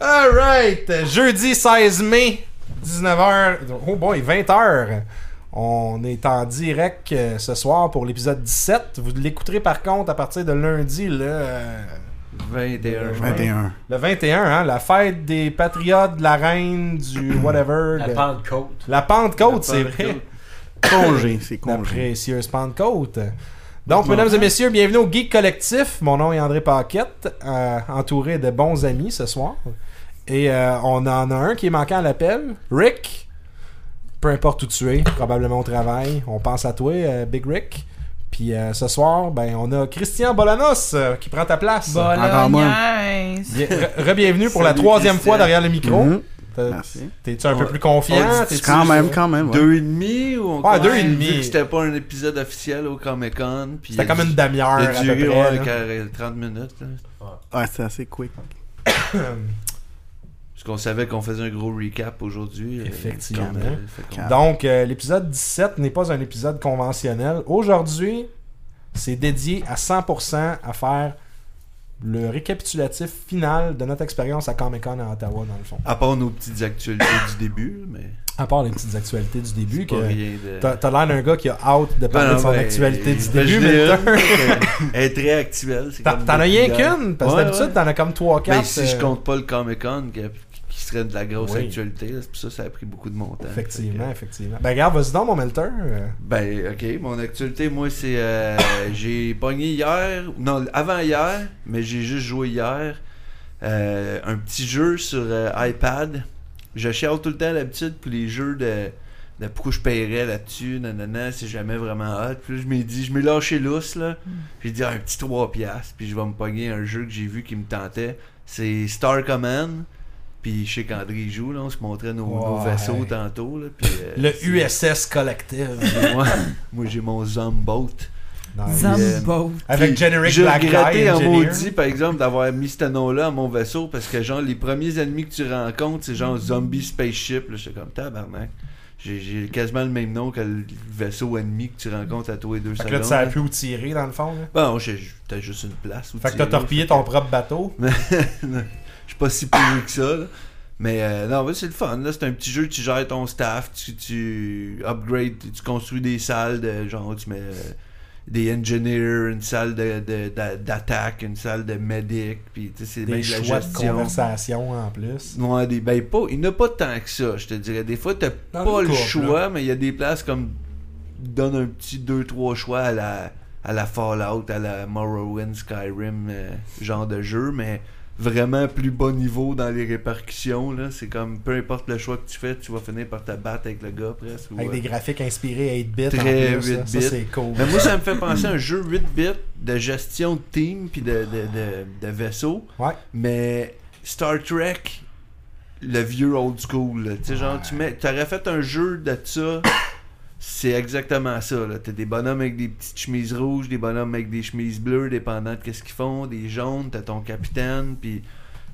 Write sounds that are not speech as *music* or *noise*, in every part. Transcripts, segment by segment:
Alright, jeudi 16 mai, 19h, oh boy, 20h. On est en direct euh, ce soir pour l'épisode 17. Vous l'écouterez par contre à partir de lundi, le, euh, 21 juin. 21. le 21, hein, la fête des patriotes, de la reine, du whatever. La de- Pentecôte. la Pentecôte, c'est Pentecôte. vrai. Congé, c'est La congé. précieuse Pentecôte. Donc, mesdames et messieurs, bienvenue au Geek Collectif. Mon nom est André Paquette, euh, entouré de bons amis ce soir. Et euh, on en a un qui est manquant à l'appel, Rick. Peu importe où tu es, probablement au travail. On pense à toi, euh, Big Rick. Puis euh, ce soir, ben, on a Christian Bolanos euh, qui prend ta place. Encore moins. Bien- re- Re-bienvenue pour la Salut, troisième Christian. fois derrière le micro. Mhm. T'as- Merci. T'es-tu un peu Ouais. plus confiant? On dit- T'es-tu- Quand même, quand même. ouais. Deux et demi ou on Ouais, deux commence- et demi. vu que c'était pas un épisode officiel au Comic Con. puis C'était il a comme une du- demi-heure Il à a peu duré près, ouais, là. carré- 30 minutes. là. Ouais, c'est assez quick. *laughs* Parce qu'on savait qu'on faisait un gros recap aujourd'hui. euh, Effectivement. comme, euh, fait qu'on- Quand- Donc, euh, l'épisode 17 n'est pas un épisode conventionnel. Aujourd'hui, c'est dédié à 100% à faire le récapitulatif final de notre expérience à Comic-Con à Ottawa, dans le fond. À part nos petites actualités du début, mais À part les petites actualités du début, c'est pas que rien de. t'as t'as l'air d'un gars qui a hâte de parler Ben non, de son ben, actualité du je début, l'ai mais une, que- Elle est très actuelle. c'est t'en comme t'en as depuis rien hier. qu'une, parce que Ouais, d'habitude, ouais. t'en as comme 3-4. Ben, si je compte pas le Comic Con qui, qui serait de la grosse euh, Oui. actualité, là, c'est pour ça que ça a pris beaucoup de mon temps. Effectivement, effectivement. Ben, regarde, vas-y donc, mon Melter. euh, Ben, ok, mon actualité, moi, c'est. euh, *coughs* j'ai pogné hier, non, avant hier, mais j'ai juste joué hier, euh, un petit jeu sur euh, iPad. Je chiale tout le temps l'habitude, puis les jeux de. de pourquoi je paierais là-dessus, nanana, c'est jamais vraiment hot. Puis là, je m'ai dit, je m'ai lâché lousse, là. J'ai dit, ah, un petit 3$, piastres, puis je vais me pogner un jeu que j'ai vu qui me tentait. C'est Star Command. Puis je sais qu'André joue, là, on se montrait nos, nos Ouais. vaisseaux tantôt. Là, puis, euh, Le c'est- USS Collective. *laughs* moi, moi j'ai mon Zomboat. Nice. Zombo. Avec Generic J'ai Black Guy regretté en Engineer. maudit, par exemple, d'avoir mis ce nom-là à mon vaisseau parce que, genre, les premiers ennemis que tu rencontres, c'est genre Zombie Spaceship. Là, j'étais comme tabarnak. J'ai, j'ai quasiment le même nom que le vaisseau ennemi que tu rencontres à toi et deux Fait que là, secondes. tu savais plus où tirer, dans le fond. là. Bon, j'ai, t'as juste une place. où Fait que t'as tirer, torpillé fait ton propre bateau. *laughs* Je suis pas si payé que ça. là. Mais euh, non, ouais, c'est le fun. Là, c'est un petit jeu. Tu gères ton staff, tu, tu upgrades, tu- tu construis des salles de genre, tu mets euh, des engineers, une salle de, de- d'a- d'attaque, une salle de medic, puis tu sais, c'est bien Des de la choix de gestion. conversation en plus. Ouais, des, ben, pas, il n'y en a pas tant que ça, je te dirais. Des fois, t'as Dans pas une couple, le choix, mais il y a des places comme. Donne un petit 2-3 choix à la, à la Fallout, à la Morrowind, Skyrim, euh, genre de jeu, mais vraiment plus bas niveau dans les répercussions. là C'est comme peu importe le choix que tu fais, tu vas finir par te battre avec le gars presque. ou, Avec euh, des graphiques inspirés 8 bits. Très en plus, là. 8 Ça, bits. c'est cool. mais moi, ça me fait penser à un jeu 8 bits de gestion de team puis de, de, de, de vaisseau. Ouais. Mais Star Trek, le vieux old school, là, tu sais, genre, tu mets, t'aurais fait un jeu de ça, *coughs* c'est exactement ça, là. T'as des bonhommes avec des petites chemises rouges, des bonhommes avec des chemises bleues, dépendant de qu'est-ce qu'ils font, des jaunes, t'as ton capitaine, puis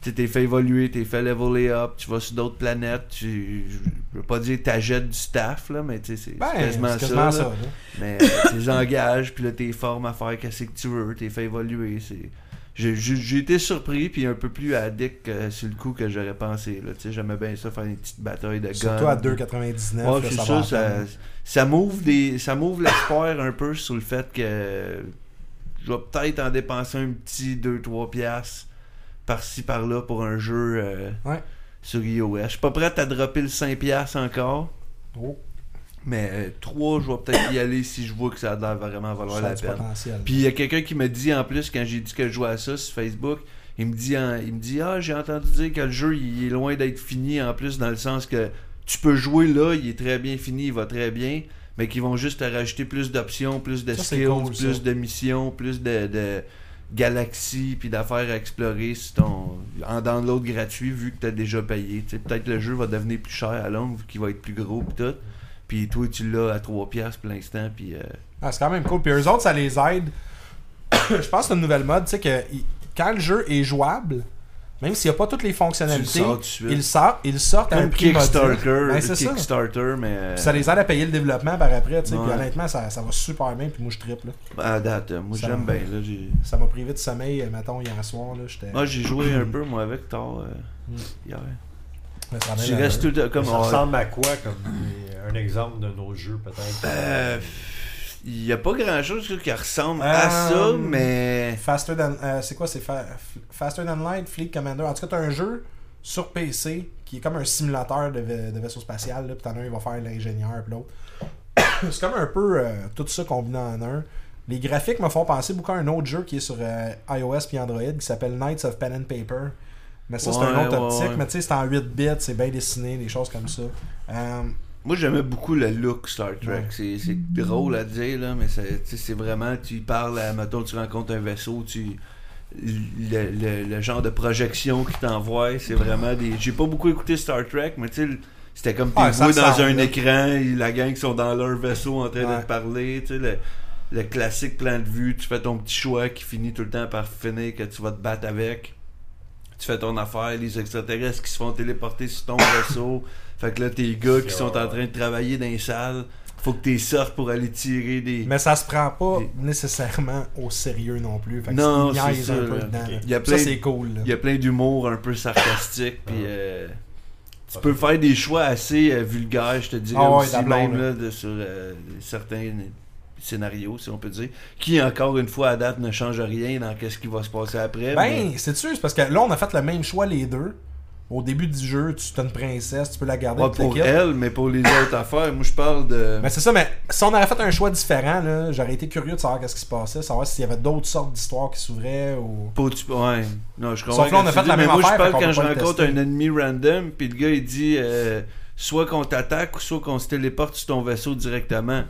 tu sais, t'es fait évoluer, t'es fait leveler up, tu vas sur d'autres planètes, tu, je veux pas dire t'ajettes du staff, là, mais tu sais, c'est Ben, c'est quasiment, c'est quasiment ça. ça. là. Mais euh, t'es engagé, puis là, t'es formes à faire qu'est-ce que tu veux, t'es fait évoluer. C'est... J'ai, j'ai- j'ai été surpris, puis un peu plus addict que sur le coup que j'aurais pensé. Là. Tu sais, J'aimais bien ça, faire une petite bataille de là. guns. Surtout à 2,99. Ouais, là, c'est ça ça, va ça, attendre. ça m'ouvre des. ça m'ouvre l'espoir un peu sur le fait que je vais peut-être en dépenser un petit 2-3 piastres par-ci par-là pour un jeu euh, Ouais. sur iOS. Je suis pas prêt à dropper le 5 piastres encore. Oh, Mais euh, trois, je vais peut-être y aller si je vois que ça a l'air vraiment valoir ça a la du peine. potentiel. Puis il y a quelqu'un qui me dit en plus, quand j'ai dit que je jouais à ça sur Facebook, il me dit, en- il me dit Ah, j'ai entendu dire que le jeu, il est loin d'être fini en plus, dans le sens que tu peux jouer là, il est très bien fini, il va très bien, mais qu'ils vont juste te rajouter plus d'options, plus de Ça, c'est skills, cool, ça. plus de missions, plus de, de galaxies, puis d'affaires à explorer si ton, en download gratuit, vu que tu as déjà payé. Tu sais, Peut-être le jeu va devenir plus cher à longue, vu qu'il va être plus gros, puis tout. Puis toi, tu l'as à 3$ piastres pour l'instant, puis. euh, Ah, c'est quand même cool. Puis eux autres, ça *coughs* les aide. Je pense que c'est une nouvelle mode, tu sais, que il- quand le jeu est jouable, Même s'il n'y a pas toutes les Tu le fonctionnalités, sors tout de suite. ils, sortent, ils sortent à un Comme prix modique. Kickstarter, Ben, c'est ça. Kickstarter, mais euh, Puis ça les aide à payer le développement par après, tu sais. Puis Ouais. honnêtement, ça, ça va super bien. Puis moi, je trippe, là. à date, euh, moi Ça- j'aime bien. Là, j'ai- Ça m'a privé de sommeil, euh, mettons, hier soir, là. J'étais. Moi j'ai joué un peu moi avec tard euh, Mm. hier. mais ça Tu m'amène à- restes tout le temps comme ah, ça on- ressemble à quoi comme des- un exemple d'un autre jeu peut-être Euh, Il n'y a pas grand chose qui ressemble Euh, à ça, mais. Faster than. euh, c'est quoi C'est fa- F- Faster than Light, Fleet Commander. En tout cas, t'as un jeu sur PC qui est comme un simulateur de, ve- de vaisseau spatial. Là, puis t'en as un, il va faire l'ingénieur, puis l'autre. *coughs* c'est comme un peu euh, tout ça combiné en un. Les graphiques me font penser beaucoup à un autre jeu qui est sur euh, iOS puis Android qui s'appelle Knights of Pen and Paper. Mais ça, c'est un Ouais, autre ouais, optique. ouais. Mais tu sais, c'est en 8 bits, c'est bien dessiné, des choses comme ça. Euh, Moi, j'aimais beaucoup le look Star Trek. Ouais. C'est, c'est drôle à dire, là, mais c'est, tu sais, c'est vraiment, tu y parles, à, mettons, tu rencontres un vaisseau, tu le, le- le genre de projection qui t'envoie, c'est vraiment des... J'ai pas beaucoup écouté Star Trek, mais tu sais, le- c'était comme Ah, t'es ça voué ressemble, dans un là. écran, et la gang qui sont dans leur vaisseau en train Ouais. de te parler, tu sais, le, le classique plan de vue, tu fais ton petit choix qui finit tout le temps par finir que tu vas te battre avec. Tu fais ton affaire, les extraterrestres qui se font téléporter sur ton vaisseau. *coughs* Fait que là, tes gars qui sont en train de travailler dans les salles, faut que t'es sortes pour aller tirer des... mais ça se prend pas Et- nécessairement au sérieux non plus. Fait que Non, ils c'est niaisent ça, un peu là. dedans, Ok. là. Il y a Ça, plein- c'est cool. là. Il y a plein d'humour un peu sarcastique, puis euh, tu Ok. peux faire des choix assez euh, vulgaires, je te dirais Ah ouais, aussi d'aplomb, même là. là, de- sur euh, certains scénarios, si on peut dire, qui encore une fois à date ne change rien dans qu'est-ce qui va se passer après. mais- Ben, c'est sûr, c'est parce que là, on a fait le même choix les deux. Au début du jeu, tu t'as une princesse, tu peux la garder Pas toute pour la kit. elle, mais pour les autres affaires. Moi, je parle de. Mais c'est ça, mais si on avait fait un choix différent, là, j'aurais été curieux de savoir qu'est-ce qui se passait, savoir s'il y avait d'autres sortes d'histoires qui s'ouvraient ou. Pour tu- Ouais. Non, je Sauf là, comprends. on a que tu fait dis, la mais même moi, affaire, je fait parle qu'on quand je peut pas le rencontre un tester. ennemi random, puis le gars, il dit euh, soit qu'on t'attaque ou soit qu'on se téléporte sur ton vaisseau directement.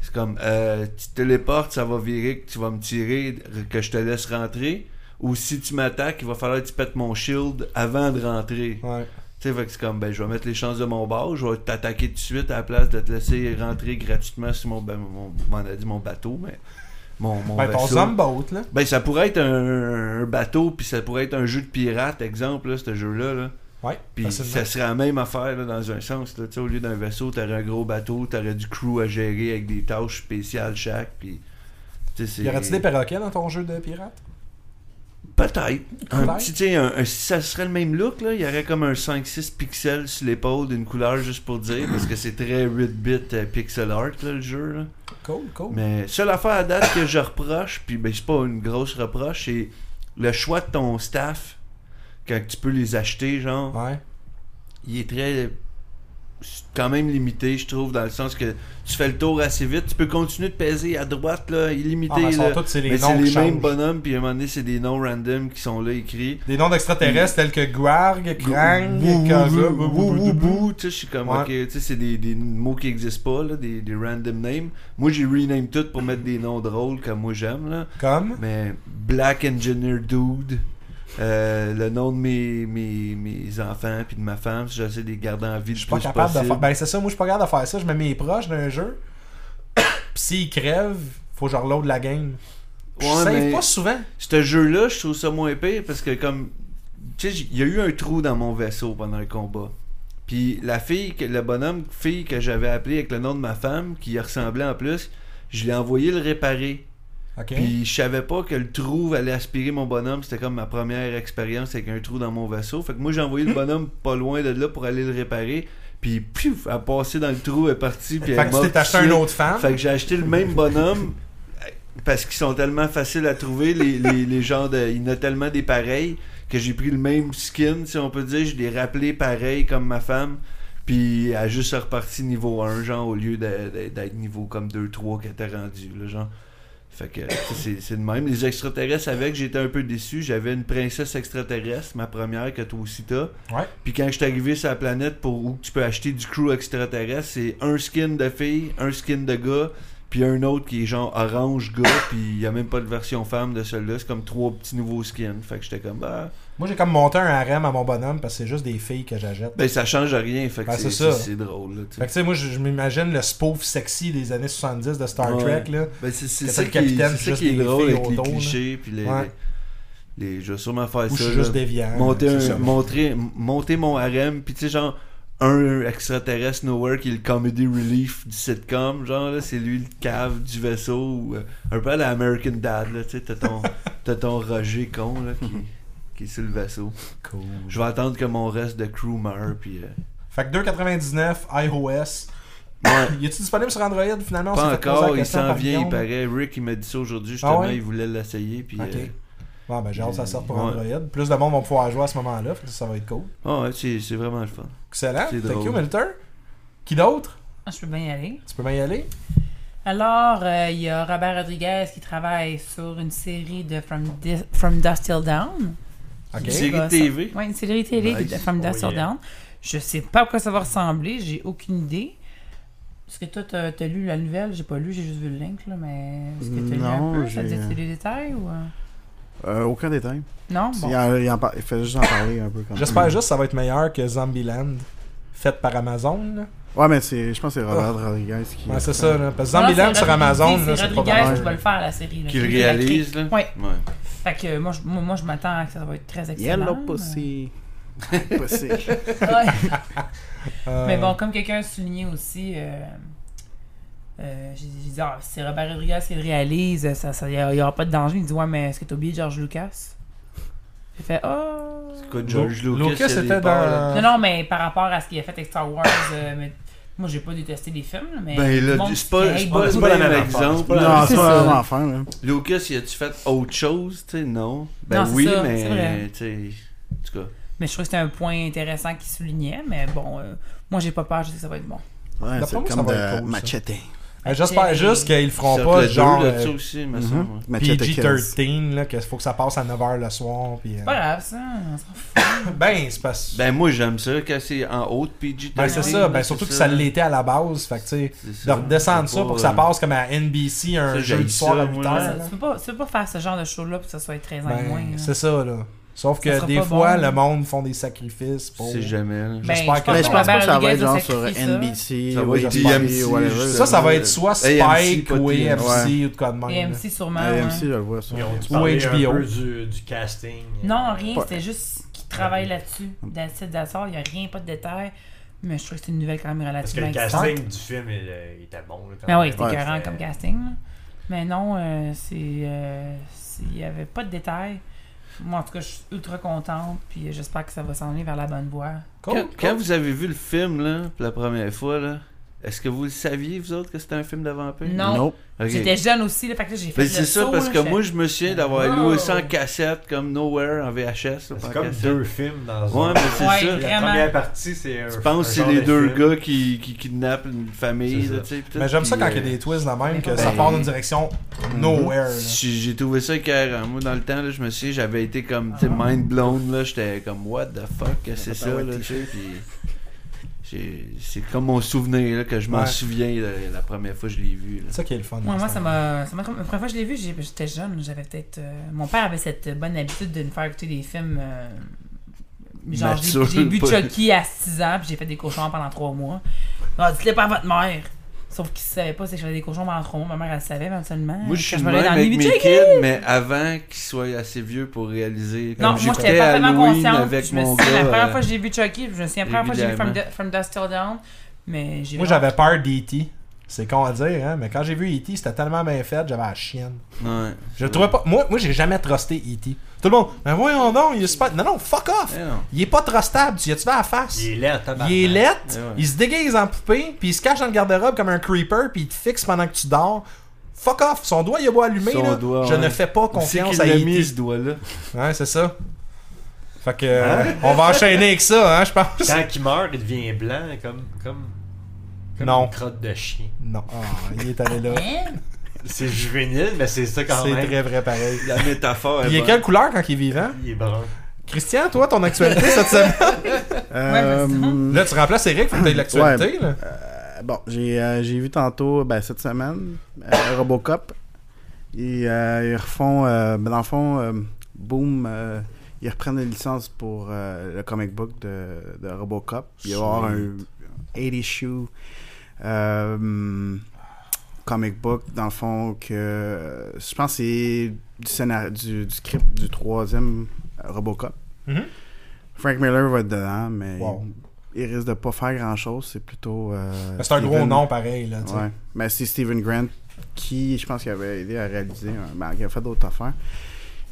C'est comme euh, tu te téléportes, ça va virer, que tu vas me tirer, que je te laisse rentrer. Ou si tu m'attaques, il va falloir que tu pètes mon shield avant de rentrer. Ouais. Tu sais, fait que c'est comme, ben, je vais mettre les chances de mon bord, je vais t'attaquer tout de suite à la place de te laisser rentrer gratuitement sur mon, ben, mon, mon- on a dit mon bateau, mais mon, mon Ben, ton vaisseau. Zumboat, là. Ben, ça pourrait être un, un bateau, puis ça pourrait être un jeu de pirate, exemple, là, ce jeu-là. Là. Ouais. Puis facilement. ça serait la même affaire, là, dans un sens. Là, Tu sais, au lieu d'un vaisseau, t'aurais un gros bateau, t'aurais du crew à gérer avec des tâches spéciales chaque, puis... tu sais, c'est- Y aurait-il des perroquets dans ton jeu de pirate Peut-être. Un Peut-être. petit, tu sais, un- un- si ça serait le même look, là, il y aurait comme un 5-6 pixels sur l'épaule d'une couleur, juste pour dire, parce que c'est très 8-bit euh, pixel art, là, le jeu. Là. Cool, cool. Mais seule affaire à date que je reproche, puis ben, c'est pas une grosse reproche, c'est le choix de ton staff quand tu peux les acheter, genre, Ouais. il est très c'est quand même limité, je trouve, dans le sens que tu fais le tour assez vite, tu peux continuer de peser à droite, là, illimité, Ah, ben, sont là. toutes, c'est les mais noms c'est qui les mêmes changent. bonhommes, puis à un moment donné, c'est des noms random qui sont là écrits. Des noms d'extraterrestres tels que Guarg, Krang, Wou- Kaza, wou- wou- wou- wou, tu sais, je suis comme, Ouais. ok, tu sais, c'est des, des mots qui existent pas, là, des, des random names. Moi, j'ai rename tout pour mettre des noms drôles comme moi j'aime, là. Comme. Mais Black Engineer Dude, euh, le nom de mes, mes, mes enfants puis de ma femme, si j'essaie de les garder en vie le Je suis plus pas capable possible. de faire. Ben, c'est ça, moi, je suis pas capable de faire ça. Je me mets mes proches d'un jeu. Pis s'ils crèvent, faut que je reload la game. Je Ouais, save mais- pas souvent. Ce jeu-là, je trouve ça moins pire parce que comme... Tu sais, j- il y a eu un trou dans mon vaisseau pendant le combat. Puis la fille, que, le bonhomme fille que j'avais appelé avec le nom de ma femme, qui y ressemblait en plus, je l'ai envoyé le réparer. Ok. Puis je savais pas que le trou allait aspirer mon bonhomme. C'était comme ma première expérience avec un trou dans mon vaisseau. Fait que moi, j'ai *laughs* envoyé le bonhomme pas loin de là pour aller le réparer. Puis, piouf, elle a passé dans le trou, elle est partie. Puis elle Fait est que tu morte t'es acheté tout de un suite. autre fan. euh, Fait que j'ai acheté le même bonhomme euh, parce qu'ils sont tellement faciles à trouver. Les, les, les gens de. Il y en a tellement des pareils que j'ai pris le même skin, si on peut dire. Je l'ai rappelé pareil comme ma femme. Puis elle a juste reparti niveau 1, genre, au lieu de- de- d'être niveau comme 2-3 qu'elle était rendue, là, genre. Fait que tu sais, c'est c'est de même. Les extraterrestres avec, j'étais un peu déçu. J'avais une princesse extraterrestre, ma première que toi aussi t'as. Ouais. Puis quand je suis arrivé sur la planète pour où tu peux acheter du crew extraterrestre, c'est un skin de fille, un skin de gars, puis un autre qui est genre orange gars, puis il n'y a même pas de version femme de celui-là. C'est comme trois petits nouveaux skins. Fait que j'étais comme, bah, Moi, j'ai comme monté un harem à mon bonhomme parce que c'est juste des filles que j'achète. ben ça change rien. Fait que Ben, c'est c'est ça. c'est- c'est drôle. Là, tu Fait sais. que tu sais, moi, je, je m'imagine le spoof sexy des années 70 de Star Ouais. Trek, là. Ben, c'est c'est Que ça t'as le qui est, capitaine, c'est ça juste qui est des drôle filles avec les autour, là. clichés puis les, Ouais. les- je vais sûrement faire Ou je ça. suis là. juste déviant. monter, c'est un- ça. montrer- monter mon harem, puis tu sais, genre, un extraterrestre nowhere qui est le comedy relief du sitcom, genre, là, c'est lui le cave du vaisseau, ou, euh, un peu à la American Dad, là, tu sais, t'as *laughs* ton, t'as ton Roger con, là, qui, Mhm. qui est sur le vaisseau. Cool. Je vais attendre que mon reste de crew meure, puis... euh, Fait que 2,99 iOS. ouais. *laughs* Y est-il disponible sur Android finalement On Pas s'est fait poser la encore, il question s'en par vient, ben, il Guillaume. paraît. Rick, il m'a dit ça aujourd'hui, justement, Ah ouais? il voulait l'essayer, puis... Ok. euh, Bon, ben, j'ai hâte que ça sorte pour Ouais. Android. Plus de monde vont pouvoir jouer à ce moment-là, fait que ça va être cool. ah ouais, c'est c'est vraiment le fun. Excellent. C'est Thank drôle. you, Milter. Qui d'autre Ah, je peux bien y aller. Tu peux bien y aller Alors, euh, il y a Robert Rodriguez qui travaille sur une série de From, Di- From Dust Till Down. Ok. Une série Bah, ça- TV. Oui, une série télé Nice. de From Dust Oh, Till yeah. Down. Je sais pas à quoi ça va ressembler, j'ai aucune idée. Est-ce que toi, t'as t'as lu la nouvelle? J'ai pas lu, j'ai juste vu le link, là, mais est-ce que t'as lu Non, un peu? Ça te j'ai- dit les détails ou... euh? Euh, aucun détail. Non? Bon. Il, en- il en par- il fallait juste en parler un peu. comme ça. J'espère juste que ça va être meilleur que Zombieland, fait par Amazon. là. Ouais, mais c'est, je pense que c'est Robert Rodriguez qui. Ah. Ouais, c'est ça, là. Parce que Non, Zombieland Ah, c'est sur Rodriguez, Amazon, c'est là, c'est pas Rodriguez mal. qui va le faire, la série. là. Qu'il C'est lui qui l'a créé. réalise, là. Ouais. Ouais. Fait que moi, je, moi, moi, je m'attends à que ça va être très excellent. Yellow mais- Pussy. Ah. *laughs* Pussy. *laughs* Ouais. Euh, Mais bon, comme quelqu'un a souligné aussi, euh, euh, j'ai j'ai dit, ah, c'est Robert Rodriguez qui le réalise, ça, ça, il n'y aura pas de danger. Il dit, ouais, mais est-ce que t'as oublié George Lucas? J'ai fait, oh... Quoi, George Lu- Lucas, il y a des était parts, là. dans. Non, non, mais par rapport à ce qu'il a fait avec Star Wars, euh, mais- moi, j'ai pas détesté les films, là, mais... Ben tout le là, monde c'est pas, qui c'est hate pas, beaucoup. c'est c'est pas pas le la même même affaire, exemple. c'est pas la Non, c'est c'est pas ça. vraiment à faire, là. Lucas, y a-tu fait autre chose, tu sais, non? Ben Non, c'est oui, ça, c'est mais, vrai. tu sais, en tout cas. Mais je trouve que c'était un point intéressant qu'il soulignait, mais bon, euh, moi, j'ai pas peur, je sais que ça va être bon. Ouais, D'après c'est moi, ça comme va être de cool, ça. Machete. Euh, J'espère juste qu'ils le feront pas Ils sortent le genre deux de euh, ça aussi, il me Mhm. semble. Machete Kills. PG-13, là, qu'il faut que ça passe à 9h le soir. Puis, euh, C'est pas grave, ça, on s'en fout. Ben, c'est parce Ben moi, j'aime ça quand c'est en haute PG. Ben, c'est oui, ça, ben surtout que ça l'était à la base, fait que tu sais, C'est de ça. redescendre ça C'est pour pas, que ça euh, passe comme à NBC un ça, jeudi j'haïs soir ça, à 8 moi, heures. là. là. Tu peux, pas, tu peux pas faire ce genre de show-là pour que ça soit 13 ans et moins. Ben, là. c'est ça, là. Sauf Ça que sera des pas fois, bon. le monde font des sacrifices pour. C'est jamais. là. Ben, J'espère que- Mais je pense pas Robert que ça va Rodriguez être genre a sur sacrifié ça. NBC Ça ou va être j'espère, DMC, whatever. Ça, ça va être soit AMC, Spike pas ou TNT. AMC ou de quoi de Et même. là. MC sûrement. Ah, hein. AMC, je le vois, ça. Ils ont dû Ou parler HBO. un peu du, du casting. Non, rien, Ouais. c'était juste qu'ils travaillent là-dessus. Dans le site d'Assort, il n'y a rien, pas de détails. Mais je trouve que c'est une nouvelle quand même Parce que relativement le excitante. casting du film, il, euh, il était bon. là, quand Mais Ben oui, même. c'était Ouais, écœurant c'était- comme casting. là. Mais non, euh, c'est. euh, c'est- il n'y avait pas de détails. Moi, en tout cas, je suis ultra contente. Puis euh, j'espère que ça va s'en aller vers la bonne voie. Cool, Quand, quand vous avez vu le film, là, pour la première fois, là, est-ce que vous le saviez, vous autres, que c'était un film de vampire? Non. Nope. Ok. J'étais jeune aussi, là, fait que là, j'ai fait Ben, le c'est ça, saut, parce là, que je fais- moi, je me souviens d'avoir Oh. loué ça en cassette, comme Nowhere, en VHS. là, pas en C'est comme cassette. deux films dans Ouais, un. mais c'est Ouais, ça. La Vraiment. première partie, c'est un. Je pense un que c'est genre les de deux film. gars qui, qui kidnappent une famille. C'est là, ça. tu sais, puis tout, Mais j'aime ça puis, quand il y a euh, des twists de même, que Ben, ça part dans une direction nowhere. là. j'ai j'ai trouvé ça écœurant. Moi, dans le temps, là, je me souviens, j'avais été comme tu sais, mind blown. là. J'étais comme, what the fuck, que c'est ça? Ah, ouais, là, tu sais, puis j'ai- C'est comme mon souvenir là, que je m'en Ouais. souviens là, la première fois que je l'ai vu. là. C'est ça qui est le fun. Ouais, moi, ça m'a. ça m'a comme- La première fois que je l'ai vu, j'ai- j'étais jeune. J'avais peut-être. euh, Mon père avait cette bonne habitude de nous faire écouter des films. euh, Genre, j'ai- Mature, j'ai bu pas- Chucky à 6 ans, puis j'ai fait des cochons pendant 3 mois. Ah, dites-le pas à votre mère! Sauf qu'il savait pas, c'est que je faisais des cochons pendant 3 mois. Ma mère, elle savait éventuellement. Moi, je suis Quand le me levais même dans le avec lit, mes Chucky! kids, mais avant qu'ils soient assez vieux pour réaliser. Comme Non, moi, j'écoutais j'étais parfaitement Halloween consciente. avec je me mon souviens, gars, la première euh, fois que j'ai vu Chucky, je me souviens, la première fois que j'ai vu From, évidemment. Du- From Dust Till Dawn, mais j'ai Moi, j'avais peur d'E.T. C'est con à dire, hein, mais quand j'ai vu E.T., c'était tellement bien fait, j'avais la chienne. euh, ouais, Je c'est le trouvais pas. Moi, moi j'ai jamais trusté E.T. Tout le monde, ben voyons non, il est super. Non, non, fuck off! vrai. Eh non. Il est pas trustable, tu y as-tu vu à la face? Il est laid, tabarnak. Il est Eh lettre, ouais. il se déguise en poupée, puis il se cache dans le garde-robe comme un creeper, puis il te fixe pendant que tu dors. Fuck off, son doigt il a beau allumé, Son là. doigt, je ouais. ne fais pas Où c'est confiance qu'il à E l'a E.T. mis, ce doigt-là. Ouais, c'est ça. Fait que, euh, on va enchaîner avec ça, hein, je pense. Quand il meurt, il devient blanc, comme. comme... Comme Non. une crotte de chien. Non, Ah, il est allé là. C'est juvénile, mais c'est ça *laughs* quand C'est même. très vrai pareil. La métaphore. Il est bonne. quelle couleur quand il est vivant? Il est brun. Christian, toi, ton actualité cette semaine? Euh, mais c'est ça. Là, tu remplaces Eric, faut que t'aies de l'actualité, là. Euh, bon, j'ai euh, j'ai vu tantôt, ben, cette semaine, euh, Robocop. Et, euh, ils refont, euh, ben, dans le fond, euh, Boom, euh, ils reprennent les licences pour euh, le comic book de, de Robocop. Il va y avoir un 8 issue euh, comic book, dans le fond, que euh, je pense que c'est du, scénario, du, du script du troisième euh, Robocop. Mhm. Frank Miller va être dedans, mais Wow. il, il risque de pas faire grand-chose. C'est plutôt... euh, C'est un gros Steven- nom pareil, là, tu sais. Ouais. Mais c'est Steven Grant qui, je pense qu'il avait aidé à réaliser, un- ben, il a fait d'autres affaires,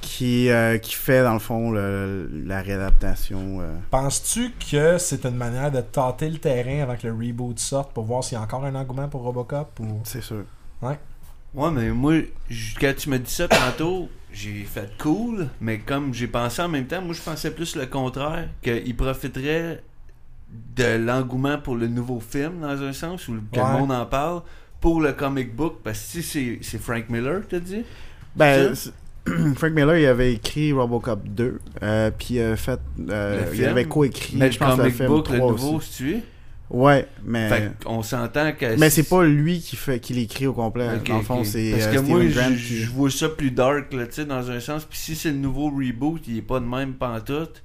qui, euh, qui fait dans le fond le- la réadaptation. euh. Penses-tu que c'est une manière de tâter le terrain avant que le reboot sorte pour voir s'il y a encore un engouement pour Robocop ou... c'est sûr. Ouais, mais moi, j- quand tu me dis ça tantôt, j'ai fait cool, mais comme j'ai pensé en même temps, moi je pensais plus le contraire, qu'il profiterait de l'engouement pour le nouveau film, dans un sens, où que Ouais. le monde en parle, pour le comic book, parce que si c'est- c'est Frank Miller, t'as dit Ben, Jim? c'est- *clears throat* Frank Miller, il avait écrit Robocop 2, euh, puis il avait fait, euh, Le il film? avait co-écrit, Mais je le pense, le comic film book, 3 le nouveau, aussi. si tu es. Ouais, mais Fait qu'on s'entend que. mais c'est pas lui qui fait, qui l'écrit au complet. Ok, dans le fond, ok. c'est Parce euh, que Steven moi, Grant je- qui- je vois ça plus dark, là, tu sais, dans un sens. Puis si c'est le nouveau reboot, il est pas de même pantoute,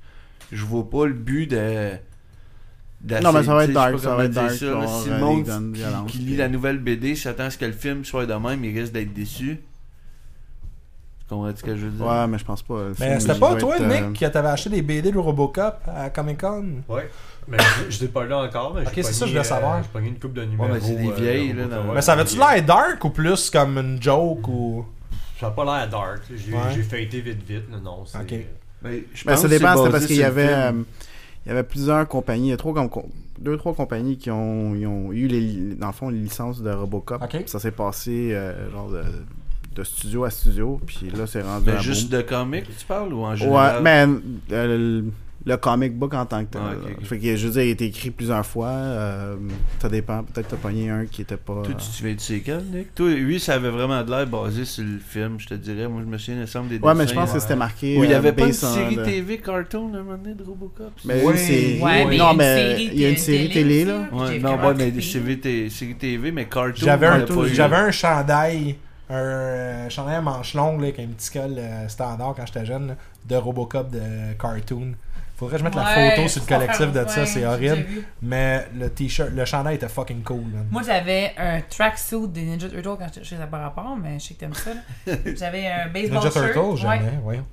je vois pas le but de. d'essayer, Non, mais ça va tu sais, je sais être dark, pas ça comment va être dire dark, ça, là. genre, si euh, le des guns, monde qui- violence, qui, puis- lit la nouvelle BD s'attend à ce que le film soit de même, il risque d'être déçu. Tu comprends ce que je veux dire? Ouais, mais je pense pas. le Mais film, c'était il pas va toi, être, euh, Nick, que t'avais acheté des BD de Robocop à Comic-Con? Ouais. Mais je n'ai pas là encore. Mais Ok, j'ai c'est ça, pogné, je voulais savoir. euh, J'ai pogné une coupe de numéros. mais c'est des euh, vieilles, là, Robocop. dans- Ouais, Mais ça avait-tu des l'air dark ou plus comme une joke ou... Ça a pas l'air dark. là. J'ai Ouais. j'ai feuilleté vite, vite. là, Non, c'est. Ok. Mais je Ben, pense que ça c'est dépend, basé c'est parce qu'il y sur le avait, film. euh, il y avait plusieurs compagnies, il y a trois com- com- deux trois compagnies qui ont, ils ont eu les, li- dans le fond les licences de Robocop. Ok. Puis Ça s'est passé euh, genre de, de studio à studio, puis là c'est rendu à Mais juste de comics, tu parles ou en boom. Ouais, général? mais euh, le, le comic book en tant que tel. Ah, ok, ok. Fait que je veux dire, il a été écrit plusieurs fois. euh, ça dépend, peut-être t'as pogné un qui était pas. Toi, tu te souviens de ces cas, Nick? Toi, lui, ça avait vraiment de l'air basé sur le film, je te dirais. Moi, je me souviens, il me semble, des euh, ouais, mais je dessins, pense que ouais. c'était marqué. Où il n'y euh, avait pas une based on série the- TV cartoon à un moment donné de Robocop? ça? Mais une Ouais. série- Ouais, mais il y a non, une mais série il y a une de série télé télé, aussi, là. J'ai Ouais, fait non, comment ouais, mais tu des séries, t- séries TV, mais cartoon. J'avais on un, l'a pas eu. j'avais un chandail, un euh, chandail à manche longue là, avec un petit col euh, standard quand j'étais jeune là, de Robocop de cartoon. Faudrait que je mette la Ouais, photo sur le ça, collectif faire de ça, un c'est point, horrible. j'ai déjà vu. Mais le t-shirt, le chandail était fucking cool. man. Moi, j'avais un tracksuit des Ninja Turtles quand j'étais chez par rapport, mais je sais que *laughs* t'aimes ça. là. J'avais un baseball Ninja shirt. Turtle, ouais, j'aimais, voyons.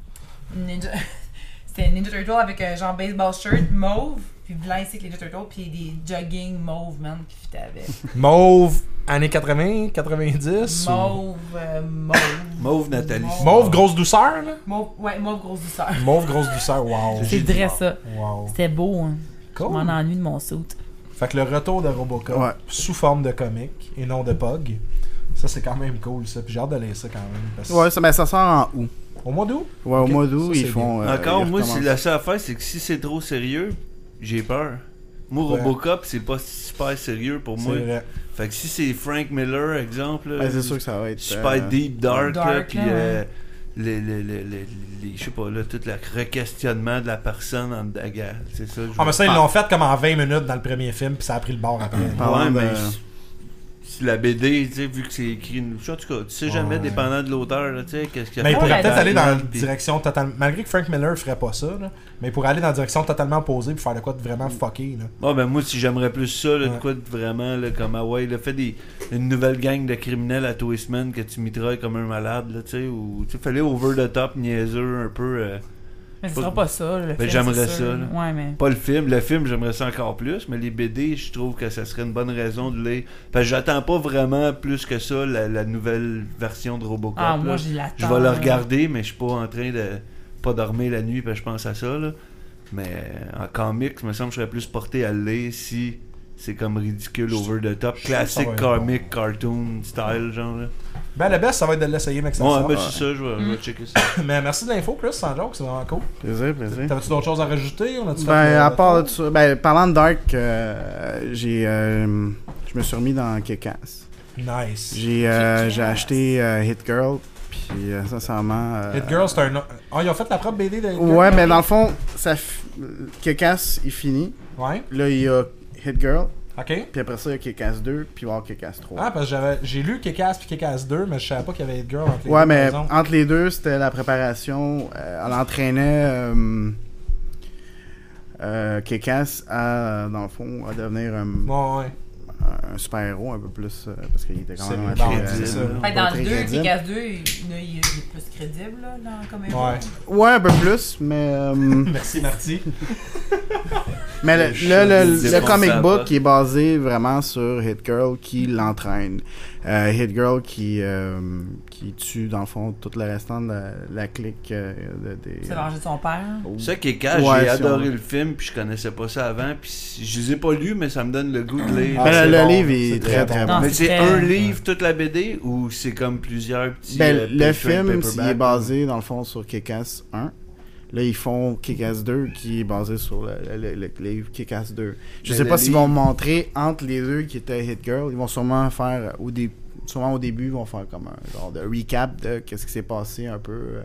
Ninja- *laughs* C'était un Ninja Turtle avec un genre baseball shirt mauve, puis blanc ici avec les Ninja Turtles, puis des jogging mauve, man, qui fit avec. Mauve, années 80, 90. ou- Mauve, euh, mauve. Mauve Nathalie. Mauve, grosse douceur, là. Mauve, ouais, mauve grosse douceur. Mauve, grosse douceur, wow. C'est vrai ça. Wow. C'était beau, hein. Je Cool. m'en ennuie de mon soute. Fait que le retour de Robocop Ouais. sous forme de comique et non de Pog, ça c'est quand même cool ça. Puis j'ai hâte de laisser ça quand même. parce que- Ouais, ça, ben, ça sort en août. Au mois d'août, Ouais, au Ok, mois ça, d'août, c'est ils font. euh, Encore, ils moi, c'est recommencent. la seule affaire, c'est que si c'est trop sérieux, j'ai peur. Moi, Ouais. Robocop, c'est pas super sérieux pour c'est moi. vrai. Fait que si c'est Frank Miller, exemple, Ouais, là, c'est sûr que ça va être. super euh, deep dark, là, dark, puis là, euh, les, les, les, les- les- je sais pas là tout le requestionnement de la personne en dedans, gars, c'est ça je Ah, mais ça, ils Ah. l'ont fait comme en 20 minutes dans le premier film, puis ça a pris le bord après. veux- ouais parlant de- mais c'est la BD tu sais vu que c'est écrit en tout cas tu sais jamais Ouais. dépendant de l'auteur là, tu sais qu'est-ce qu'il y a Mais il fait pourrait Ouais, peut-être la- aller dans la puis- direction totalement. Malgré que Frank Miller ferait pas ça, là, mais il pourrait aller dans la direction totalement opposée puis faire de quoi de vraiment fucké. Là. Ouais, ben moi, si j'aimerais plus ça, là, Ouais. de quoi de vraiment, là, comme ah ouais, là, fait des, une nouvelle gang de criminels à tous les semaines que tu mitrailles comme un malade, là, tu sais, ou tu sais, fallait over the top, niaiseux, un peu. euh, Mais ce Faut- sera pas ça, le film, Ben, j'aimerais c'est ça, sûr. là. Ouais, mais. Pas le film, le film j'aimerais ça encore plus, mais les BD, je trouve que ça serait une bonne raison de les. Parce que j'attends pas vraiment plus que ça la, la nouvelle version de Robocop. Ah, là. moi, j'ai l'attends. je vais le là. regarder, mais je suis pas en train de pas dormir la nuit parce que je pense à ça. Là. Mais euh, en comics, il me semble que je serais plus porté à le lire si c'est comme ridicule, Je- over the top, je- ça va classique être comic, cartoon style, genre. Là. Ben, le best, ça va être de l'essayer, mec. Ça Ouais, sort. ben, c'est ça, je vais, je vais checker ça. Mais merci de l'info, Chris, sans joke, c'est vraiment cool. Plaisir, plaisir. T'avais-tu d'autres choses à rajouter On a-tu fait Hmm. euh, Ben, le- à le part tour? de ça, ben, parlant de Dark, euh, j'ai, euh, je me suis remis dans Kick-Ass. Nice. J'ai, euh, Kick-Ass. j'ai acheté euh, Hit Girl, puis euh, sincèrement. euh, Hit Girl, c'est un. Ah, ils ont fait la propre BD de Hit Girl? Ouais, mais dans le fond, ça, f- Kick-Ass, il finit. Ouais, Là, il y a Hit Girl, ok. puis après ça, il y a Kick-Ass 2, puis il va y avoir Kick-Ass 3. Ah, parce que j'avais, j'ai lu Kick-Ass puis Kick-Ass 2, mais je savais pas qu'il y avait Hit Girl entre les ouais, deux, mais par exemple. entre les deux, c'était la préparation. Euh, elle entraînait euh, euh, Kick-Ass à, dans le fond, à devenir un, *laughs* Ouais, ouais. un- un super-héros un peu plus. euh, parce qu'il était quand C'est bon, même très, c'est euh, ça. pas Fait que Ben, dans très le 2, crédible. TKS 2, il, là, il est plus crédible, là, dans, comme héros. Ouais. Ouais, un peu plus, mais. euh, Merci, Marty. Mais Le le, le- le- show des le comic responsables. book qui est basé vraiment sur Hit Girl qui l'entraîne. Euh, Hit Girl qui, euh, qui tue, dans le fond, tout le restant de la, la clique euh, de- des. euh, C'est venger de son père. Ça qui est cash, Ouais, j'ai si adoré on- le film, puis je connaissais pas ça avant, puis si- je les ai pas lus, mais ça me donne le goût de les. Mais Ah, Ben, le, c'est le bon, livre est, c'est très très très bon. bon. Non, mais c'est c'était- un livre toute la BD ou c'est comme plusieurs petits. Ben, euh, le paper- film paperback? il est basé, dans le fond, sur Kick-Ass 1. Là, ils font Kick-Ass 2 qui est basé sur le, le- le- le livre Kick-Ass 2. Je Mais sais le pas s'ils livre- vont montrer entre les deux qui étaient Hit Girl. Ils vont sûrement faire, euh, au, dé- sûrement au début, ils vont faire comme un genre de recap de qu'est-ce qui s'est passé un peu euh,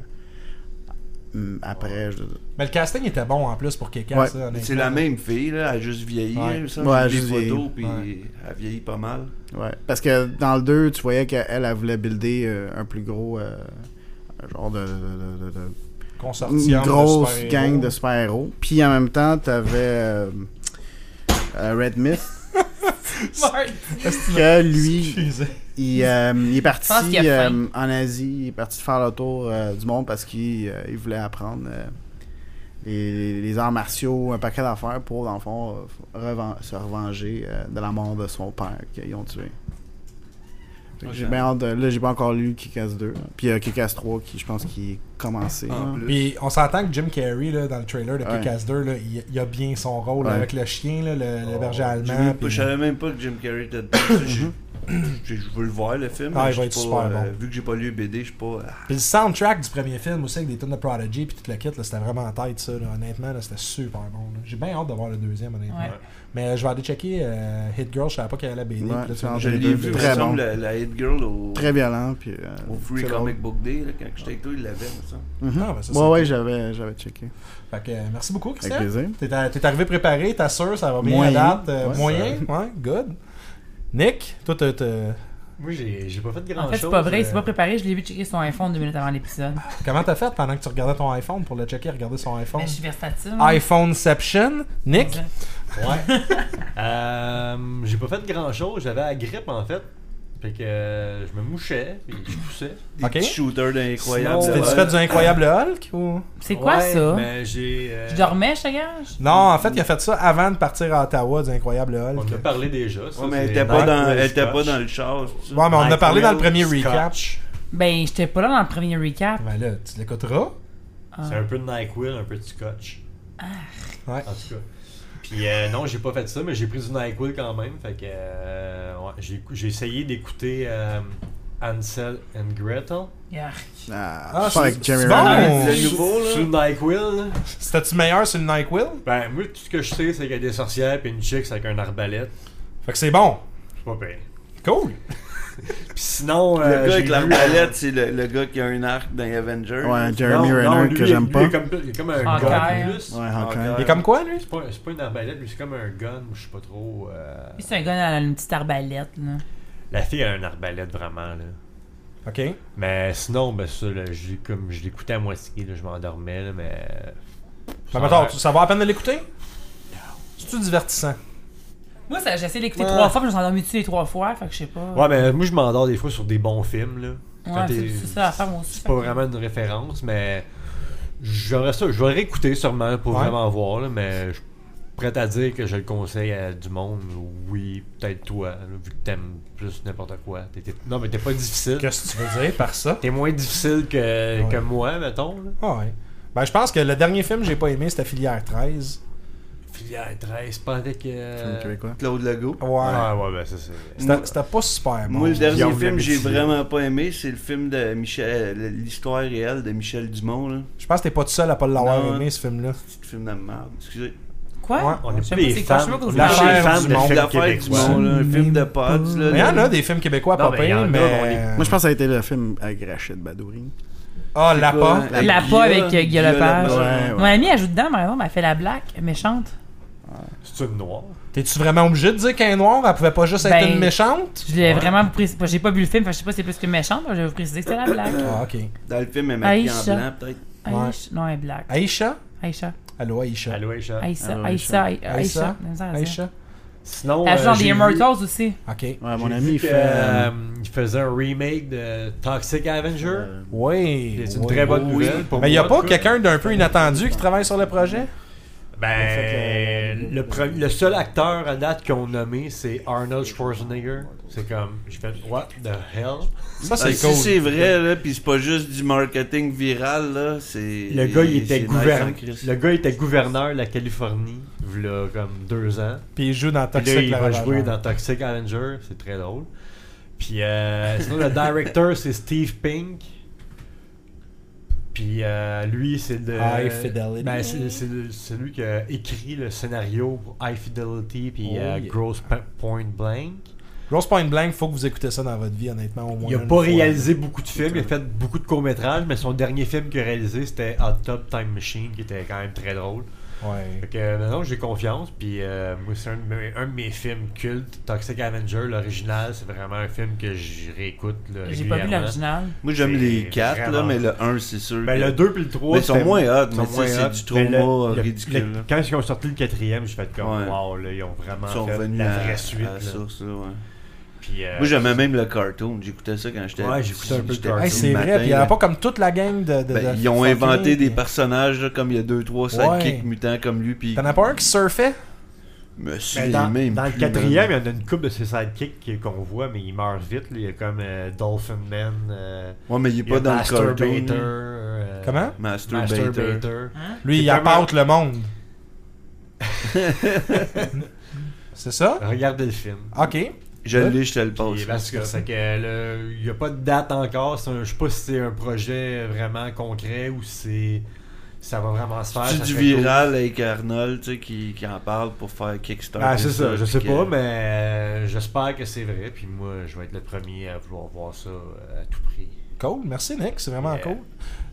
hum, après. je- Mais le casting était bon en plus pour quelqu'un. Ouais. Mais C'est la même fille, là, elle a juste vieilli. Ouais. là, ça, Ouais, j'ai juste des photos, vieilli. puis Ouais. elle vieillit pas mal. Ouais. Parce que dans le 2, tu voyais qu'elle, elle, elle voulait builder euh, un plus gros euh, genre de- de- de- de- de Consortium. une de grosse super-héros. *laughs* gang de super-héros. Puis en même temps, t'avais euh, euh, Red Myth, Marty. que lui, Excusez. il, euh, il est Je pense parti qu'il a faim. euh, en Asie, il est parti faire le tour euh, du monde parce qu'il euh, il voulait apprendre euh, les, les arts martiaux, un paquet d'affaires pour, dans le fond, euh, reven- se revenger euh, de la mort de son père qu'ils ont tué. Fait que Ok. J'ai bien hâte de- Là, j'ai pas encore lu Kick-Ass 2. là. Puis euh, Kick-Ass 3 qui, je pense, qui est commencé. En là. plus. Puis on s'entend que Jim Carrey, là, dans le trailer de Ouais. Kick-Ass 2, là, il, il a bien son rôle Ouais. avec le chien, là, le, le Oh, berger J'ai allemand. même pas- puis- Mhm. Je savais même pas que Jim Carrey était dedans. ça, j'ai- *clears throat* j'ai- Je veux le voir, le film. Ah, il mais va j'ai être pas, super euh, bon. Vu que j'ai pas lu BD, je suis pas. Puis le soundtrack du premier film aussi avec des tonnes de Prodigy puis toute la kit, là, c'était vraiment en tête ça. là. Honnêtement, là, c'était super bon. là. J'ai bien hâte de voir le deuxième, honnêtement. Ouais. Mais euh, je vais aller checker euh, Hit Girl, je savais pas qu'elle allait BD. Ouais, puis là, tu c'est m'as en dit- Je j'ai l'ai deux- vu, il me très semble, bon. la, la Hit Girl au, Très violent. Puis, euh, au Free c'est Comic Book Day, là, quand j'étais avec toi, il l'avait, me semble. Mhm. Ah, ben, ça, c'est ouais, ouais, cool. j'avais, j'avais checké. Fait que, euh, merci beaucoup, Avec Christian. plaisir. T'es à- t'es arrivé préparé, t'as sûr, ça va bien Moyen. à date. euh, Ouais, moyen, ouais, good. Nick, toi, t'as. t'as- Moi, j'ai j'ai pas fait grand-chose. En fait, c'est pas vrai, euh, c'est pas préparé. Je l'ai vu checker son iPhone deux minutes avant l'épisode. Comment t'as fait pendant que tu regardais ton iPhone pour le checker, regarder son iPhone Mais Ben, je suis versatile. hein. iPhoneception, Nick Ouais. Euh, j'ai pas fait grand-chose. J'avais la grippe, en fait. Fait que euh, je me mouchais, puis je poussais. Des Ok. petits shooters d'incroyables. Sinon, T'as-tu Ouais. fait du incroyable Hulk ou... C'est quoi Ouais, ça? Mais j'ai. euh, Je dormais, je te gage? Non, en fait, il a fait ça avant de partir à Ottawa du incroyable on Hulk. en a parlé déjà. ça, Ouais, mais c'est elle était pas Nike dans, Will elle était pas Scotch. dans le char. c'est ça? Ouais, mais on en a Mike parlé dans le Will premier Scotch. recap. Ben, j'étais pas là dans le premier recap. Ben là, tu l'écouteras. Ah. C'est un peu de NyQuil, un peu de scotch. Ouais. En tout cas. Puis euh, non, j'ai pas fait ça, mais j'ai pris du NyQuil quand même. Fait que euh, ouais, j'ai écou- j'ai essayé d'écouter euh, Ansel and Gretel. Yark. Ah, Ah, je suis c'est- avec Jeremy c'est bon. Renner. Oh. C'est le nouveau, là. Sous le NyQuil, là. C'était-tu meilleur sur le NyQuil? ben moi tout ce que je sais c'est qu'il y a des sorcières puis une chick avec un arbalète. Fait que c'est bon. C'est pas pire. Cool. Puis sinon, Le euh, gars j'ai avec la vu- palette, c'est le, le gars qui a un arc dans les Avengers. Ouais, Non, Jeremy non, Renner lui, que j'aime lui, pas. Il est comme, il est comme un Hawkeye. gun plus. Ouais, Il Hawkeye. est comme quoi, lui? C'est pas, c'est pas une arbalète, mais c'est comme un gun, je sais pas trop. euh, Lui, C'est un gars à une petite arbalète, là. La fille a un arbalète vraiment là. Ok. Mais sinon, ben ça, là, j'ai- comme je l'écoutais à moitié, là, je m'endormais, là, mais. Ben, mettons, ça va à peine de l'écouter? C'est-tu divertissant? Moi, ça- j'ai essayé d'écouter Ouais. trois fois, puis je me suis endormi dessus les trois fois, fait que je sais pas. Ouais, mais moi, je m'endors des fois sur des bons films, là. Ouais, Quand c'est t'es- c'est ça l'affaire, moi aussi. C'est pas vraiment une référence, mais. J'aurais ça, je vais le réécouter sûrement pour Ouais. vraiment voir, là, mais je suis prêt à dire que je le conseille à du monde. Oui, peut-être toi, là, vu que t'aimes plus n'importe quoi. T'es- t'es- non, mais t'es pas difficile. Qu'est-ce que tu veux dire par ça? T'es moins difficile que, Ouais. que moi, mettons. Là. Ah ouais. Ben, je pense que le dernier film que j'ai pas aimé, c'était Filière 13. Filière 13, pas avec. Film euh, québécois. Claude Legault. Ouais. Ah, ouais, ben ça, c'est. C'était c'était pas super Ah, bon. Moi, le dernier Guillaume film que j'ai Lametti. vraiment pas aimé, c'est le film de Michel, euh, l'histoire réelle de Michel Dumont, là. Je pense que t'es pas tout seul à pas l'avoir Non. aimé, ce film-là. Petit film de merde, excusez. Ah, Ouais. Quoi? On Je est sais pas pas des c'est quoi, je fans. sais pas quoi On vous est pas parlez. des fans du monde. de L'affaire du monde, là, un film de pods, là. Mais il y en a là. des films québécois pas Non, mais il y en payés, a, mais. on Moi, je pense que ça a été le film avec Rachid Badouri. Ah, la Quoi, pas. hein, La Guilla- pas avec, euh, Guilla Guilla Lepage. Ouais, Mon amie, elle joue dedans, par exemple, elle fait la black, méchante. C'est une noire. T'es-tu vraiment obligé de dire qu'elle est noire? Elle pouvait pas juste être Ben- une méchante? Je l'ai Ouais. vraiment précisé. J'ai pas vu le film, fait que je sais pas si c'est plus que méchante, mais je vais vous préciser que c'est la black. Ah, ok. Dans le film, elle est maquillée en Aïcha. blanc, peut-être. Ouais. Aïcha. Non, elle est black. Aïcha? Aïcha. Allô, Aïcha. Allô, Ah, Aïcha. Aïcha. Allô, Aïcha. Aïcha. Aïcha. J'ai de la misère à dire. Aïcha? Sinon, La euh, genre j'ai des vu- Immortals aussi. Ok. Ouais, mon j'ai ami, vu il que, fait. euh, il faisait un remake de Toxic Avenger. euh, Oui. C'est une oui. très bonne Oui. nouvelle. pour Mais il n'y a moi, en pas tout cas. quelqu'un d'un peu inattendu qui travaille sur le projet fait, Ben, euh, le, pre- le seul acteur à date qu'on nommé, c'est Arnold Schwarzenegger. C'est comme, je fais, what the hell? Ça, Ah, c'est si cool. c'est vrai, là, pis c'est pas juste du marketing viral, là, c'est. Le gars, il était c'est gouverneur. nice hein, en Christ. le gars, il était gouverneur de la Californie, v'là comme deux ans. Puis il joue dans Puis Toxic là, il va Avenger. jouer dans Toxic Avenger, c'est très drôle. Puis euh, sinon, le directeur, c'est Steve Pink. Puis euh, lui, c'est de. High Fidelity. Ben, c'est c'est le- c'est lui qui a écrit le scénario pour High Fidelity puis Oh, euh, yeah. Gross Pa- Point Blank. Rose Point Blank, faut que vous écoutez ça dans votre vie, honnêtement, au moins. Il a une pas fois. réalisé beaucoup de films, il a fait beaucoup de courts-métrages, mais son dernier film qu'il a réalisé, c'était Hot Top Time Machine, qui était quand même très drôle. Ouais. Fait que maintenant, j'ai confiance, puis euh, moi, c'est un, de mes- un de mes films cultes, Toxic Avenger, l'original, c'est vraiment un film que je réécoute là, J'ai pas vu hein. régulièrement. l'original. Moi, j'aime les C'est quatre, là, vraiment- mais le 1, c'est sûr. Ben, que- le 2 puis le 3, Mais ils sont moins hot, mais ça, c'est du Ben, trauma trop ridicule, là. quand ils ont sorti le quatrième, j'ai fait comme, Ouais. wow, là, ils ont vraiment Ils sont fait revenus la à, vraie à suite. la là. source, là, ouais. Puis, euh, Moi, j'aimais même le cartoon. J'écoutais ça quand j'étais. Ouais, j'écoutais un peu le j'étais cartoon. Hey, petit c'est le vrai, matin, puis il n'y là. a pas comme toute la gang de. de- Ben, de- ils ont fucking- inventé des personnages, là, comme il y a deux, trois sidekicks mutants comme lui, puis. T'en as pas un qui surfait mais Monsieur, Ben, dans, même dans le plus, quatrième, il man. y en a une coupe de ses sidekicks qui- qu'on voit, mais il meurt vite. là. Il y a comme euh, Dolphin Man, euh, Ouais, mais il est il y a pas dans le Master cartoon. Bater, lui. euh, Comment Master Masturbator. Bater. Hein? Lui, C'est il vraiment- apporte le monde. *laughs* c'est ça Regardez le film. Ok. *laughs* Je l'ai, je te le passe. Puis, parce que, fait que le- il n'y a pas de date encore. c'est un- Je sais pas si c'est un projet vraiment concret ou si c'est- ça va vraiment se faire. C'est ça du serait cool. viral avec Arnold, tu sais, qui, qui en parle pour faire Kickstarter. Ah, c'est ça, je sais puis pas, que- mais euh, j'espère que c'est vrai. Puis moi, je vais être le premier à vouloir voir ça euh, à tout prix. Cool, merci Nick, c'est vraiment Yeah. cool.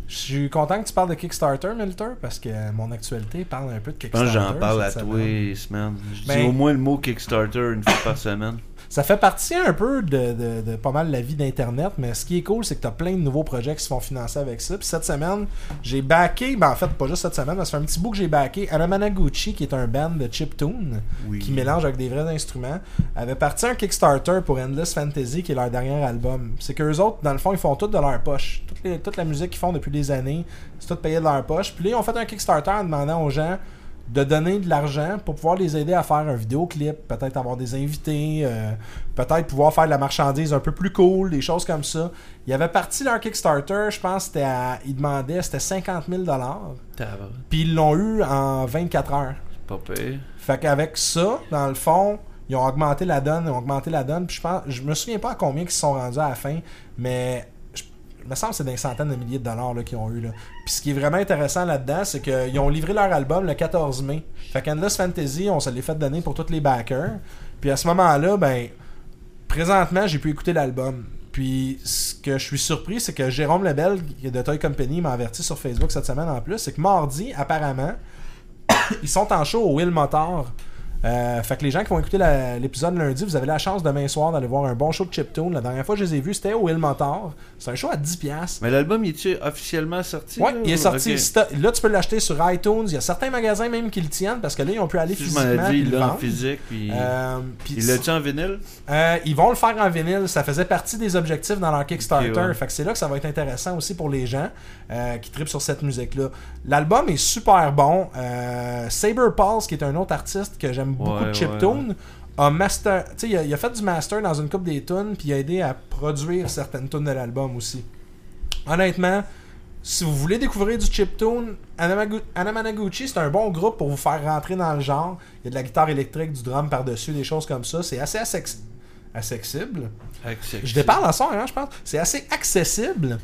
Je suis content que tu parles de Kickstarter, Milter, parce que mon actualité parle un peu de Je pense Kickstarter. que j'en parle à cette toi, semaine. semaine. Je Ben- dis au moins le mot Kickstarter une fois par semaine. Ça fait partie un peu de, de- de pas mal la vie d'Internet, mais ce qui est cool, c'est que tu as plein de nouveaux projets qui se font financer avec ça. Puis cette semaine, j'ai backé, ben en fait, pas juste cette semaine, mais ça fait un petit bout que j'ai backé Aramanaguchi, qui est un band de chiptune, Oui. qui mélange avec des vrais instruments, avait parti un Kickstarter pour Endless Fantasy, qui est leur dernier album. C'est qu'eux autres, dans le fond, ils font tout de leur poche. Toutes les- toute la musique qu'ils font depuis des années, c'est tout payé de leur poche. Puis là, ils ont fait un Kickstarter en demandant aux gens de donner de l'argent pour pouvoir les aider à faire un vidéoclip, peut-être avoir des invités, euh, peut-être pouvoir faire de la marchandise un peu plus cool, des choses comme ça. Ils avaient parti leur Kickstarter, je pense, c'était à- ils demandaient, c'était 50 000 Tabarnak, puis ils l'ont eu en 24 heures. c'est Pas pire. Fait qu'avec ça, dans le fond, ils ont augmenté la donne, ils ont augmenté la donne. Puis je pense, je me souviens pas à combien ils se sont rendus à la fin, mais je, il me semble que c'est des centaines de milliers de dollars là, qu'ils ont eu. Là. Puis ce qui est vraiment intéressant là-dedans, c'est qu'ils ont livré leur album le 14 mai. Fait qu'Endless Fantasy, on se l'est fait donner pour tous les backers. Puis à ce moment-là, ben, présentement, j'ai pu écouter l'album. Puis ce que je suis surpris, c'est que Jérôme Lebel qui est de Toy Company m'a averti sur Facebook cette semaine en plus, c'est que mardi, apparemment, *coughs* ils sont en show au Will Motor. Euh, fait que les gens qui vont écouter la- l'épisode lundi, vous avez la chance demain soir d'aller voir un bon show de chiptune. La dernière fois que je les ai vus, c'était au Will Motor. C'est un show à 10$. Mais l'album, il est-tu officiellement sorti? Ouais, là, il est ou- sorti. ok. sto- Là, tu peux l'acheter sur iTunes. Il y a certains magasins même qui le tiennent parce que là, ils ont pu aller Si je m'en physiquement. ai dit, puis il le l'a en vendre. physique, puis. Euh, puis Il l'a-tu en vinyle? euh, ils vont le faire en vinyle. Ça faisait partie des objectifs dans leur Kickstarter. Ok, ouais. Fait que c'est là que ça va être intéressant aussi pour les gens euh, qui tripent sur cette musique-là. L'album est super bon. Euh, Saber Pulse, qui est un autre artiste que j'aime beaucoup Ouais, de ouais, chiptune, a master. Tu sais, il, a- il a fait du master dans une coupe des tunes, puis il a aidé à produire certaines tunes de l'album aussi. Honnêtement, si vous voulez découvrir du chiptune, Anamagu- Anamanaguchi, c'est un bon groupe pour vous faire rentrer dans le genre. Il y a de la guitare électrique, du drum par-dessus, des choses comme ça. C'est assez assex- accessible. Je déparle en son, hein, je pense. C'est assez accessible.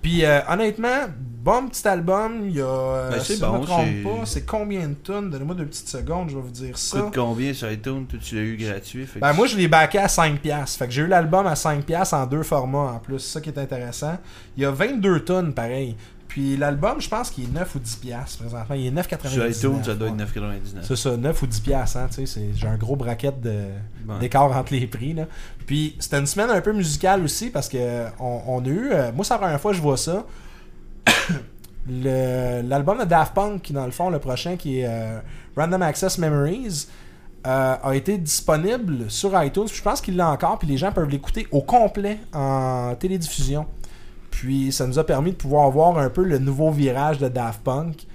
Puis euh, honnêtement, bon petit album. Il y a. euh, Ben, c'est si bon, je me trompe c'est- pas, c'est combien de tonnes Donnez-moi deux petites secondes, je vais vous dire ça. Coûte combien sur iTunes? Toi, tu l'as eu gratuit. fait que Ben moi je l'ai backé à 5$. Fait que j'ai eu l'album à 5$ en deux formats en plus. C'est ça qui est intéressant. Il y a 22 tonnes pareil. Puis l'album, je pense qu'il est 9 ou 10$ présentement. Il est 9,99$. Sur iTunes, ça doit être ouais. 9,99. C'est ça, 9 ou 10 piastres, hein, tu sais, c'est- j'ai un gros bracket de Ouais. d'écart entre les prix. Là. Puis c'était une semaine un peu musicale aussi parce que on, on a eu, euh, moi c'est la première fois que je vois ça, *coughs* Le- l'album de Daft Punk qui dans le fond, le prochain qui est euh, Random Access Memories, euh, euh, a été disponible sur iTunes. Puis Je pense qu'il l'a encore, puis les gens peuvent l'écouter au complet en télédiffusion. Puis ça nous a permis de pouvoir voir un peu le nouveau virage de Daft Punk.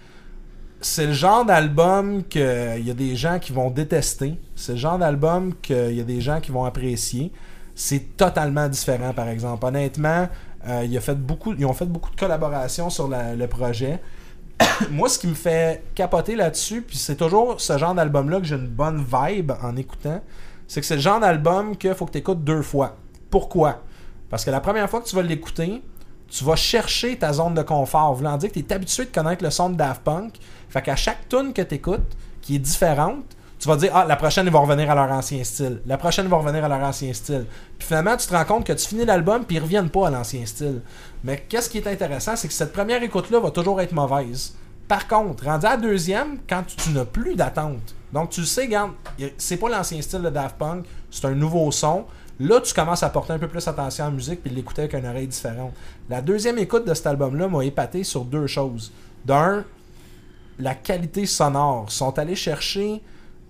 C'est le genre d'album qu'il y a des gens qui vont détester. C'est le genre d'album qu'il y a des gens qui vont apprécier. C'est totalement différent, par exemple. Honnêtement, euh, il a fait beaucoup, ils ont fait beaucoup de collaborations sur la- le projet. Moi, ce qui me fait capoter là-dessus, puis c'est toujours ce genre d'album-là que j'ai une bonne vibe en écoutant, c'est que c'est le genre d'album qu'il faut que tu écoutes deux fois. Pourquoi Parce que la première fois que tu vas l'écouter, tu vas chercher ta zone de confort, voulant dire que tu es habitué de connaître le son de Daft Punk. Fait qu'à chaque tune que tu écoutes, qui est différente, tu vas dire Ah, la prochaine, ils vont revenir à leur ancien style. La prochaine, ils vont revenir à leur ancien style. Puis finalement, tu te rends compte que tu finis l'album, puis ils reviennent pas à l'ancien style. Mais qu'est-ce qui est intéressant, c'est que cette première écoute-là va toujours être mauvaise. Par contre, rendu à la deuxième, quand tu, tu n'as plus d'attente, donc tu le sais, garde, c'est pas l'ancien style de Daft Punk, c'est un nouveau son. Là, tu commences à porter un peu plus attention à la musique puis l'écouter avec une oreille différente. La deuxième écoute de cet album-là m'a épaté sur deux choses. D'un, la qualité sonore. Ils sont allés chercher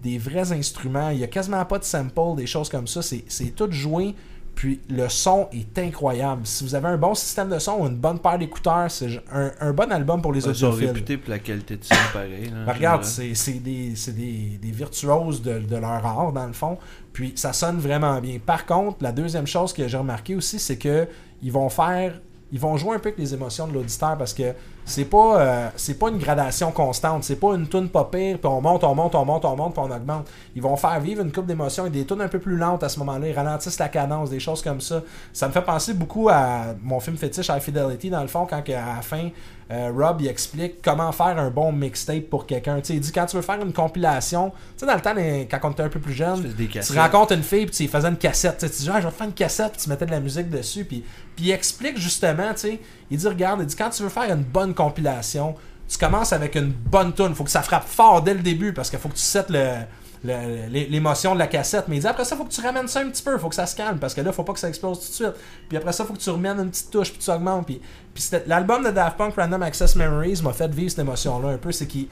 des vrais instruments. Il n'y a quasiment pas de sample, des choses comme ça. C'est c'est tout joué. Puis le son est incroyable. Si vous avez un bon système de son ou une bonne paire d'écouteurs, c'est un, un bon album pour les Ils sont audiophiles. réputés pour la qualité de son, pareil. hein, là, en Ben, regarde, général. c'est c'est des, c'est des- des virtuoses de, de leur art, dans le fond. Puis ça sonne vraiment bien. Par contre, la deuxième chose que j'ai remarqué aussi, c'est que ils vont faire. Ils vont jouer un peu avec les émotions de l'auditeur parce que c'est pas euh, c'est pas une gradation constante, c'est pas une tune pas pire, puis on monte, on monte, on monte, on monte, puis on augmente. Ils vont faire vivre une coupe d'émotions et des tunes un peu plus lentes à ce moment-là, ils ralentissent la cadence, des choses comme ça. Ça me fait penser beaucoup à mon film fétiche High Fidelity dans le fond quand que, à la fin euh, Rob il explique comment faire un bon mixtape pour quelqu'un. Tu sais, il dit quand tu veux faire une compilation, tu sais dans le temps les- quand on était un peu plus jeune, Tu fais des tu cassettes. rencontres une fille puis tu lui faisais une cassette. Tu sais, tu dis, Ah, je vais te faire une cassette, puis tu mettais de la musique dessus. Puis, puis il explique justement, tu sais, il dit, regarde, il dit, quand tu veux faire une bonne compilation, tu commences avec une bonne tune. faut que ça frappe fort dès le début parce qu'il faut que tu settes le- le- l'é- l'émotion de la cassette. Mais il dit, après ça, faut que tu ramènes ça un petit peu. faut que ça se calme parce que là, faut pas que ça explose tout de suite. Puis après ça, faut que tu remènes une petite touche, puis tu augmentes. Puis, puis c'était- l'album de Daft Punk, Random Access Memories, m'a fait vivre cette émotion-là un peu. C'est qu'il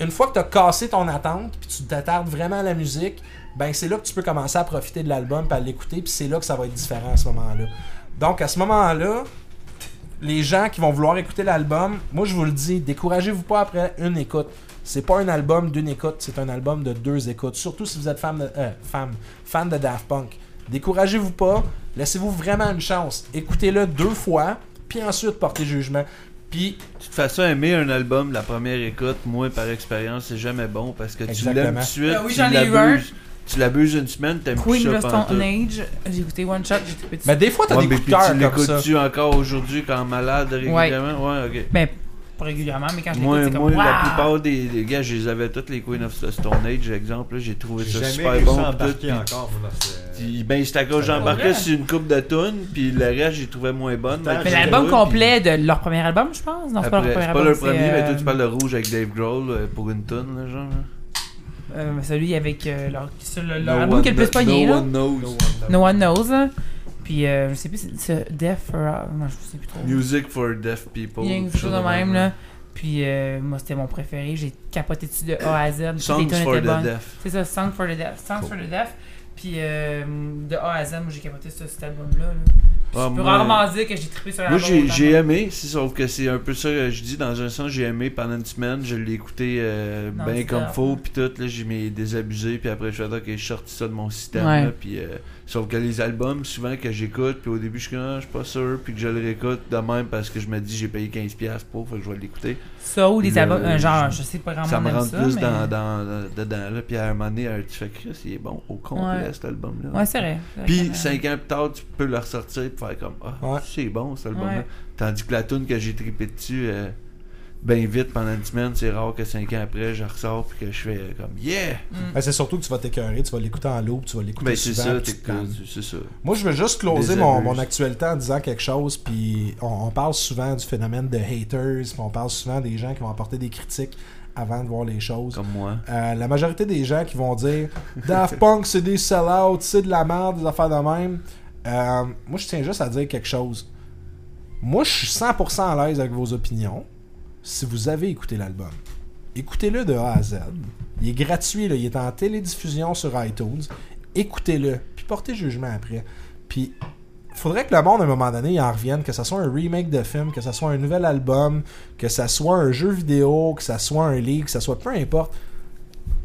une fois que tu as cassé ton attente, puis tu t'attardes vraiment à la musique, ben c'est là que tu peux commencer à profiter de l'album, puis à l'écouter, puis c'est là que ça va être différent à ce moment-là. Donc à ce moment-là, les gens qui vont vouloir écouter l'album, moi je vous le dis, découragez-vous pas après une écoute. C'est pas un album d'une écoute, c'est un album de deux écoutes. Surtout si vous êtes fan de, euh, femme, fan de Daft Punk. Découragez-vous pas, laissez-vous vraiment une chance. Écoutez-le deux fois, puis ensuite portez jugement. Puis Tu te fais ça aimer un album, la première écoute, moi par expérience, c'est jamais bon parce que tu Exactement. l'aimes tout de suite. Ah oui, tu j'en ai eu l'abuses- Tu l'abuses une semaine, t'aimes plus Queen ça of Stone pantoute. Age, j'ai écouté One Shot, j'ai trippé dessus. mais des fois t'as Ouais, des mais coups de puis cœur tu comme ça. l'écoutes-tu encore aujourd'hui quand malade régulièrement? Ouais, ok. Ben, pas régulièrement, mais quand je Moi, l'écoute, c'est moi, comme la Wow! plupart des, des gars, je les avais toutes les Queen of the Stone Age, exemple. là, J'ai trouvé J'ai ça jamais super réussi bon. à pis tout, embarquer pis- encore, moi, dans ce- pis- ben, c'est à cause C'est j'embarquais vrai. sur une coupe de tunes, puis le reste, j'ai trouvé moins bonne. Mais Mais j'ai l'album trouvé, pis- complet de leur premier album, je pense. Non, c'est pas Après, leur c'est premier pas album. leur premier, c'est, mais euh, toi, tu parles de rouge avec Dave Grohl euh, pour une tonne, là, genre. hein. là. euh, celui avec euh, leur, sur le- leur No album one qui est le plus kno- pogné, no là. one knows. No One No One Knows. là. Puis, euh, je sais plus, c'est- c'est Deaf or... euh, Non, je sais plus trop. Music for deaf people. Il y a une quelque chose de même, là. Puis, euh, moi, c'était mon préféré. J'ai capoté dessus de A à Z. Toutes les Songs tunes for étaient the bonnes. deaf. C'est ça, Song for the Deaf. Songs for the Deaf. Puis, euh, de A à Z, moi, j'ai capoté sur cet album-là. là. Ah, Je peux moi, rarement dire que j'ai trippé sur Moi, l'album. j'ai autant. j'ai aimé, c'est- sauf que c'est un peu ça que je dis. Dans un sens, j'ai aimé pendant une semaine, je l'ai écouté euh, Non, ben c'est comme ça. faut, puis tout. Là, j'ai mes désabusé, puis après, je fais que j'ai sorti ça de mon système. Ouais. là, puis, euh, sauf que les albums, souvent que j'écoute, puis au début, je suis comme, Ah, je suis pas sûr, puis que je le réécoute de même parce que je me dis, j'ai payé 15$ pour, fait que je vais l'écouter. Ça ou les Le- albums. euh, genre, je sais pas vraiment. Ça me aime rentre plus mais- dans, dans, dedans, là. Puis à un moment donné, euh, tu fais, Chris, il est bon au complet, Ouais. cet album-là. Ouais, c'est vrai. C'est vrai que, Puis euh, 5 ans plus tard, tu peux le ressortir et faire comme Ah, Ouais. c'est bon cet album-là. Ouais. Tandis que la tune que j'ai trippé dessus, euh, ben vite pendant une semaine, c'est rare que 5 ans après, je ressors puis que je fais euh, comme Yeah! Ben, c'est surtout que tu vas t'écœurer, tu vas l'écouter en loop, tu vas l'écouter Ben c'est souvent. ça, puis t'es tu te calmes. c'est ça. Moi, je veux juste closer mon, Désabuse. mon actualité en disant quelque chose, puis on, on parle souvent du phénomène de haters, puis on parle souvent des gens qui vont apporter des critiques avant de voir les choses. Comme moi. Euh, la majorité des gens qui vont dire Daft Punk c'est des sell-outs, c'est de la merde, des affaires de même. Euh, moi, je tiens juste à dire quelque chose. Moi, je suis 100% à l'aise avec vos opinions si vous avez écouté l'album. Écoutez-le de A à Z. Il est gratuit, là. il est en télédiffusion sur iTunes. Écoutez-le, puis portez jugement après. Puis, faudrait que le monde, à un moment donné, il en revienne, que ça soit un remake de film, que ça soit un nouvel album, que ça soit un jeu vidéo, que ça soit un livre, que ça soit peu importe.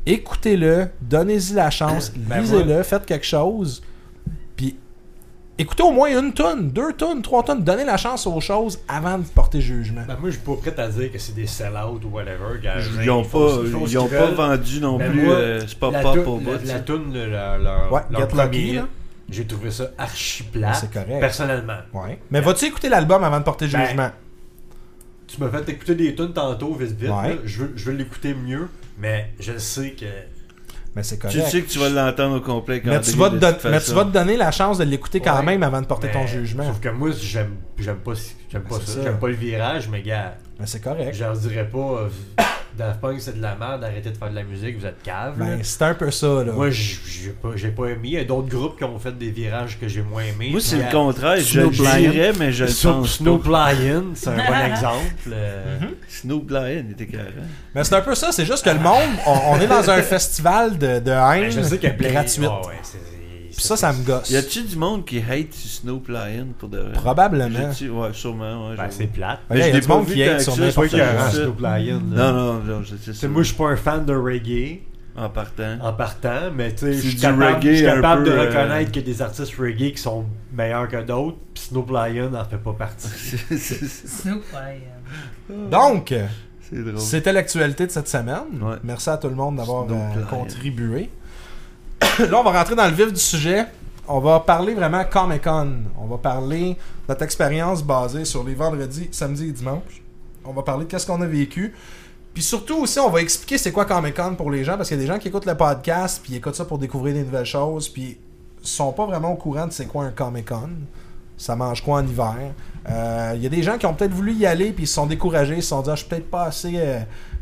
Écoutez-le, donnez-y la chance, Ben lisez-le, faites quelque chose. Puis, écoutez au moins une tonne, deux tonnes, trois tonnes, donnez la chance aux choses avant de porter jugement. Ben, moi, je suis pas prêt à dire que c'est des sell-out ou whatever. gars. Ils n'ont pas, font ce ils ont qu'ils pas veulent. vendu non Ben, plus. moi, euh, c'est pas la pop toune- au bout. La, tu la sais. toune, le- leur, leur, Ouais, leur Get premier Lucky, hit, là. j'ai trouvé ça archi plat. C'est correct. Personnellement. Ouais. Mais vas-tu écouter l'album avant de porter Ben, jugement? Tu m'as fait écouter des tunes tantôt, vite vite. Ouais. là. Je veux, je veux l'écouter mieux, mais je sais que. Mais c'est correct. Tu sais que tu vas l'entendre au complet quand mais tu, t'es vas te de don- toute mais tu façon. vas te donner la chance de l'écouter quand Ouais. même avant de porter mais- ton jugement. Sauf que moi, j'aime, j'aime pas, si- j'aime Ben, pas c'est ça. ça. J'aime pas le virage, mais gars, Mais c'est correct. je leur dirais pas euh, *coughs* Daft Punk, c'est de la merde, arrêtez de faire de la musique, vous êtes cave. là. Ben, c'est un peu ça, là. Moi, j- j'ai pas, j'ai pas aimé. Il y a d'autres groupes qui ont fait des virages que j'ai moins aimé. Moi, c'est Puis, le euh, contraire. Je le Snoop Lion. dirais, mais je le Snow, pense. Snow Plyin', c'est *laughs* un bon exemple. euh, Mm-hmm. Snoop Lion était carré. Mais c'est un peu ça, c'est juste que le monde, on, on est dans un festival de, de haine ben, je sais oh, qu'il y a plein gratuite. Ouais, ouais, c'est- c'est- Puis ça, ça me gosse. Y a-tu du monde qui hate Snoop Lion pour de vrai? Probablement. J'ai-tu- Ouais, sûrement. Ouais, Ben, j'avoue. c'est plate. Ouais, y a l'ai du monde qui hate tant sur que ça, n'importe Ah. c'est pour ça quel que rang. je dis ça. Snoop Lion. Non, non, non, je- c'est Tu sais, ça. moi, je suis pas un fan de reggae En partant. en partant, mais tu sais, je C'est suis du capable, je reggae suis un capable peu, de euh, reconnaître qu'il y a des artistes reggae qui sont meilleurs que d'autres, puis Snoop Lion n'en fait pas *laughs* partie. C'est- c'est- Snoop, ouais. euh, Donc, C'est drôle. c'était l'actualité de cette semaine. Ouais. Merci à tout le monde d'avoir Snoop euh, Lion. contribué. *coughs* là, on va rentrer dans le vif du sujet. On va parler vraiment Comic Con. On va parler de notre expérience basée sur les vendredis, samedis et dimanches. On va parler de qu'est-ce qu'on a vécu. Puis surtout aussi, on va expliquer c'est quoi Comic Con pour les gens, parce qu'il y a des gens qui écoutent le podcast, puis ils écoutent ça pour découvrir des nouvelles choses, puis sont pas vraiment au courant de c'est quoi un Comic Con. Ça mange quoi en hiver. Euh, Il y a des gens qui ont peut-être voulu y aller, puis ils se sont découragés, ils se sont dit Ah, je suis peut-être pas assez euh,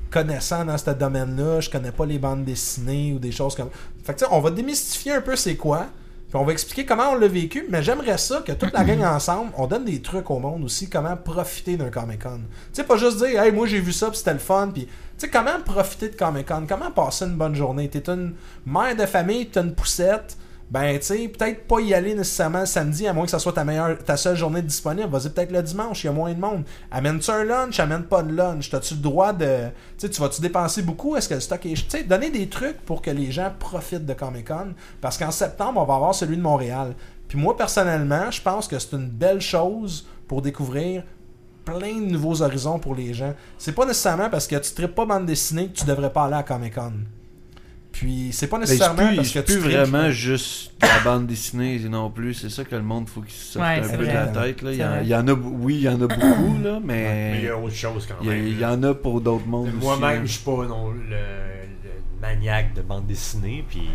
connaissant dans ce domaine-là, je connais pas les bandes dessinées ou des choses comme Fait que tu sais, on va démystifier un peu c'est quoi. Puis on va expliquer comment on l'a vécu, mais j'aimerais ça que toute la gang ensemble, on donne des trucs au monde aussi, comment profiter d'un Comic-Con. Tu sais, pas juste dire, hey, moi j'ai vu ça, puis c'était le fun, puis tu sais, comment profiter de Comic-Con, comment passer une bonne journée. T'es une mère de famille, t'as une poussette, ben tu sais, peut-être pas y aller nécessairement le samedi, à moins que ça soit ta meilleure, ta seule journée disponible. Vas-y peut-être le dimanche, il y a moins de monde. Amène-tu un lunch, amène pas de lunch. T'as-tu le droit de, tu sais, tu vas-tu dépenser beaucoup? Est-ce que le stock est, tu sais, donner des trucs pour que les gens profitent de Comic-Con, parce qu'en septembre, on va avoir celui de Montréal. Puis moi, personnellement, je pense que c'est une belle chose pour découvrir plein de nouveaux horizons pour les gens. C'est pas nécessairement parce que tu tripes pas bande dessinée que tu devrais pas aller à Comic-Con. Puis c'est pas Mais c'est nécessairement Ben, plus, parce que c'est tu hein. plus tripes- vraiment juste la bande dessinée non plus. C'est ça que le monde faut qu'il se sorte Ouais, un c'est peu de la vrai. tête. Là. Il, y C'est en, vrai. il y en a, oui, il y en *coughs* a beaucoup, là, Mais il y mais a autre chose quand il y, a- même. il y là. en a pour d'autres mondes aussi. hein. Moi-même, là. je suis pas non, le, le maniaque de bande dessinée, puis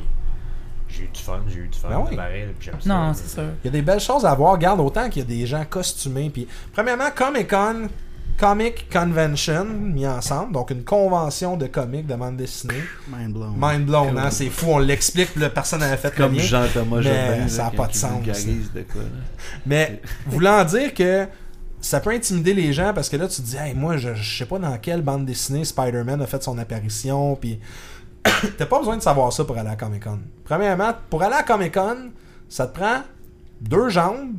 j'ai eu du fun, j'ai eu du fun. Ben oui. pareil, puis j'aime ça. Non, c'est sûr. Il y a des belles choses à voir. Garde autant qu'il y a des gens costumés. Puis, premièrement, Comic Con, Comic Convention, mis ensemble. Donc, une convention de comics de bande dessinée. Mind blown. Mind blown, hein? C'est fou, on l'explique, puis là, personne n'avait fait Comme le lien. Jean-Thomas Mais Jobin, ça là, a qui- pas de qui sens, vulgarise de quoi, là. Mais voulant dire que ça peut intimider les gens parce que là, tu te dis, hey, moi, je, je sais pas dans quelle bande dessinée Spider-Man a fait son apparition. Puis *coughs* t'as pas besoin de savoir ça pour aller à Comic Con. Premièrement, pour aller à Comic Con, ça te prend deux jambes,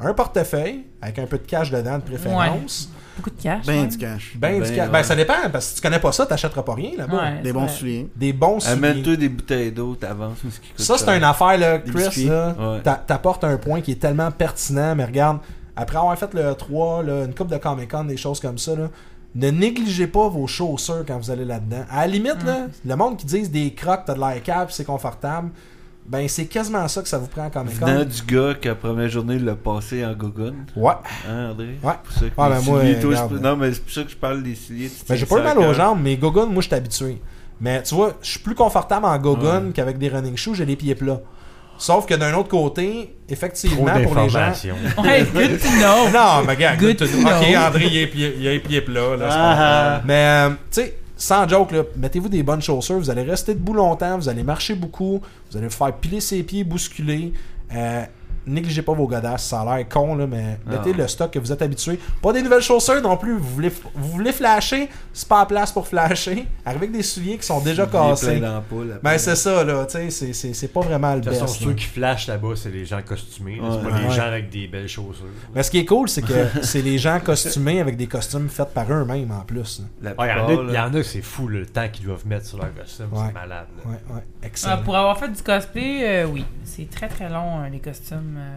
un portefeuille avec un peu de cash dedans de préférence. Beaucoup de cash. Ben ouais. du cash. Ben, Ben, du cash. ouais. ben, ça dépend parce que si tu connais pas ça, t'achèteras pas rien là-bas. Ouais, Des c'est bons vrai. souliers. Des bons souvenirs. Amène-toi des bouteilles d'eau, t'avances. c'est ce qui coûte Ça, c'est cher. une affaire, là, Des Chris. biscuits. là. Ouais. T'a- T'apportes un point qui est tellement pertinent, mais regarde, après avoir fait le 3, là, une coupe de Comic Con, des choses comme ça, là, ne négligez pas vos chaussures quand vous allez là-dedans. À la limite, là, le monde qui disent des crocs, t'as de l'air cap, c'est confortable, ben c'est quasiment ça que ça vous prend à Comic Venant Con. du gars qui, la première journée, l'a passé en gogoune. Ouais. Ben, Hein, André? Ouais. C'est pour ça que Ah, les ben, moi, ciliers, toi, regarde. c'est- Non, mais c'est pour ça que je parle des ciliers. tu Ben, tiens j'ai pas eu ça à mal aux cœur. jambes, mais gogun, moi, je suis habitué. Mais tu vois, je suis plus confortable en gogun qu'avec des running shoes, j'ai les pieds plats. Sauf que d'un autre côté, effectivement, pour les gens, Ouais, good to know. Non, mais gars, Good écoute, to know. ok, André, il est pied, il est pied plat. Là, c'est Ah, pas- Mais, euh, tu sais, sans joke, là, mettez-vous des bonnes chaussures, vous allez rester debout longtemps, vous allez marcher beaucoup, vous allez vous faire piler ses pieds, bousculer. Euh, négligez pas vos godasses, ça a l'air con, là, mais Ah. mettez le stock que vous êtes habitué. Pas des nouvelles chaussures non plus. Vous voulez, f- vous voulez flasher, c'est pas la place pour flasher. Arrivez avec des souliers qui sont déjà Il est cassés. plein d'ampoules après. Ben, c'est ça, là, tu sais, c'est- c'est c'est pas vraiment le De toute façon, best. là. ceux qui flashent là-bas, c'est les gens costumés. là. c'est Ouais. pas les Ouais. gens avec des belles chaussures. Mais ce qui est cool, c'est *laughs* que c'est les gens costumés avec des costumes faits par eux-mêmes en plus. là. La Ouais, Oh, il y en a- plupart, il y, là. en a, c'est fou le temps qu'ils doivent mettre sur leur costume. Ouais. C'est malade. là. Ouais, ouais, Ah, excellent. pour avoir fait du cosplay, euh, oui. C'est très très long, hein, les costumes. euh.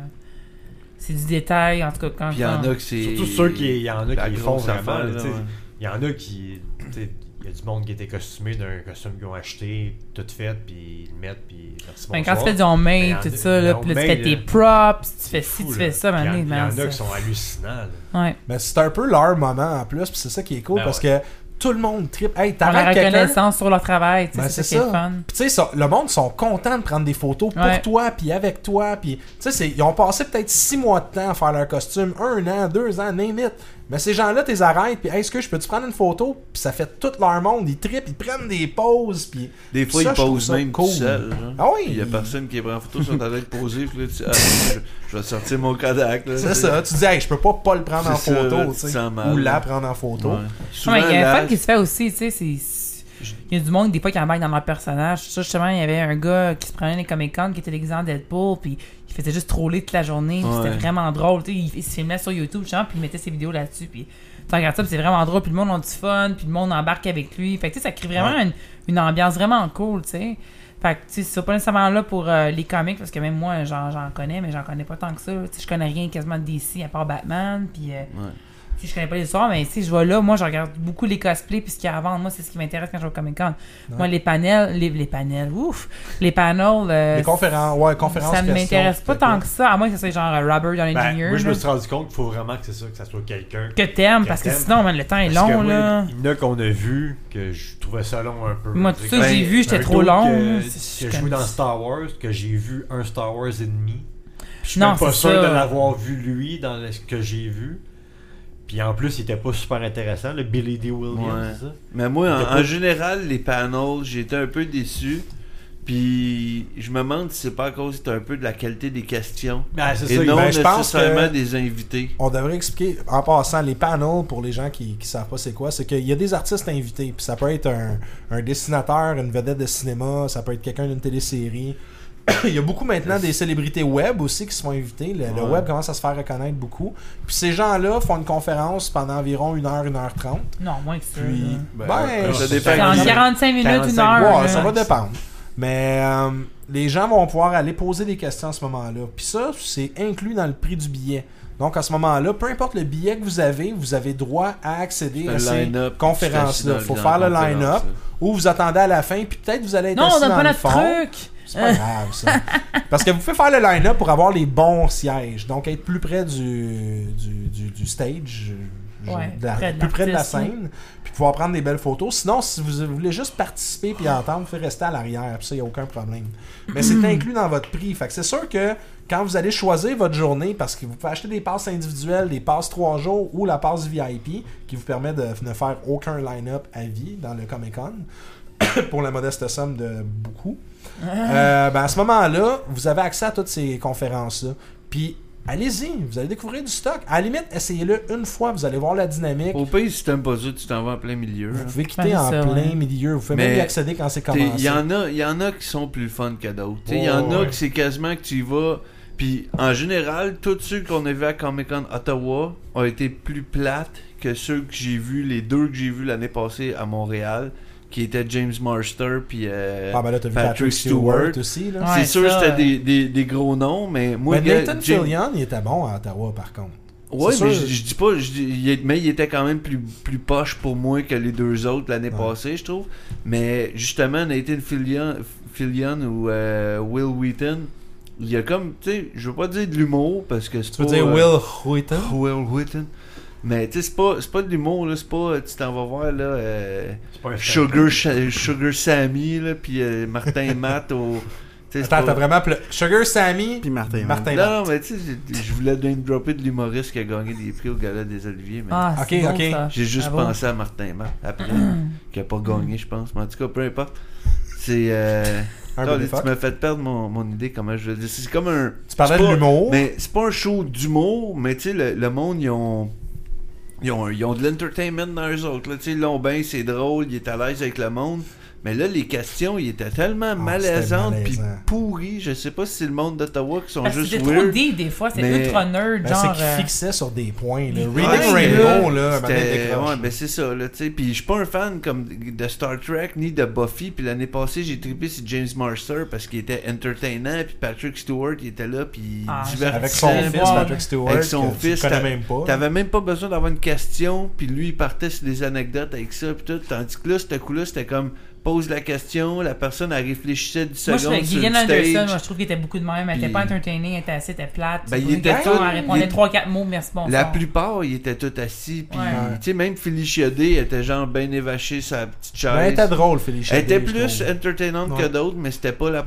c'est du détail, en tout cas. Quand, Puis il y en quand- a que c'est. Surtout ceux qui, il y en a la qui les font grosse vraiment. affaire, là, là, tu sais. ouais. Il y en a qui, tu sais, il y a du monde qui était costumé d'un costume qu'ils ont acheté, tout fait, puis ils le mettent, puis merci Ben, quand bonsoir. tu fais du homemade, Ben, tout en- ça, là, ben, puis là, tu homemade, fais tes là. props, tu fais C'est ci, fou, tu là. fais ça, Puis man. Il y en- man, il y en a qui ça- sont hallucinants. là. Ouais. Mais c'est un peu leur moment en plus, puis c'est ça qui est cool Ben parce que tout le monde tripe. Hey, Pour la t'arrêtes quelqu'un. reconnaissance sur leur travail, tu sais, Ben, c'est ça qui c'est est ça. le fun. Puis tu sais, ça- le monde sont contents de prendre des photos pour Ouais. toi, puis avec toi, puis tu sais, c'est- ils ont passé peut-être six mois de temps à faire leur costume, un an, deux ans, name it. Mais ces gens-là, t'es arrêtes, puis Hey, est-ce que je peux te prendre une photo Puis ça fait tout leur monde, ils tripent, ils prennent des pauses, puis Des fois, Ça, ils je trouve posent ça même cool. tout seul. genre. Ah oui! Il y a personne qui prend en photo, ils sont en train de poser. Puis là, tu dis, ah, je, je vais sortir mon Kodak. là, C'est tu sais. ça, tu dis, hey, je peux pas pas le prendre en C'est ça, là, photo, tu tu te sais. sens mal, Ou là. la prendre en photo. Ouais. Ouais, Souvent, Il y a un là, fan qui se fait aussi, tu sais, c'est. Il y a du monde, des fois, qui embarque dans leur personnage. Ça, justement, il y avait un gars qui se prenait les Comic Con, qui était l'exemple Deadpool, puis il faisait juste troller toute la journée, puis Ouais. c'était vraiment drôle. Tu sais, il, il se filmait sur YouTube, genre, puis il mettait ses vidéos là-dessus, puis tu regardes ça, puis c'est vraiment drôle, puis le monde a du fun, puis le monde embarque avec lui. Fait que, tu sais, ça crée vraiment une, une ambiance vraiment cool, tu sais. Fait que, tu sais, c'est pas nécessairement là pour euh, les comics, parce que même moi, j'en j'en connais, mais j'en connais pas tant que ça. Tu sais, je connais rien quasiment de DC à part Batman, puis. euh, Ouais. si je connais pas l'histoire, mais si je vois là, moi, je regarde beaucoup les cosplays puis ce qu'il y a à vendre. Moi, c'est ce qui m'intéresse quand je vais au Comic Con. Moi, les panels, les, les panels, ouf, les panels, euh, Les conférences, ouais, conférences ça ne m'intéresse pas tant que ça, à moins que ce soit genre euh, Robert Downey Ben, Jr. moi, je me là, suis rendu compte qu'il faut vraiment que c'est ça, que ça soit quelqu'un. que t'aimes, que parce que t'aimes. sinon, man, le temps est Parce que long, moi, là. Il y en a qu'on a vu, que je trouvais ça long un peu. Moi, Tu tout sais, ça que comme- j'ai vu, j'étais Ben, un trop dude long. là, Que, c'est- que je je joue dans connais- Star Wars, que j'ai vu un Star Wars et demi. Je suis Non, même pas c'est sûr ça. de l'avoir vu lui dans le- ce que j'ai vu. Puis en plus, il était pas super intéressant, le Billy D. Williams. Ouais. c'est ça? Mais moi, Il y a en, pas- en général, les panels, j'étais un peu déçu. Puis je me demande si c'est pas à cause c'est un peu de la qualité des questions. Ben, c'est Et ça, il- non ben, je pense nécessairement que- des invités. On devrait expliquer, en passant, les panels, pour les gens qui, qui savent pas c'est quoi, c'est qu'il y a des artistes invités, puis ça peut être un, un dessinateur, une vedette de cinéma, ça peut être quelqu'un d'une télésérie. *coughs* Il y a beaucoup maintenant des célébrités web aussi qui se font inviter. Le, le Ouais. web commence à se faire reconnaître beaucoup. Puis ces gens-là font une conférence pendant environ 1h, 1h30. Non, moins que ça. Puis, là. ben, Ben, ça dépend C'est en qui. 45 minutes, 45, une heure. Ouais, là. ça va dépendre. Mais euh, les gens vont pouvoir aller poser des questions à ce moment-là. Puis ça, c'est inclus dans le prix du billet. Donc à ce moment-là, peu importe le billet que vous avez, vous avez droit à accéder à Le ces line-up, tu t'assis conférences-là. dans- faut dans faire le la line-up conférence, ou vous attendez à la fin, puis peut-être vous allez être Non, on assis donne dans pas le notre fond. truc. C'est pas grave, ça. *laughs* Parce que vous pouvez faire le line-up pour avoir les bons sièges. Donc, être plus près du, du, du- du stage, euh, Ouais, de la- près de plus près de la l'artiste, oui. scène, puis pouvoir prendre des belles photos. Sinon, si vous voulez juste participer puis entendre, vous pouvez rester à l'arrière. Puis ça, il n'y a aucun problème. Mais *clears throat* c'est inclus dans votre prix. Fait que c'est sûr que quand vous allez choisir votre journée, parce que vous pouvez acheter des passes individuelles, des passes 3 jours ou la passe VIP qui vous permet de ne faire aucun line-up à vie dans le Comic-Con *coughs* pour la modeste somme de beaucoup. Ah. Euh, ben, à ce moment-là, vous avez accès à toutes ces conférences-là. Puis, allez-y, vous allez découvrir du stock. À la limite, essayez-le une fois, vous allez voir la dynamique. Au pays, si t'aimes pas ça, tu t'en vas en plein milieu. Vous hein. pouvez Ben, quitter c'est en ça, plein ouais. milieu, vous pouvez Mais même y accéder quand c'est T'sais, commencé. Il y, en a- il y en a qui sont plus fun que d'autres. T'sais, Il y en Ouais, ouais. a que c'est quasiment que tu y vas. Puis en général, tous ceux qu'on a vus à Comic Con Ottawa ont été plus plates que ceux que j'ai vus, les deux que j'ai vus l'année passée à Montréal, qui étaient James Marster puis euh, Ah ben là, t'as vu Patrick Patrick Stewart, Stewart. aussi. Là. Ouais, c'est sûr ça, c'était euh. des, des, des gros noms, mais moi Mais le gars, Ben, Nathan James- Fillion, il était bon à Ottawa, par contre. Ouais, C'est mais sûr. je je dis pas, je dis- il est- mais il était quand même plus, plus poche pour moi que les deux autres l'année Ouais. passée, je trouve. Mais justement, Nathan Fillion, Fillion ou euh, Will Wheaton, il y a comme, tu sais, je veux pas dire de l'humour parce que c'est Tu veux pas, dire euh, Will Wheaton? Will Wheaton. Mais tu sais, c'est pas, c'est pas de l'humour, là, c'est pas, euh, tu t'en vas voir, là, euh, c'est pas un Sugar, Sha- Sugar Sammy, là, puis euh, Martin et Matt au. tu sais, c'est Attends, t'as pas- vraiment... pla- Sugar Sammy, Puis Martin. Martin. Non, non, mais tu sais, je- je voulais name dropper de l'humoriste qui a gagné des prix au Gala des Oliviers, mais. Ah, c'est Ok, bon, ok. ça. J'ai juste Ah bon? *clears throat* pensé à Martin Matt après, qui a pas gagné, je pense. Mais en tout cas, peu importe. C'est- C'est. euh, Un Attends, baby tu fuck. m'as fait perdre mon, mon idée, comment je veux dire. C'est comme un. Tu parlais c'est de pas- l'humour. Mais c'est pas un show d'humour, mais tu sais, le, le monde, ils ont. Ils ont, ils ont de l'entertainment dans eux autres. Là, Tu sais, ils l'ont bien, c'est drôle, il est à l'aise avec le monde. Mais là, les questions, ils étaient tellement malaisantes Ah, c'était puis malaisant. pourries. Je sais pas si c'est le monde d'Ottawa qui sont Parce que juste c'était weird. trop deep des fois, c'est mais- ultra nerd, Ben, c'est genre. qu'il euh, fixait sur des points. Là. Ouais, Reading là, Rainbow, Oh, là, maintenant, C'était- décroche. ouais, ben c'est ça, là, tu sais. Puis je suis pas un fan comme de Star Trek ni de Buffy. Puis l'année passée, j'ai trippé sur James Marster parce qu'il était entertainant. Puis Patrick Stewart, il était là, puis Ah, divertissant. Avec son Avec fils, son Patrick Stewart, avec son que fils, tu connais t'a- même pas. T'avais même pas besoin d'avoir une question, puis lui, il partait sur des anecdotes avec ça, puis tout. Tandis que là, ce coup-là, c'était comme pose la question, la personne, elle réfléchissait 10 Moi, je secondes trouvais sur le Gillian Anderson, stage. moi, je trouve qu'il était beaucoup de même. Elle était Puis- pas entertaining, elle était assez, elle était plate. Ben, il Pour une était question, tout- Elle répondait il- 3-4 mots, merci, bonsoir. La plupart, ils étaient tous assis, puis Ouais. tu sais, même Felicia Day était genre bien évachée sa petite chaise. Ben, elle était drôle, Felicia. Elle était Day, je plus trouve. entertainante Ouais. que d'autres, mais c'était pas la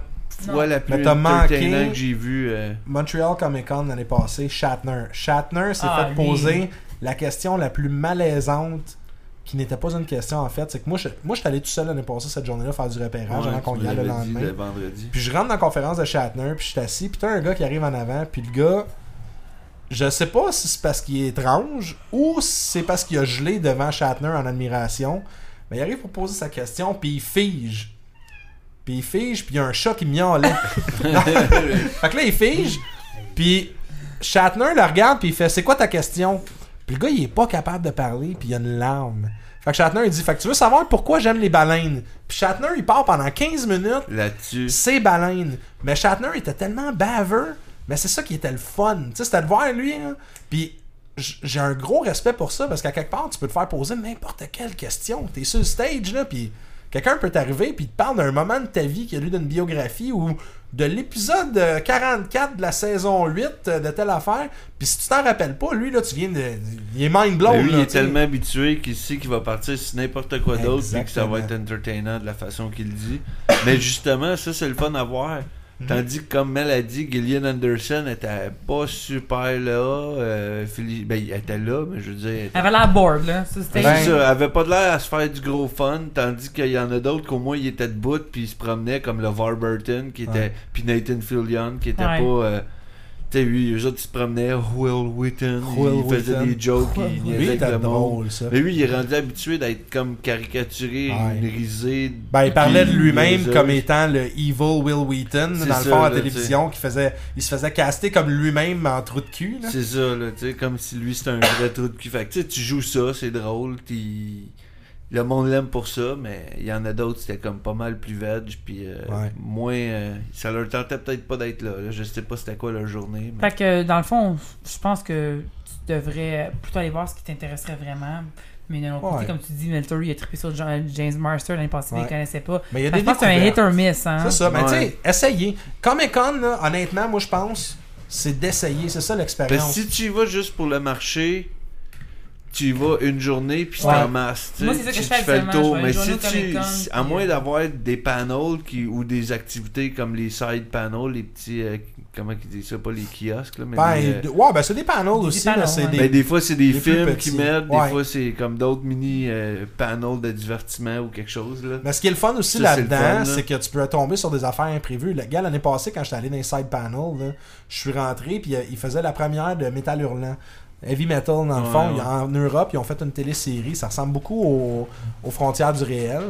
fois la plus Mais t'as entertainante manqué- Ah, que j'ai vue. euh. Montreal Comic Con l'année passée, Shatner. Shatner s'est Ah, fait lui. poser la question la plus malaisante qui n'était pas une question en fait. C'est que moi, je, moi, j'étais allé tout seul l'année passée cette journée-là faire du repérage Ouais, avant tu qu'on y aille le l'avais dit lendemain. le vendredi. Puis je rentre dans la conférence de Shatner, puis je suis assis, puis t'as un gars qui arrive en avant, puis le gars, je sais pas si c'est parce qu'il est étrange ou si c'est parce qu'il a gelé devant Shatner en admiration, mais il arrive pour poser sa question, puis il fige. Puis il fige, puis il y a un chat qui miaulait. fait que là, il fige, puis Shatner le regarde, puis il fait C'est quoi ta question Puis le gars, il est pas capable de parler, puis il a une larme. Fait que Shatner, il dit Fait que tu veux savoir pourquoi j'aime les baleines Puis Shatner, il part pendant 15 minutes Là-dessus. c'est baleine. Mais Shatner était tellement baveux, mais c'est ça qui était le fun. Tu sais, c'était de voir lui. hein. Puis j- j'ai un gros respect pour ça parce qu'à quelque part, tu peux te faire poser n'importe quelle question. T'es sur le stage, là, puis quelqu'un peut t'arriver puis te parle d'un moment de ta vie qui a lu d'une biographie ou de l'épisode euh, 44 de la saison 8 euh, de telle affaire. Puis si tu t'en rappelles pas, lui, là, tu viens de. Il est mind blown. Ben lui, là, il est tu sais. tellement habitué qu'il sait qu'il va partir sur n'importe quoi d'autre et que ça va être Exactement. entertainant de la façon qu'il le dit. Mais justement, ça, c'est le fun à voir. Mhm. Tandis que, comme Mel a dit, Gillian Anderson était pas super là. euh, Philly- ben, elle était là, mais je veux dire, elle était Elle avait l'air bored, là. Ça, c'était- Ben, C'est ça, elle avait pas de l'air à se faire du gros fun, tandis qu'il y en a d'autres qu'au moins ils étaient debout puis ils se promenaient comme le Burton qui était Ouais. puis Nathan Fillion qui était Ouais. pas euh, tu sais lui eux autres ils se promenaient Will Wheaton, Will il faisait Wheaton. des jokes, il Lui, niaisait il était avec le monde. drôle, ça. Mais lui il est rendu habitué d'être comme caricaturé, Ouais. risé. Ben, il parlait de puis lui-même niaiseux. comme étant le Evil Will Wheaton, C'est dans le ça, fond, à là, la télévision, qui faisait, il se faisait caster comme lui-même en trou de cul. Là. Ben, C'est ça, là, tu sais, comme si lui c'était un vrai trou de cul. Fait que, tu sais, tu joues ça, c'est drôle, t'y- Le monde l'aime pour ça, mais il y en a d'autres, c'était comme pas mal plus veg, puis euh, Ouais. moins. euh, ça leur tentait peut-être pas d'être là, là. Je sais pas c'était quoi leur journée. mais- Fait que, dans le fond, je pense que tu devrais plutôt aller voir ce qui t'intéresserait vraiment. Mais d'un autre Ouais. côté, comme tu dis, Milter, il a trippé sur Jean- James Marster l'année passée, mais il Ouais. connaissait pas. Mais il y a Fait que des Je pense que c'est un hit découvertes. or miss, hein. C'est ça, mais tu Ouais. sais, essayez. Comic Con, là, honnêtement, moi je pense, c'est d'essayer, c'est ça Ben, l'expérience. si tu y vas juste pour le marché, tu y vas une journée, puis Ouais. c'est en masse. tu sais, Moi, c'est ça que tu- je fais tu fais le habituellement, tour. je vais Mais une si journée au tu. Comic-Con, si- puis, À moins euh, d'avoir des panels qui, ou des activités comme les side panels, les petits. euh, comment ils disent ça Pas les kiosques, là, mais. Ben, les, euh, Ben, de- ouais, ben c'est des panels aussi, là, panels, c'est ouais. des- Mais des fois, c'est des les plus films petits. qui mettent, des Ouais. fois, c'est comme d'autres mini euh, panels de divertissement ou quelque chose. Là. Mais ce qui est le fun aussi Ça, c'est le fun, là-dedans, là. c'est que tu peux tomber sur des affaires imprévues. Le gars, l'année passée, quand j'étais allé dans les side panels, là, je suis rentré puis euh, il faisait la première de Metal Hurlant. Heavy Metal, dans le Ouais, fond, ouais. il- en Europe, ils ont fait une télésérie. Ça ressemble beaucoup au- aux frontières du réel.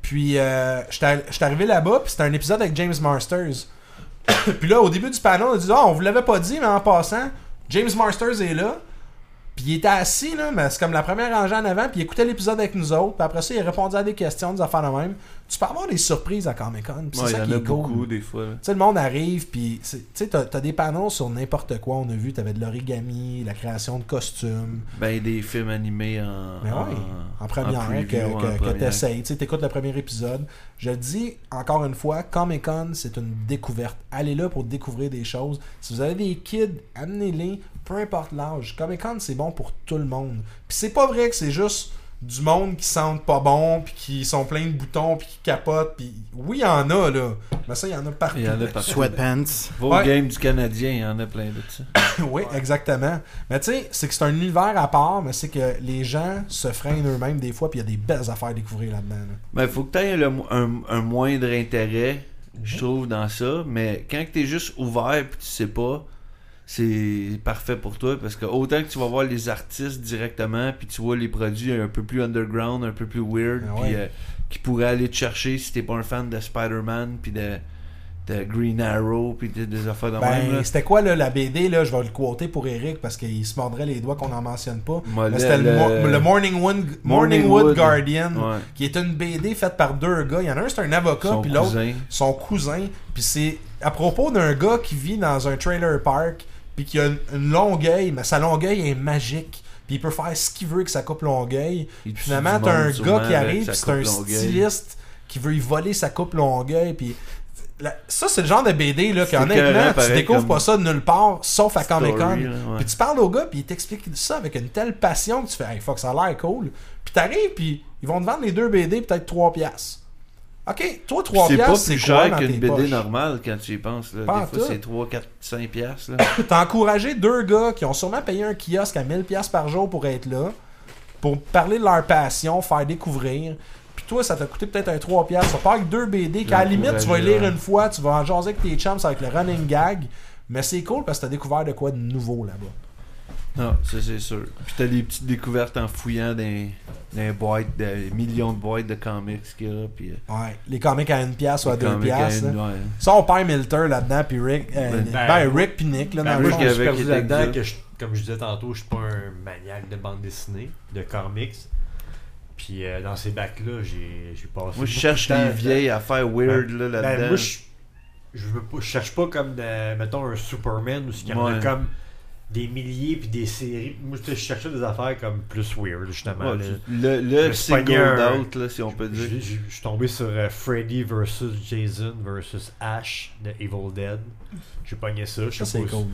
Puis, euh, j'étais j'étais arrivé là-bas, puis c'était un épisode avec James Marsters. puis là, au début du panel, on dit Ah, on vous l'avait pas dit, mais en passant, James Marsters est là. Puis il était assis, là, mais c'est comme la première rangée en avant, puis il écoutait l'épisode avec nous autres, puis après ça, il répondait à des questions, des affaires de même. Tu peux avoir des surprises à Comic-Con, puis c'est Ouais, il y ça en qui a est cool. beaucoup, des fois. là. Tu sais, le monde arrive, puis c'est- tu sais, t'as t'as des panneaux sur n'importe quoi, on a vu, t'avais de l'origami, la création de costumes, Ben, des films animés Ben en. Mais ouais, en première, hein, preview, que, en que, que première. t'essayes. Tu sais, t'écoutes le premier épisode. Je le dis encore une fois, Comic Con, c'est une découverte. Allez là pour découvrir des choses. Si vous avez des kids, amenez-les, peu importe l'âge. Comic Con, c'est bon pour tout le monde. Puis c'est pas vrai que c'est juste du monde qui sentent pas bon, puis qui sont pleins de boutons, puis qui capotent. Puis oui, il y en a, là. Mais ça, il y en a partout. Il y en a partout. Sweatpants. Vos Ouais. games du Canadien, il y en a plein de ça. *laughs* oui, exactement. Mais tu sais, c'est que c'est un univers à part, mais c'est que les gens se freinent eux-mêmes des fois, puis il y a des belles affaires à découvrir là-dedans. là. Mais Ben, faut que tu aies un, un moindre intérêt, je Mhm. trouve, dans ça. Mais quand tu es juste ouvert puis tu sais pas, c'est parfait pour toi parce que autant que tu vas voir les artistes directement puis tu vois les produits un peu plus underground, un peu plus weird, Ah puis ouais. euh, qui pourraient aller te chercher si t'es pas un fan de Spider-Man puis de, de Green Arrow puis de- des affaires de même. là. Ben, c'était quoi, là, la BD, là, je vais le quoter pour Eric, parce qu'il se mordrait les doigts qu'on n'en mentionne pas. Moi, Mais C'était le, mo- le Morning Wood, Morning Morningwood. Wood Guardian, euh, Ouais. qui est une BD faite par deux gars. Il y en a un, c'est un avocat, Son puis l'autre, cousin. son cousin. Puis c'est à propos d'un gars qui vit dans un trailer park, puis qui a une, une longueuil, mais sa longueuil est magique. Puis il peut faire ce qu'il veut avec sa coupe longueuil. Il Puis tue finalement, du t'as monde un sûrement gars qui avec arrive, sa puis c'est un coupe longueuil. styliste qui veut y voler sa coupe longueuil. Puis la- ça, c'est le genre de BD là, C'est écœurant, qu'honnêtement, tu pareil, découvres comme pas ça de nulle part, sauf à Story, Comic Con. là, ouais. Puis tu parles au gars, puis il t'explique ça avec une telle passion que tu fais, hey fuck, ça a l'air cool. Puis t'arrives, puis ils vont te vendre les deux BD, peut-être 3 piastres. Ok, toi, 3 C'est pas piastres, c'est plus quoi cher dans qu'une tes BD poches? normale quand tu y penses. Là. Pas en Des tout. Ah. fois, c'est 3, 4, 5 piastres. là. T'as encouragé deux gars qui ont sûrement payé un kiosque à 1000 pièces par jour pour être là, pour parler de leur passion, faire découvrir. Puis toi, ça t'a coûté peut-être un 3 pièces. Ça part avec deux BD qu'à la limite, tu vas les lire une fois, tu vas en jaser avec tes chums avec le running gag. Mais c'est cool parce que t'as découvert de quoi de nouveau là-bas. Non, ça c'est sûr. Puis t'as des petites découvertes en fouillant des, des boîtes, des millions de boîtes de comics qu'il y a. Puis, euh, Ouais, les comics à une pièce ou à des deux comics pièces. à une- là. ouais. Ça, on perd Milter là-dedans, puis Rick, euh, Ben, ben, Rick puis Nick, là, Ben, dans moi, le je fond. me suis Avec perdu les là-dedans Texas. que, je- comme je disais tantôt, je suis pas un maniaque de bande dessinée, de comics. Puis euh, dans ces bacs-là, j'ai j'ai Moi, passé. beaucoup je de cherche temps- les vieilles affaires weird là, Ben, là-dedans. moi, je, je, veux pas- je cherche pas comme, de- mettons, un Superman ou ce qu'il y en a Ouais. comme des milliers puis des séries. Moi, je cherchais des affaires comme plus weird, justement. Ouais, là. tu- le je le me suis single pogné un- out, là, si on peut Je dire. je- je suis tombé sur euh, Freddy versus Jason versus Ash de Evil Dead. J'ai pogné ça. Je Ça, sais c'est pas cool. Ouais,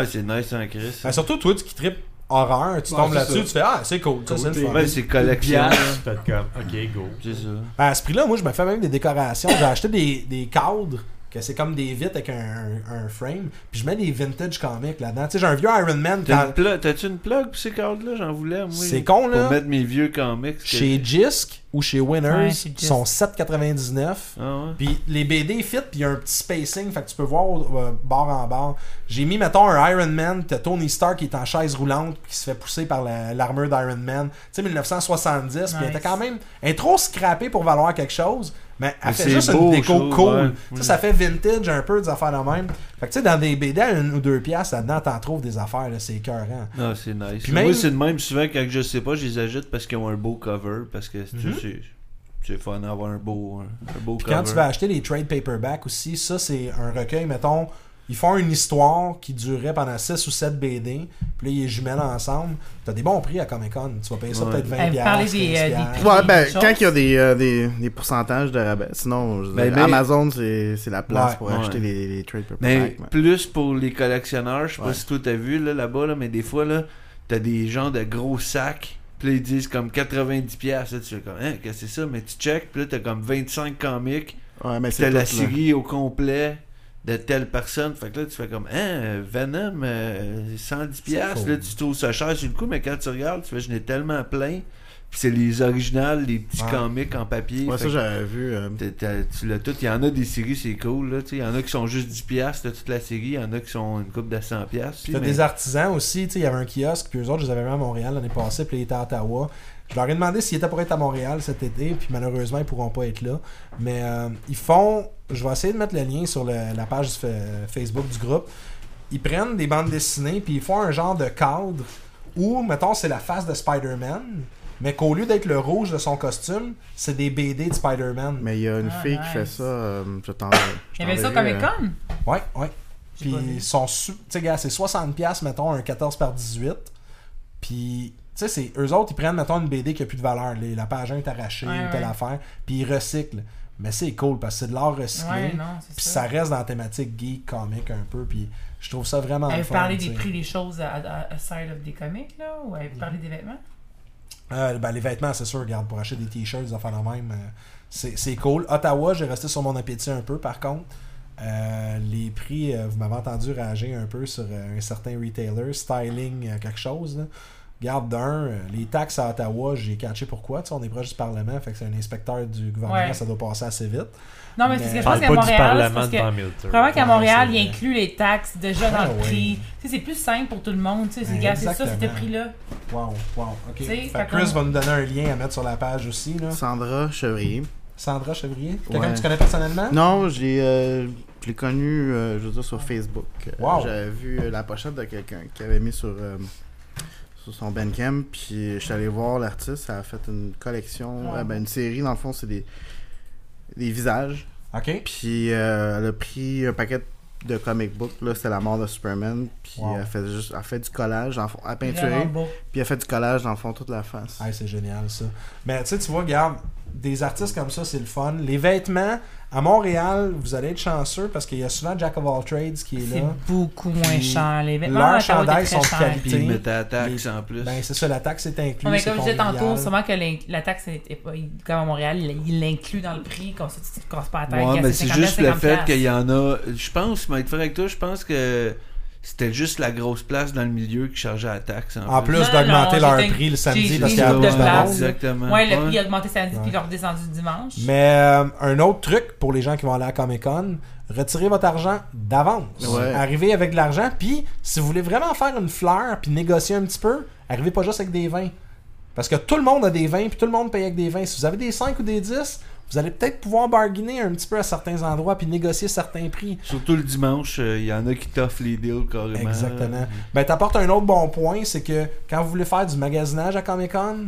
Ah, c'est nice en Chris. Ben, surtout, toi, tu qui tripes horreur, tu Ouais, tombes c'est là-dessus, ça. Ben, tu fais Ah, c'est cool, ça, c'est le fun. Ouais, c'est collection. Piastres, fait comme, ok, go. C'est ça. Ben, à ce prix-là, moi, je me fais même des décorations. J'ai acheté des, des cadres, que c'est comme des vitres avec un, un frame, puis je mets des vintage comics là-dedans. Tu sais, j'ai un vieux Iron Man. T'as quand- une pla- T'as-tu une plug pour ces cartes-là? J'en voulais, moi. C'est con, là. Pour mettre mes vieux comics. que- Chez Jisk ou chez Winners, Ouais, ils chez Jisk. sont 7,99. Ah ouais? Puis les BD fit, puis il y a un petit spacing, fait que tu peux voir au- euh, bord en bord. J'ai mis, mettons, un Iron Man, t'as Tony Stark qui est en chaise roulante, puis qui se fait pousser par la- l'armure d'Iron Man. Tu sais, 1970, puis elle Nice. était quand même. Elle est trop scrappée pour valoir quelque chose, mais elle Mais fait c'est juste beau, une déco je trouve, cool. ouais. Tu sais, Oui. ça fait vintage un peu des affaires de même. Fait que tu sais, dans des BD à une ou deux piastres, là-dedans, t'en trouves des affaires, là, c'est écœurant. Non, c'est nice. Puis Moi, même- c'est de même souvent quand je sais pas, je les ajoute parce qu'ils ont un beau cover. Parce que tu sais, c'est- c'est fun d'avoir un beau, un beau Mhm. Puis cover. quand tu vas acheter les trade paperback aussi, ça c'est un recueil, mettons, ils font une histoire qui durait pendant 6 ou 7 BD, puis là ils les jumellent ensemble. T'as des bons prix à Comic Con, tu vas payer ça Ouais. peut-être 20 Eh, vous parlez des, 15 euh, des prix. Ouais, ben, Des quand choses. il y a des, euh, des, des pourcentages de rabais. Sinon, je veux Ben, dire, mais- Amazon, c'est c'est la place Ouais, pour ouais. acheter les, les trade Mais paperback. ouais. plus pour les collectionneurs, je sais pas Ouais. si toi t'as vu là, là-bas, là, mais des fois, là, t'as des gens de gros sacs. Puis là, ils disent comme 90$. piastres, Là, tu fais comme, hein, qu'est-ce que c'est ça? Mais tu check, puis là, t'as comme 25 comics. Ouais, mais T'as c'est la tout, là. série au complet de telle personne. Fait que là, tu fais comme, hein, Venom, euh, 110$. piastres, C'est Là, cool. tu trouves ça cher sur le coup, mais quand tu regardes, tu fais, je n'ai tellement plein. Puis c'est les originales, les petits Ouais. comics en papier. Ouais, Fait ça, que j'avais vu. euh, T'as- t'as- tu l'as tout. Il y en a des séries, c'est cool. Là, tu sais. il y en a qui sont juste 10$, piastres, t'as toute la série. Il y en a qui sont une coupe de 100$. piastres, puis, T'as mais- des artisans aussi, tu sais, il y avait un kiosque, puis eux autres, je les avais vus à Montréal l'année passée, puis ils étaient à Ottawa. Je leur ai demandé s'ils étaient pour être à Montréal cet été, puis malheureusement, ils pourront pas être là. Mais euh, ils font, je vais essayer de mettre le lien sur le- la page fa- Facebook du groupe. Ils prennent des bandes dessinées, puis ils font un genre de cadre où, mettons, c'est la face de Spider-Man, mais qu'au lieu d'être le rouge de son costume, c'est des BD de Spider-Man. Mais il y a une Ah, fille qui nice. fait ça. euh, je t'enverrai. Il y avait ça euh, comme école? Ouais, ouais. J'ai Puis pas vu. ils sont su... Tu sais, gars, c'est 60$, mettons, un 14 par 18. Puis, tu sais, c'est... eux autres, ils prennent, mettons, une BD qui a plus de valeur. les- La page 1 est arrachée, Ouais, une telle ouais. affaire. Puis ils recyclent. Mais c'est cool parce que c'est de l'art recyclé. Ouais, non, c'est puis ça. ça reste dans la thématique geek, comique un peu. Puis je trouve ça vraiment. Elle le vous fun, parlé tu des sais. prix des choses à, à, à side of des comics, là? Ou elle vous parlé des vêtements? Euh, ben, les vêtements, c'est sûr, regarde, pour acheter des t-shirts, des affaires de même, euh, c'est c'est cool. Ottawa, j'ai resté sur mon appétit un peu, par contre. Euh, les prix, euh, vous m'avez entendu réagir un peu sur euh, un certain retailer, styling euh, quelque chose. là. Regarde d'un, euh, les taxes à Ottawa, j'ai catché pourquoi. Tu sais, on est proche du Parlement, fait que c'est un inspecteur du gouvernement, Ouais. ça doit passer assez vite. Non, Mais- mais, c'est ce que je pense Parle qu'à pas du Montréal, c'est Parlement parce que devant Milter. Probablement qu'à Ouais, Montréal, c'est il vrai. inclus les taxes déjà dans Ah le ouais. prix. Tu sais, c'est plus simple pour tout le monde. Tu sais, c'est Ouais, gars, c'est ça, c'est ce exactement. prix-là. Wow, wow. Ok. Tu sais, Fait que fait Chris qu'on- va nous donner un lien à mettre sur la page aussi. Là. Sandra Chevrier. Sandra Chevrier, quelqu'un Ouais. que tu connais personnellement Non, je l'ai euh, je l'ai connu, euh, je veux dire, sur Facebook. Euh, Wow. J'avais vu euh, la pochette de quelqu'un qui avait mis sur, euh, sur son Bandcamp, puis je suis allé voir l'artiste, elle a fait une collection, Ouais. euh, ben, une série, dans le fond, c'est des, des visages. Ok. Puis euh, elle a pris un paquet de comic books, là, c'était la mort de Superman, puis Wow. elle, fait juste, elle fait du collage, dans le fond, elle a Vraiment peinturé, beau. puis elle fait du collage, dans le fond, toute la face. Ah, c'est génial ça. Mais tu sais, tu vois, regarde, des artistes comme ça, c'est le fun. Les vêtements, à Montréal, vous allez être chanceux parce qu'il y a souvent Jack of All Trades qui est C'est là. beaucoup moins Puis cher. Les vêtements leurs à Ottawa chandails étaient très sont de chers. qualité. Puis ils mettaient la taxe Les- en plus. Ben, c'est ça, la taxe est incluse. Ouais, mais c'est comme je disais convivial. tantôt, sûrement que l'in- la taxe, est- est pas- il- comme à Montréal, il il l'inclut dans le prix, comme ça, tu te casses pas la tête. Ouais, gars, mais c'est 50, juste le 50 fait piastres. qu'il y en a. Je pense, mais être franc avec toi, je pense que c'était juste la grosse place dans le milieu qui chargeait la taxe. En, En plus Non, non, d'augmenter non, leur j'ai- prix le samedi j'ai- parce j'ai qu'il y a une plus de de place. monde. Exactement. Ouais, le Ouais. prix a augmenté samedi, puis Ouais. il a redescendu dimanche. Mais euh, un autre truc pour les gens qui vont aller à Comic Con, retirez votre argent d'avance. Ouais. Arrivez avec de l'argent, puis si vous voulez vraiment faire une fleur puis négocier un petit peu, arrivez pas juste avec des vins. Parce que tout le monde a des vins, puis tout le monde paye avec des vins. Si vous avez des 5 ou des 10, vous allez peut-être pouvoir bargainer un petit peu à certains endroits puis négocier certains prix. Surtout le dimanche, euh, il y en a qui t'offrent les deals carrément. Exactement. Ben, t'apportes un autre bon point, c'est que quand vous voulez faire du magasinage à Comic Con,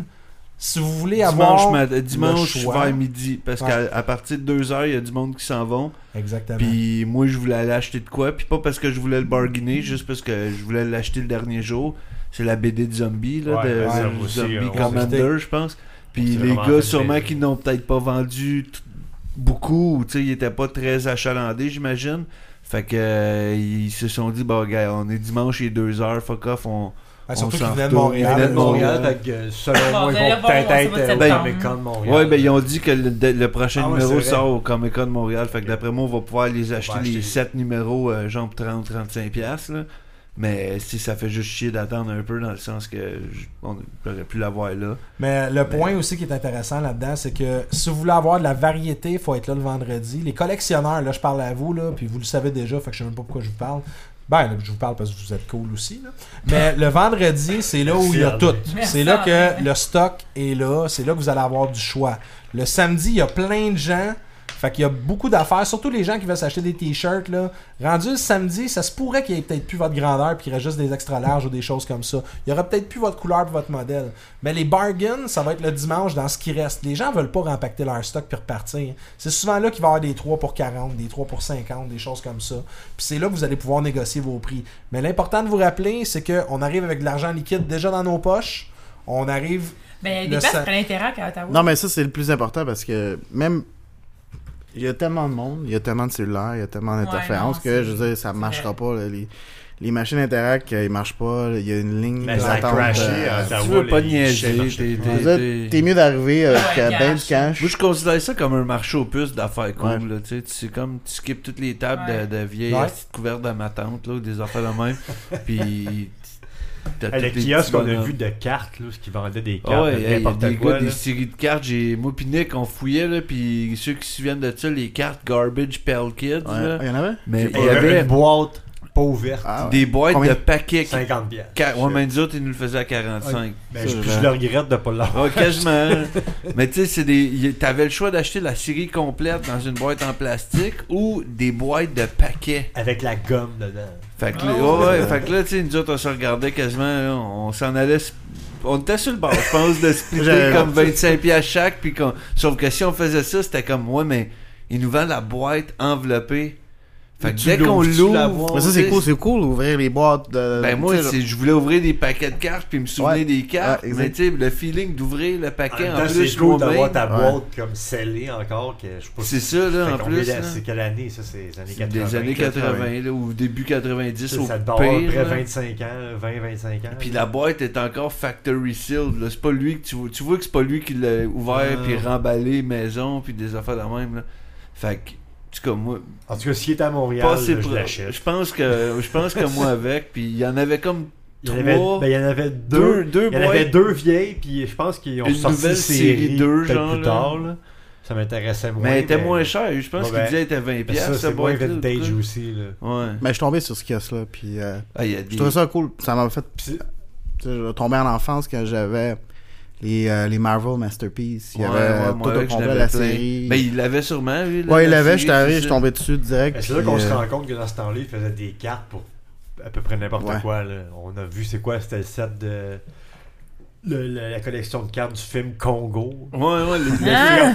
si vous voulez avoir. Dimanche, mat- dimanche choix. vers midi. Parce Ouais. qu'à à partir de 2h, il y a du monde qui s'en vont. Exactement. Puis moi, je voulais aller acheter de quoi. Puis pas parce que je voulais le bargainer, juste parce que je voulais l'acheter le dernier jour. C'est la BD de Zombie, là, Ouais, de, ouais, de aussi, Zombie euh, ouais. Commander, je pense. Puis C'est les vraiment fait gars, sûrement, plaisir. qui n'ont peut-être pas vendu t- beaucoup, ou tu sais, ils étaient pas très achalandés, j'imagine. Fait que euh, ils se sont dit, bah, gars, on est dimanche, il est 2h, fuck off, on. Ben, surtout on qu'ils s'en venaient de retourne. Montréal. Ils venaient de Montréal, Ouais. fait que euh, selon Bon, moi, ils d'aller vont voir, peut-être on sait être pas euh, de septembre. Comic-Con de Montréal. Ouais, ben ils ont dit que le, de- le prochain Ah ouais, numéro c'est vrai. sort au Comic Con de Montréal. Fait que d'après moi, on va pouvoir les acheter va les acheter. 7 numéros, euh, genre 30-35$. piastres, là. Mais si ça fait juste chier d'attendre un peu dans le sens que je- on aurait pu l'avoir là. Mais le point aussi qui est intéressant là-dedans, c'est que si vous voulez avoir de la variété, il faut être là le vendredi. Les collectionneurs, là, je parle à vous, là, puis vous le savez déjà, fait que je sais même pas pourquoi je vous parle. Ben, là, je vous parle parce que vous êtes cool aussi. là. Mais le vendredi, c'est là où il y a Merci, tout. André. C'est Merci, là André. que le stock est là. C'est là que vous allez avoir du choix. Le samedi, il y a plein de gens. Fait qu'il y a beaucoup d'affaires, surtout les gens qui veulent s'acheter des t-shirts. là. Rendu le samedi, ça se pourrait qu'il n'y ait peut-être plus votre grandeur puis qu'il reste juste des extra larges ou des choses comme ça. Il y aura peut-être plus votre couleur puis votre modèle. Mais les bargains, ça va être le dimanche dans ce qui reste. Les gens veulent pas rempacter leur stock puis repartir. C'est souvent là qu'il va y avoir des 3 pour 40, des 3 pour 50, des choses comme ça. Puis c'est là que vous allez pouvoir négocier vos prix. Mais l'important de vous rappeler, c'est qu'on arrive avec de l'argent liquide déjà dans nos poches. On arrive. Ben, Le les places sa- prennent intérêt qu'à Ottawa. Non, mais ça, c'est le plus important parce que même. Il y a tellement de monde, il y a tellement de cellulaires, il y a tellement Ouais, d'interférences non, que c'est- je veux dire, ça c'est marchera vrai. pas. là. les, les machines Interact, euh, ils marchent pas. là. Il y a une ligne Ben, des ça a attentes, crashé euh, à Ottawa. tu veux pas les- niaiser. les- t'es- les- t'es- je veux dire, T'es mieux d'arriver avec Ouais, euh, ben cash. du cash. Moi, je considère ça comme un marché aux puces d'affaires cool. Ouais. là, tu sais. C'est comme tu skippes toutes les tables de- Ouais. de, vieilles Ouais. petites couvertes de ma tante, là, ou des affaires de même. Puis. t'as Le tous les kiosque petits qu'on a bonhommes. vu de cartes, là, ce qui vendait des Ah cartes, ouais, de hey, y a des n'importe quoi. gars, des là. séries de cartes, j'ai moi pis Nick, on fouillait là, puis ceux qui se souviennent de ça, les cartes Garbage Pell Kids Ouais. là. Ah, Il y en avait? Mais il Il y avait une boîte pas ouverte. Ah, ouais. des boîtes Combien? de paquets. Qui... 50 piastres. Ca- Ouais, mais nous autres, ils nous le faisaient à 45. Ben, je, Ça, je je- le regrette de pas l'avoir. Ah, quasiment. mais tu sais, c'est des. y- T'avais le choix d'acheter la série complète dans une boîte en plastique ou des boîtes de paquets. Avec la gomme dedans. Fait que, Ah là- ouais. ouais, ouais, fait que là, tu sais, nous autres, on se regardait quasiment, là, on s'en allait. sp- On était sur le bord, je pense, de splitter J'avais- comme 25 pieds à chaque. Puis qu'on- Sauf que si on faisait ça, c'était comme, ouais, mais ils nous vendent la boîte enveloppée. Fait que Tu dès qu'on l'ouvres, tu la l'ouvre. vois. Mais ça, c'est cool, c'est cool d'ouvrir les boîtes de. Ben moi, tu sais, c'est- je voulais ouvrir des paquets de cartes puis me souvenir Ouais. des cartes. Ouais, exact. mais tu sais, le feeling d'ouvrir le En paquet même en, temps, plus, c'est cool d'avoir moi-même, ta ouais. boîte comme scellée encore. Que, je sais pas C'est si- ça, là, Fait en qu'on plus. est là- là. C'est quelle année, ça? C'est les années C'est 80. des années 80, 80. là, ou début 90 au Ça pire. te doit avoir à peu près là. 25 ans, 20-25 ans. Puis la boîte est encore factory sealed. là. C'est pas lui que tu vois. Tu vois que c'est pas lui qui l'a ouvert Ah. puis remballé maison puis des affaires de même. Là. Fait que, tu comme moi, En tout cas, s'il est à Montréal, pas là, assez je pro- l'achète. Je pense que je pense que moi avec. Puis il y en avait comme Il y, en avait, trois, ben, il y en avait deux, deux. deux Il y en avait boîtes. deux vieilles, puis je pense qu'ils ont Une sorti nouvelle une série, série deux, peut-être genre, plus là. tard. là. Ça m'intéressait moins. Mais elle était moins chère. Je pense Ouais, qu'il ben, disait qu'elle était 20$. Ben, ça, piastres, c'est cette moins boîte-là, en vintage tout aussi. Là. cas. Ouais. Mais je suis tombé sur ce kiosque-là, puis euh, Ah, il y a je des. trouvais ça cool. Ça m'a fait Puis c'est- Tu sais, je tombais en enfance quand j'avais les, euh, les Marvel Masterpiece. Il y Ouais, avait ouais, tout moi, au avec, je complet l'avais la plein. série. Ben, il l'avait sûrement, lui. là, ouais, il la l'avait, série, j'étais arrivé, c'est ça. je tombais dessus direct. Ben, c'est là puis, qu'on se euh, rend compte que dans ce temps-là, ils faisaient des cartes pour à peu près n'importe Ouais. quoi. là. On a vu c'est quoi, c'était le set de. le- le- la collection de cartes du film Congo. Ouais, ouais, les- Ah!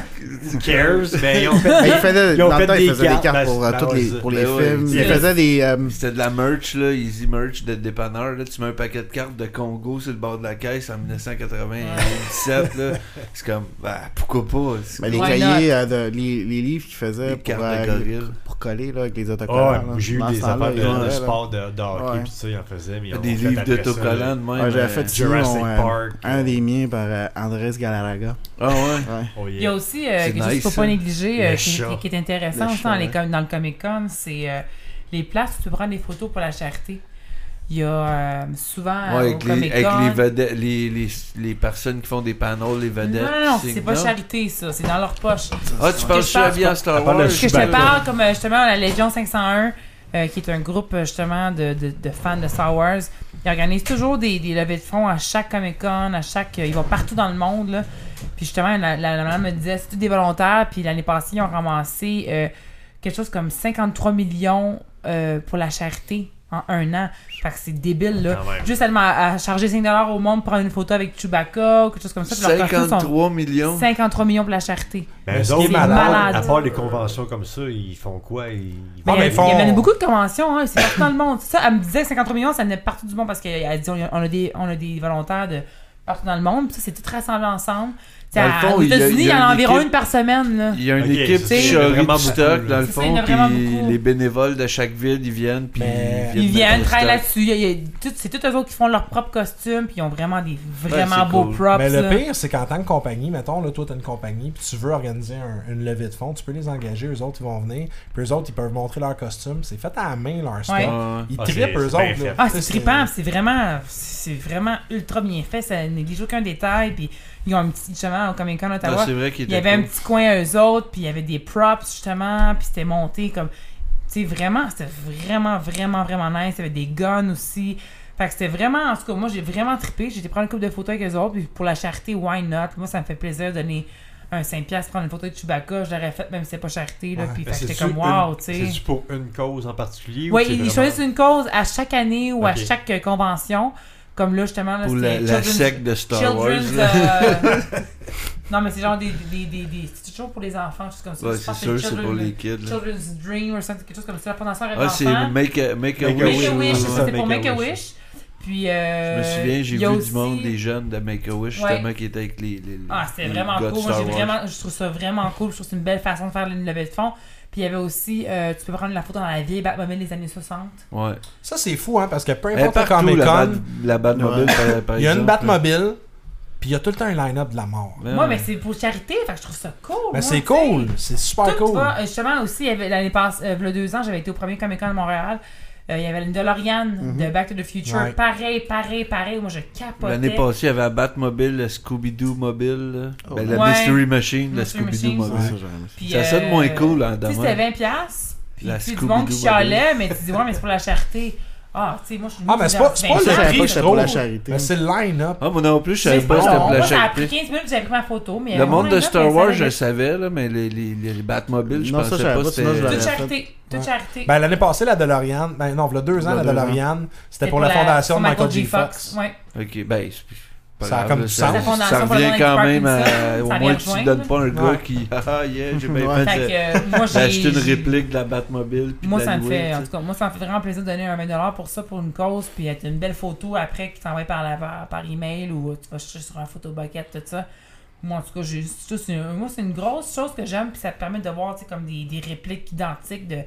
Who cares? Mais ils ont fait *laughs* ben, *laughs* il faisait, Ils ont dans le fait temps, il des faisait des cartes, cartes ben, pour euh, ben, tous ouais, les, ça. pour les Ben, ouais, films. il Il faisait- faisait des. euh, C'était de la merch, là, Easy Merch de dépanneur. Là. Tu mets un paquet de cartes de Congo sur le bord de la caisse en 1997. là. C'est comme, bah, pourquoi pas? C'est ben, les Why cahiers, euh, de- les, les livres qu'il faisait des pour, cartes euh, de gorille. pour coller là, avec les Ah, autocollants. là. j'ai eu Dans ce des temps-là, affaires il y en de, de avait, là. sport, de, de hockey, Ouais. pis ça, ils en faisaient. Mais ils ont Des fait livres après ça, d'autocollants de même. Ouais, j'avais euh, fait ça, Jurassic mon, euh, Park. Un des miens par euh, Andrés Galarraga. Ah ouais? Ouais. Oh, yeah. Il y a aussi euh, C'est quelque chose nice, qu'il ne faut pas ça. négliger, Le euh, qui, chat. qui- qui est intéressant Le aussi dans, chat, les ouais. com- dans le Comic Con, c'est euh, les places où tu peux prendre des photos pour la charité. Il y a euh, souvent Ouais, euh, au avec, les, Comic avec les, Con. vedettes, les, les, les personnes qui font des panneaux, les vedettes. non, non, non, qui c'est signent, pas non? charité, ça. C'est dans leur poche. Ah, tu que parles je ça parle, bien à Star elle parle de Wars? que je Ben, te parle comme euh, justement la Légion 501, euh, qui est un groupe euh, justement de, de- de fans de Star Wars. Ils organisent toujours des, des levées de fonds à chaque Comic Con, à chaque. euh, ils vont partout dans le monde. là. Puis justement, la, la- la madame me disait, c'est tous des volontaires. Puis l'année passée, ils ont ramassé euh, quelque chose comme 53 millions euh, pour la charité en un an. Fait que c'est débile, là. Quand même. Juste seulement à, à charger 5$ au monde pour prendre une photo avec Chewbacca ou quelque chose comme ça. Puis leurs costumes sont 53 millions. 53 millions pour la charité. Mais eux C'est autres, malade. à part les conventions comme ça, ils font quoi? Ils, ils- Ah, Mais mais il y a- Ben, il y font- avait beaucoup de conventions, hein, c'est partout dans le monde. Ça, elle me disait que 53 millions, ça venait partout du monde parce qu'elle dit on, on a des, on a des volontaires de partout dans le monde. Puis Ça, c'est tout rassemblé ensemble. Tu sais, Dans le à- fond, aux il y a- États-Unis, il il y y a en a une environ équipe- une par semaine. là. Il y a une Ok, équipe c'est- qui il y en a charrie vraiment du stock dans beaucoup, là. le C'est ça, il y en fond, a vraiment puis beaucoup. les bénévoles de chaque ville, ils viennent, puis Mais- Ils mettre viennent, le travaillent stock. là-dessus. Il y a- il y a tout- C'est tous eux autres qui font leurs propres costumes, puis ils ont vraiment des vraiment c'est beaux cool. props. Mais là. le pire, c'est qu'en tant que compagnie, mettons, là, toi, t'as une compagnie, puis tu veux organiser un- une levée de fonds, tu peux les engager, eux autres, ils vont venir, puis eux autres, ils peuvent montrer leur costume, c'est fait à la main, leur stock. Ouais. Ouais, Ils Ah, trippent, c'est- eux c'est bien autres. fait. là. Ah, c'est Tu sais, trippant, c'est vraiment, c'est vraiment ultra bien fait, ça néglige aucun détail, puis ils ont un petit, justement, au Comic Con ouais. Non, Ottawa, Ah, c'est vrai qu'il Il y avait un petit coin à eux autres, puis il y avait des props justement, puis c'était monté comme. Tu sais, vraiment, c'était vraiment, vraiment, vraiment nice. Il y avait des guns aussi. Fait que c'était vraiment, en tout cas, moi j'ai vraiment trippé. J'ai été prendre une couple de photos avec eux autres, puis pour la charité, why not? Moi, ça me fait plaisir de donner un 5$ piastres, prendre une photo de Chewbacca. Je l'aurais faite même si c'était pas charité, là, Ouais. puis Ben, fait que j'étais c'est-tu comme wow, une- tu sais. C'est-tu pour une cause en particulier? ou Ouais, c'est ils vraiment- choisissent une cause à chaque année ou à Ok. chaque euh, convention. Comme là, justement, là, Pour c'était la, la Children's- secte de Star Wars. Children's. là. *laughs* euh, non, mais c'est genre des. des, des, des- c'est toujours pour les enfants, juste comme ça. Ouais, Je c'est pense que sûr, c'est pour Children's- les kids. là. Children's Dream ou something, quelque chose comme ça. Pendant ça, Ah, c'est Make a, make a Make a Wish. Make Wish, a Wish, ouais. c'est Je ça, c'est pour Make a Make-A-Wish. Wish. Puis. euh, me souviens, j'ai il y vu a du monde, aussi- des jeunes de Make a Wish, Ouais. justement, qui étaient avec les. les- Ah, c'était les vraiment gars de cool. Moi, Star j'ai Wars. vraiment, je trouve ça vraiment cool. Je trouve que c'est une belle façon de faire une levée de fonds. Puis il y avait aussi, euh, tu peux prendre la photo dans la vieille Batmobile des années 60. Ouais. Ça, c'est fou, hein, parce que peu Mais importe le partout, Comic la, Con, Bat- la Batmobile, par, par il y a une exemple, Batmobile, puis il y a tout le temps un line-up de la mort. là. Moi, mais c'est pour charité, fait que je trouve ça cool. moi, Mais Ben, c'est tu sais. cool, c'est Ah, super Tout cool. va- euh, justement aussi, il y avait- l'année passée, euh, il y a deux ans, j'avais été au premier Comic Con de Montréal. Euh, il y avait une DeLorean Mhm. de Back to the Future. Ouais. Pareil, pareil, pareil. Moi, je capotais. L'année passée, il y avait la Batmobile, la Scooby-Doo Mobile, là. Oh. Ben, la Ouais. Mystery Machine, la Mystery Scooby-Doo Machine, Ouais, Mobile. ça, j'aurais aimé ça. Puis, Ça euh, sonne moins cool en Tu sais, demain. c'était 20$. piastres, Puis, La tu sais, du monde qui Scooby-Doo chialait, mais tu dis, ouais, mais c'est pour la charité. Ah, tu sais, moi, je suis Ah, mais c'est pas- c'est pas Ça, je le savais prix, pas que je c'était pour la trouve. charité. Mais c'est le line-up. Ah, moi non plus, je savais sais pas, pas c'était pour non, la moi, ça a pris charité. 15 minutes, j'avais pris ma photo. Mais Le monde de Star Wars, je je le savais, là, mais les, les, les Batmobiles, je Non, ça, pensais je savais pas pas, c'était... sinon, je l'aurais- Toute charité. Toute charité. Ben, l'année passée, la DeLorean, ben non, il y a deux ans, Il y la a deux ans. DeLorean, c'était pour la fondation de Michael J. Fox. Ouais. Ok, ben, c'est- Pas Ça a grave, comme là, du ça, sens. Ça ça fondation pour le revient monde quand avec même à- Parkinson, Au moins, ça vient tu rejoindre, donnes pas un là. gars qui. Ah, yeah, j'ai bien Ouais. fait Fait de- que *laughs* euh, moi, j'ai. d'acheter une j'ai- réplique de la Batmobile. puis Moi, de la ça me louer, fait, tu en sais. tout cas, moi, ça me fait vraiment plaisir de donner un 20$ pour ça, pour une cause, puis être une belle photo après qui t'envoie par, la- par, par email ou euh, tu vas chercher sur un photobucket, tout ça. Moi, en tout cas, j'ai- c'est juste une- moi, c'est une grosse chose que j'aime, puis ça te permet de voir, tu sais, comme des, des répliques identiques de,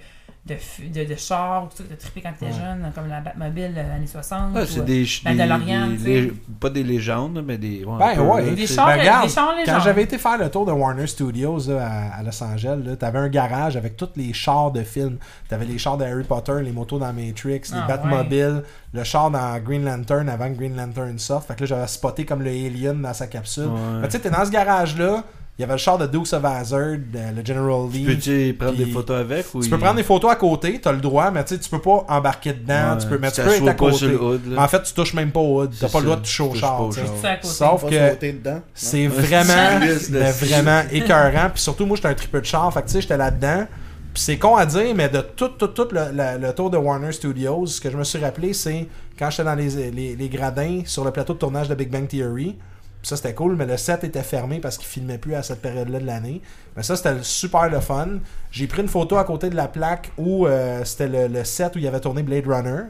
de, fu- de, de chars, ou tout ça, que t'as trippé quand t'étais Ouais. jeune, comme la Batmobile euh, années 60. Ah, ou, c'est euh, des, la des- DeLorean, des- tu sais. lég- pas des légendes, mais des. ouais, un Ben peu, ouais. là, tu Des sais. chars, Ben, regarde, des chars légendes. Quand j'avais été faire le tour de Warner Studios là, à, à Los Angeles, là, t'avais un garage avec tous les chars de films. T'avais les chars de Harry Potter, les motos dans Matrix, les Ah, Batmobiles, le char dans Green Lantern avant que Green Lantern sorte. Fait que là, j'avais spoté comme le Alien dans sa capsule. Ouais. Fait que tu sais, t'es dans ce garage-là, il y avait le char de Dukes of Hazzard, le General Lee. Tu peux tu sais, prendre des Puis- photos avec ou Tu il- peux prendre des photos à côté, t'as le droit, mais tu sais, tu peux pas embarquer dedans, Ouais, tu peux, mais tu peux t'assois être à pas côté. sur le hood, là. en fait, tu touches même pas au hood, t'as C'est pas le ça, droit de toucher au tu touches char. pas au tu sais. char. tout ça à côté. Sauf Pas que sauter dedans. c'est Ouais, vraiment, *laughs* c'est mais de- vraiment écœurant. Puis surtout, moi, j'étais un tripeux de char. Fait que, tu sais, j'étais là-dedans. Puis c'est con à dire, mais de tout, tout, tout le, le- le tour de Warner Studios, ce que je me suis rappelé, c'est quand j'étais dans les, les- les gradins sur le plateau de tournage de Big Bang Theory. Puis ça, c'était cool, mais le set était fermé parce qu'ils filmaient plus à cette période-là de l'année. Mais ça, c'était super le fun. J'ai pris une photo à côté de la plaque où euh, c'était le, le set où il y avait tourné Blade Runner.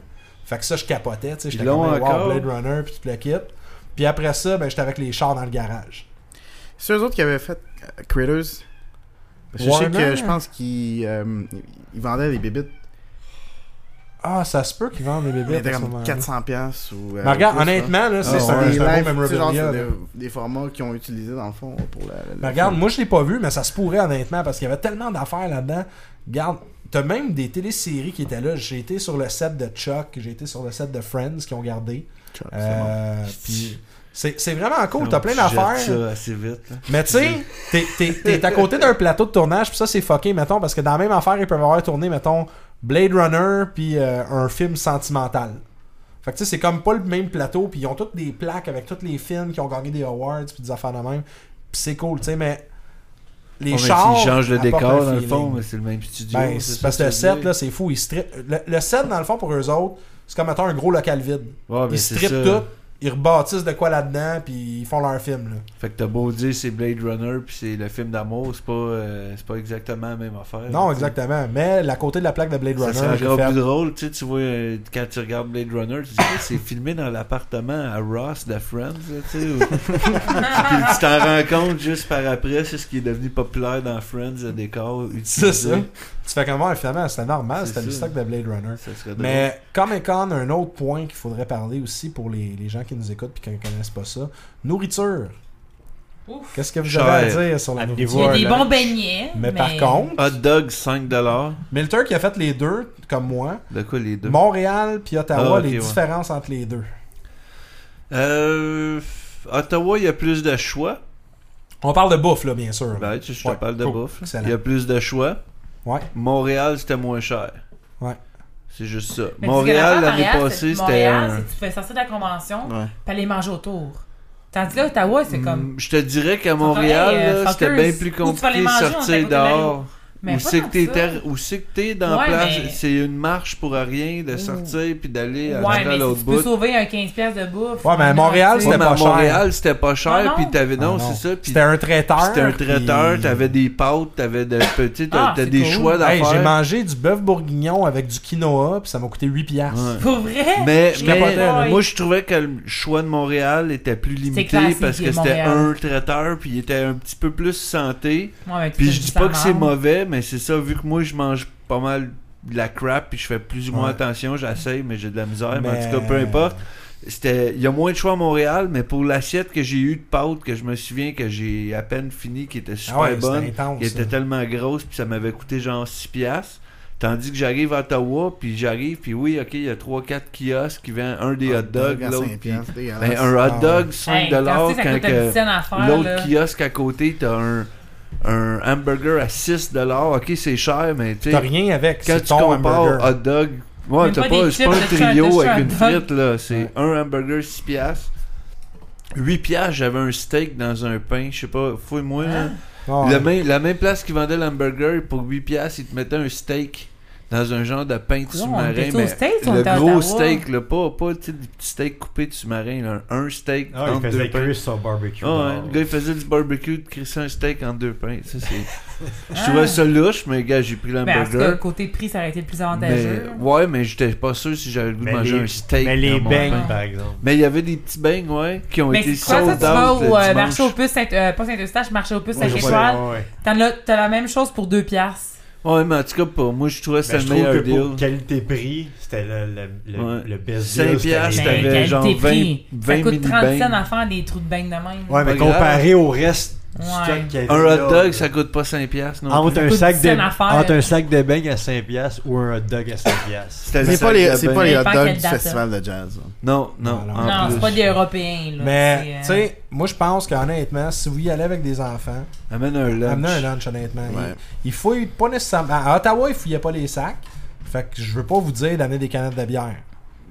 Fait que ça, je capotais. tu sais, J'étais Ils l'ont comme, Wow, encore? Blade Runner, puis tout le kit. Puis après ça, ben, j'étais avec les chars dans le garage. C'est eux autres qui avaient fait euh, Critters. Parce que je sais Warner. que je pense qu'ils euh, ils vendaient des bébites. Ah, ça se peut qu'ils vendent des Ils bébés étaient à ce comme moment 400 pièces ou. euh, Mais regarde, plus, là. honnêtement, là, c'est Ah, c'est ouais. un, Des c'est un lives, bon tu sais, genre, memorabilia. c'est là. des, des formats qu'ils ont utilisés dans le fond pour la. la- Mais regarde, moi je l'ai pas vu, mais ça se pourrait honnêtement, parce qu'il y avait tellement d'affaires là-dedans. Regarde, t'as même des téléséries qui étaient là. J'ai été sur le set de Chuck, j'ai été sur le set de Friends qui ont gardé. Chuck, c'est bon. Euh, puis c'est c'est vraiment cool, Non, t'as plein tu jettes d'affaires. ça assez vite. là. Mais tu sais, t'es- t'es t'es à côté d'un plateau de tournage, puis ça c'est fucké, mettons, parce que dans la même affaire, ils peuvent avoir tourné, mettons, Blade Runner, puis euh, un film sentimental. Fait que tu sais, c'est comme pas le même plateau, puis ils ont toutes des plaques avec tous les films qui ont gagné des awards, puis des affaires de même. Puis c'est cool, tu sais, mais les Ouais, Oh, mais chars. Ils changent le apportent décor un dans le feeling. fond, mais c'est le même studio. Ben, c'est c'est ça parce que que le je veux set, dire. là, c'est fou. Ils strip... le, le set, dans le fond, pour eux autres, c'est comme, mettons, un gros local vide. Ouais, ben, ils c'est strippent ça. tout, ils rebâtissent de quoi là-dedans, puis ils font leur film, là. Fait que t'as beau dire c'est Blade Runner puis c'est le film d'amour, c'est pas, euh, c'est pas exactement la même affaire. Non, là, exactement. Mais la côté de la plaque de Blade Euh, Ça Runner, serait j'ai encore plus fait. drôle, tu sais, tu vois, euh, quand tu regardes Blade Runner, tu dis, Hey, c'est filmé dans l'appartement à Ross de Friends, là, tu sais. ou- *laughs* Puis tu t'en rends compte juste par après, c'est ce qui est devenu populaire dans Friends, le décor. C'est ça. utilisé. Tu fais comment finalement, c'était normal, C'est c'était le ça. stock de Blade Runner. Ça serait drôle. Mais Comic Con, un autre point qu'il faudrait parler aussi pour les, les gens qui nous écoutent et qui ne connaissent pas ça. Nourriture. Ouf. Qu'est-ce que vous Cher. Ah, avez à dire sur la Amenez-vous Il nourriture? y a Ouais, des là. bons beignets. Mais par contre, Hot dog 5$. Milter qui a fait les deux, comme moi, De quoi les deux Montréal puis Ottawa, Ah, ok, les ouais. différences entre les deux. Euh, Ottawa, il y a plus de choix. On parle de bouffe, là, bien sûr. Ben, tu sais, je te Ouais, parle de cool. bouffe. Excellent. Il y a plus de choix. Ouais. Montréal, c'était moins cher. Ouais. C'est juste ça. Mais Montréal, parce que l'année Montréal, passée, c'est- c'était Montréal, un... c'est que tu fais sortir de la convention, Ouais. puis aller manger autour. Tandis que là, Ottawa, c'est comme. Mm, Je te dirais qu'à comme, Montréal, hey, euh, là, c'était fuckers, bien plus où tu vas compliqué aller de manger, on est à sortir côté de la dehors. Mais Où pas c'est que tant t'es ça. ter- où c'est que t'es dans Ouais, la place, mais- c'est une marche pour à rien de sortir puis d'aller à Ouais, dans mais l'autre si tu peux bout. sauver un 15$ de bouffe. Ouais, mais à non, Montréal, tu sais. Ouais, c'était mais pas à cher. Montréal, c'était pas cher, Ah non? puis t'avais non, Ah non. c'est ça, puis C'était un traiteur. c'était un traiteur, puis- t'avais des pâtes, t'avais de petit, t'as Ah, t'as c'est des cool. choix Hey, d'affaires. j'ai mangé du bœuf bourguignon avec du quinoa, puis ça m'a coûté 8 piastres. Ouais. Pour vrai? *laughs* Mais, Je mais capotais, là. moi, je trouvais que le choix de Montréal était plus limité classique, parce que c'était Montréal. un traiteur, puis il était un petit peu plus santé. Ouais, mais tu Puis fais je du dis pas que c'est saumon. mauvais, mais c'est ça, vu que moi, je mange pas mal de la crap, puis je fais plus ou moins Ouais. attention, j'essaye, mais j'ai de la misère, mais... en Mais- euh, tout cas, peu importe. C'était, il y a moins de choix à Montréal, mais pour l'assiette que j'ai eue de pâtes, que je me souviens que j'ai à peine fini, qui était super Ah ouais, c'était bonne, intense, qui ça. était tellement grosse, puis ça m'avait coûté genre 6 piastres. Tandis que j'arrive à Ottawa, puis j'arrive, puis oui, ok, il y a 3-4 kiosques qui vendent un Ah, euh, des hot dogs, à l'autre. 5 puis- piastres, dégueulasse. Ben, un hot dog, 5$ Hey, dollars, quand tu sais, ça quand coûte une que- dizaine à faire, là. L'autre kiosque à côté, t'as un, un hamburger à 6$. Ok, c'est cher, mais tu T'as sais, rien avec, quand c'est tu ton compares hamburger. hot dog, ouais, Même t'as pas pas, des c'est pas chips, un t'as trio juste un avec une hot dog. frite, là. C'est Ouais. un hamburger 6$. 8$, j'avais un steak dans un pain, je sais pas, fouille-moi, là. Ah, Le ouais. même- la même place qui vendait l'hamburger, pour 8$, ils te mettaient un steak dans un genre de pain Coudon, on sous-marin. était aux mais States, on le était à gros Ottawa. steak, là, pas, pas tu sais, des petits steaks coupés de sous-marin. là, Un steak Ah, il entre faisait deux pains. cuire sur barbecue. Ah ouais, dans- le gars il faisait du barbecue, de crisser un steak en deux pains. Ça, *laughs* c'est- je Ah. trouvais ça louche, mais gars, j'ai pris Mais parce que l'hamburger. côté prix, ça aurait été le plus Mais, avantageux. ouais, mais j'étais pas sûr si j'avais le goût de Mais manger les- un steak. Mais les dans mon pain. beignes, par exemple. Mais il y avait des petits beignes, ouais, qui ont Mais été c'est quoi ça, sold tu vas out le au euh, dimanche. marché aux puces, Saint- euh, pas Saint-Eustache, marché aux puces Ouais, je vois Saint-Étoile. Ouais, ouais. T'en as- T'as la même chose pour 2 piastres. Ouais, mais en tout cas, pour moi, je trouvais que c'était Ben, je le trouve meilleur que pour deal. qualité-prix, c'était le, le, le, Ouais. le best deal. 5 piastres, c'était les- Ben, t'avais genre qualité 20 prix. Ça 20 coûte 30 mini-beignes. cents à faire des trous de bain de même. Pas Ouais, mais grave. comparé au reste du Ouais. stock qu'il y avait Un là, hot dog, là. ça coûte pas 5 piastres non Entre plus. un, Coûte sac de, dix cents à faire. entre un sac de beignes à 5 piastres ou un hot dog à 5 piastres. C'était le C'est sac pas les, de c'est beignes. pas les hot Mais pas dogs quelle du date, festival de jazz. là. Non, non, Non, en Non, plus. c'est pas des Européens. Là. Mais, tu C'est, euh, sais, moi, je pense qu'honnêtement, si vous y allez avec des enfants, Amène un lunch. amenez un lunch, honnêtement. Ouais. Il, faut fouillent pas nécessairement. À Ottawa, ils fouillaient pas les sacs. Fait que je veux pas vous dire d'amener des canettes de bière.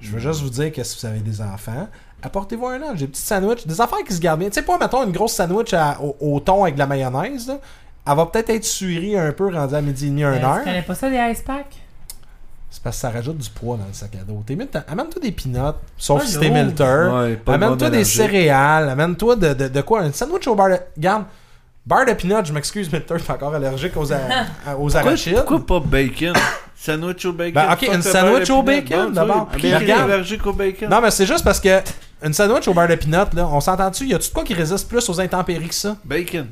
Je veux juste vous dire que si vous avez des enfants, apportez-vous un lunch, des petits sandwichs, des affaires qui se gardent bien. Tu sais, pas, mettons, une grosse sandwich à- au, au thon avec de la mayonnaise, là. Elle va peut-être être suirie un peu rendue à midi et demi, euh, une Tu heure. connais pas ça, des ice packs? C'est parce que ça rajoute du poids dans le sac à dos. T'es mieux de t'en- Amène-toi des peanuts, sauf Ah, Pas si t'es lourd. melter. Ouais, pas Amène-toi de bon des mélanger. céréales, amène-toi de, de, de quoi Un sandwich au bar de. Garde, bar de peanuts, je m'excuse, mais toi, t'es encore allergique aux, a- à- aux *laughs* Pourquoi, arachides. pourquoi pas bacon Sandwich au bacon. Ben, ok, fuck une le sandwich beurre au de peanut. bacon, Bon, d'abord. tu vois, Mais Pierre est regarde. allergique au bacon. Non, mais c'est juste parce que une sandwich au bar de peanuts, là, on s'entend-tu Y a-tu de quoi qui résiste plus aux intempéries que ça Bacon.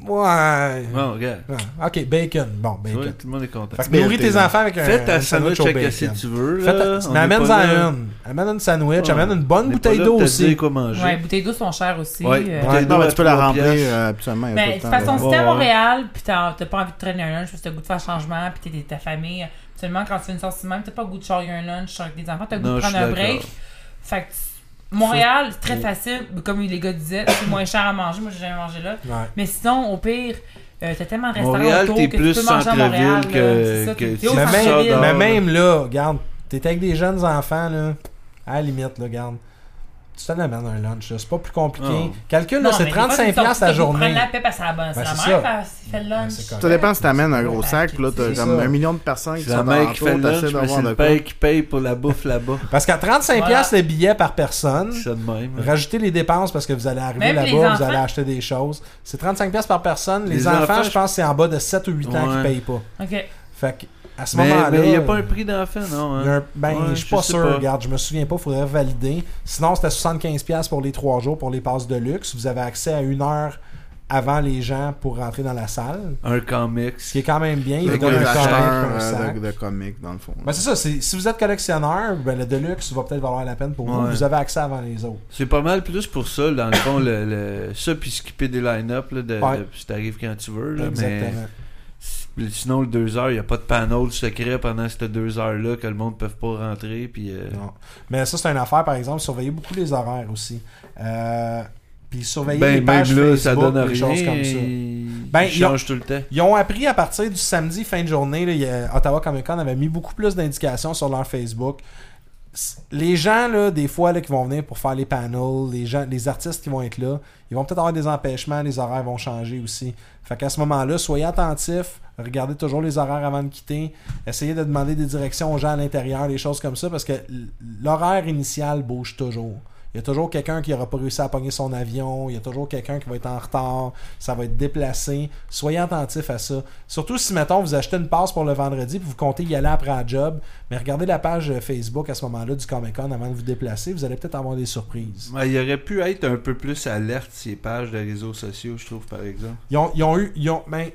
Ouais. Bon, regarde. Ah, ok, bacon. Bon, Tu vois, bacon. tout le monde est content. Fait que nourris tes Priorité, enfants avec un. Fais ta un sandwich avec bacon. ce que tu veux. Fais là. ta- On Mais est amène-en pas là. une. Amène une sandwich, Ouais. amène une bonne On est bouteille pas là d'eau pour te aussi. dire quoi manger. Ouais, bouteilles d'eau sont chères aussi. Ouais, bouteilles euh. Ben, d'eau Non, mais à tu peux trois la remplir piastres. euh, habituellement. il y a Mais Ben, pas de toute le temps, façon, là. si t'es à Ouais, ouais. Montréal, puis t'as t'as pas envie de traîner un lunch, parce que t'as le goût de faire changement, puis t'es t'es ta famille. Seulement quand tu fais une sortie de même, t'as pas le goût de charger un lunch avec des enfants, t'as le goût Non, de je suis prendre un d'accord. break. Fait que tu- Montréal, c'est très facile, comme les gars disaient, c'est moins cher à manger. Moi, j'ai jamais mangé là. Ouais. Mais sinon, au pire, euh, t'as tellement de restaurants Montréal, autour t'es que plus tu peux manger à Montréal. centre-ville là. que- C'est ça, t'es- que t'es au tu Mais sors même, centre-ville. dehors. mais même là, regarde, t'es avec des jeunes enfants, là, à la limite, là, regarde. Tu te l'amènes un lunch, là, c'est pas plus compliqué. Non. Calcule, Non, là, c'est mais des fois, 35$ t'es piastres la sorti, t'as le goût de journée. prendre la paix parce que c'est la bonne. Ben, c'est c'est la ça. mère qui fait le Ben, lunch. c'est correct. Ça dépend si t'amènes un gros Ouais, sac, là, t'as c'est comme ça. un million de personnes qui C'est sont la mère qui fait le alentour, lunch, t'essaies mais d'avoir c'est de le quoi. père qui paye pour la bouffe là-bas. Parce qu'à 35$ Voilà. piastres le billet par personne, C'est ça de même. hein. rajoutez les dépenses parce que vous allez arriver Même les là-bas, vous enfants. allez acheter des choses. C'est 35$ piastres par personne. Les, Les enfants, enfants, je pense que c'est en bas de 7 ou 8 ans qui Ouais. payent pas. Ok. Fait que, à ce Mais moment-là. mais il n'y a pas un prix d'enfant, non. hein? il y a un- Ben, Ouais, je suis pas sais sûr, regarde, je me souviens pas, faudrait valider. Sinon, c'était 75$ piastres pour les 3 jours pour les passes de luxe. Vous avez accès à une heure avant les gens pour rentrer dans la salle. Un comics. Ce qui est quand même bien. Il T'as vous comme donne un comic, des un acheteurs sac. euh, de- de comics, dans le fond. là. Ben, c'est ça, c'est- si vous êtes collectionneur, ben, le Deluxe va peut-être valoir la peine pour vous. Ouais. Vous avez accès avant les autres. C'est pas mal plus pour ça, dans le fond, le, le- ça, puis skipper des line-up, là, de, Ouais. de- si t'arrives quand tu veux. Là, mais Exactement. si- sinon, le 2 heures, il n'y a pas de panneau secret pendant ces 2 heures-là que le monde ne peut pas rentrer. Puis, euh, Non. Mais ça, c'est une affaire, par exemple, surveillez beaucoup les horaires aussi. Euh, puis surveillez ben, les même pages là, Facebook, ça donne des rien. choses comme ça. ils Ben, ils ils ont- changent tout le temps. Ils ont appris à partir du samedi fin de journée, là, il y a- Ottawa Comic Con avait mis beaucoup plus d'indications sur leur Facebook. S- Les gens, là, des fois, là, qui vont venir pour faire les panels, les, gens, les artistes qui vont être là, ils vont peut-être avoir des empêchements, les horaires vont changer aussi. Fait qu'à ce moment-là, soyez attentifs, regardez toujours les horaires avant de quitter, essayez de demander des directions aux gens à l'intérieur, des choses comme ça, parce que l- l'horaire initial bouge toujours. Il y a toujours quelqu'un qui n'aura pas réussi à pogner son avion, il y a toujours quelqu'un qui va être en retard, ça va être déplacé. Soyez attentifs à ça. Surtout si, mettons, vous achetez une passe pour le vendredi puis vous comptez y aller après la job, mais regardez la page euh, Facebook à ce moment-là du Comic-Con avant de vous déplacer, vous allez peut-être avoir des surprises. Ouais, Ben, il aurait pu être un peu plus alerte ces pages de réseaux sociaux, je trouve, par exemple. Ils ont, ils ont eu. Ils ont, ben,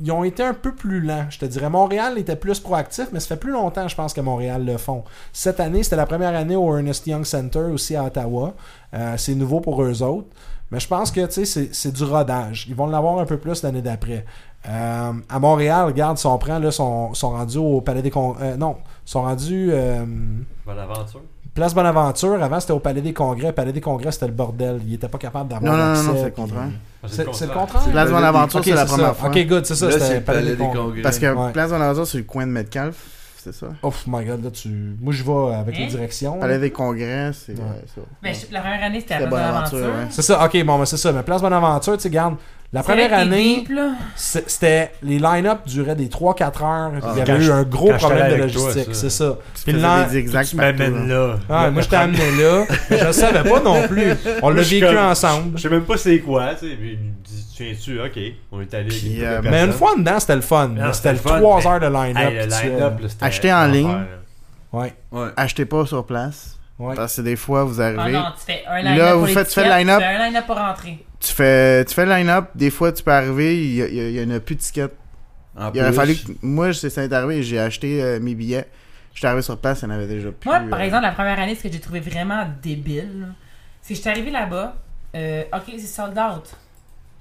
ils ont été un peu plus lents. Je te dirais, Montréal était plus proactif, mais ça fait plus longtemps, je pense, que Montréal le font. Cette année, c'était la première année au Ernest Young Center, aussi à Ottawa. Euh, c'est nouveau pour eux autres. Mais je pense que, tu sais, c'est- c'est du rodage. Ils vont l'avoir un peu plus l'année d'après. Euh, à Montréal, regarde, si on prend, là, sont, sont rendus au Palais des... Con- euh, non, sont rendus... euh, Bonne aventure. Place Bonaventure, avant c'était au Palais des Congrès. Palais des Congrès, c'était le bordel. Ils n'étaient pas capables d'avoir Non, non, non, l'accès, non, c'est le puis- contraire. C'est c'est le contraire? C'est Place le- Von Aventure, Ok, c'est ça. la première fois. Ok, good, c'est ça. là, c'était c'est le palais des Congrès. congrès. Parce Ouais. que Place Von Aventure, c'est le coin de Metcalf, c'est ça. Oh my god, là, tu. Moi, je vais avec les Hein? directions. là. Palais des Congrès, c'est Ouais. euh, ça. Mais Ouais. je- la première année, c'était C'était la bonne aventure. ouais. C'est ça, ok, bon, ben, c'est ça. Mais Place Bonaventure, tu sais, garde, La C'est vrai première que t'es année, deep, là. c'est- c'était les line-up duraient des 3-4 heures. Ah. Il y Quand avait eu je- un gros quand j'étais problème de allé avec toi, logistique, ça. c'est ça. Tu Puis le faisais lin- des zigzags Tu partout. hein. m'amènes là. Ben, là. Ah, moi, je t'ai amené là. mais je le savais pas non plus. On l'a Je suis vécu comme- ensemble. Je sais même pas c'est quoi, tu sais. Puis, tu viens-tu, ok. On est allé. avec Puis, une euh, couple de Mais une personnes. fois en dedans, c'était le fun. Mais c'était c'était le fun, 3 mais- heures de line-up. Hey, le puis tu- line-up, là, c'était Acheté en ligne. l'enfer, là. Ouais, Ouais. Achetez pas sur place. ouais. Parce que des fois, vous Ah arrivez. non, tu fais Là, un line-up. pour vous les faites- tu fais le tickets, line-up. Tu fais un line-up pour rentrer. Tu fais, tu fais le line-up, des fois tu peux arriver, il y, a- il y a- il y en a plus de tickets. Ah, En Il aurait plus, fallu que. Moi, c'est ça m'est arrivé, j'ai acheté euh, mes billets. J'étais arrivé sur place, il n'y en avait déjà plus. Moi, par euh, exemple, la première année, ce que j'ai trouvé vraiment débile, là, c'est que j'étais arrivé là-bas. euh, ok, c'est sold out.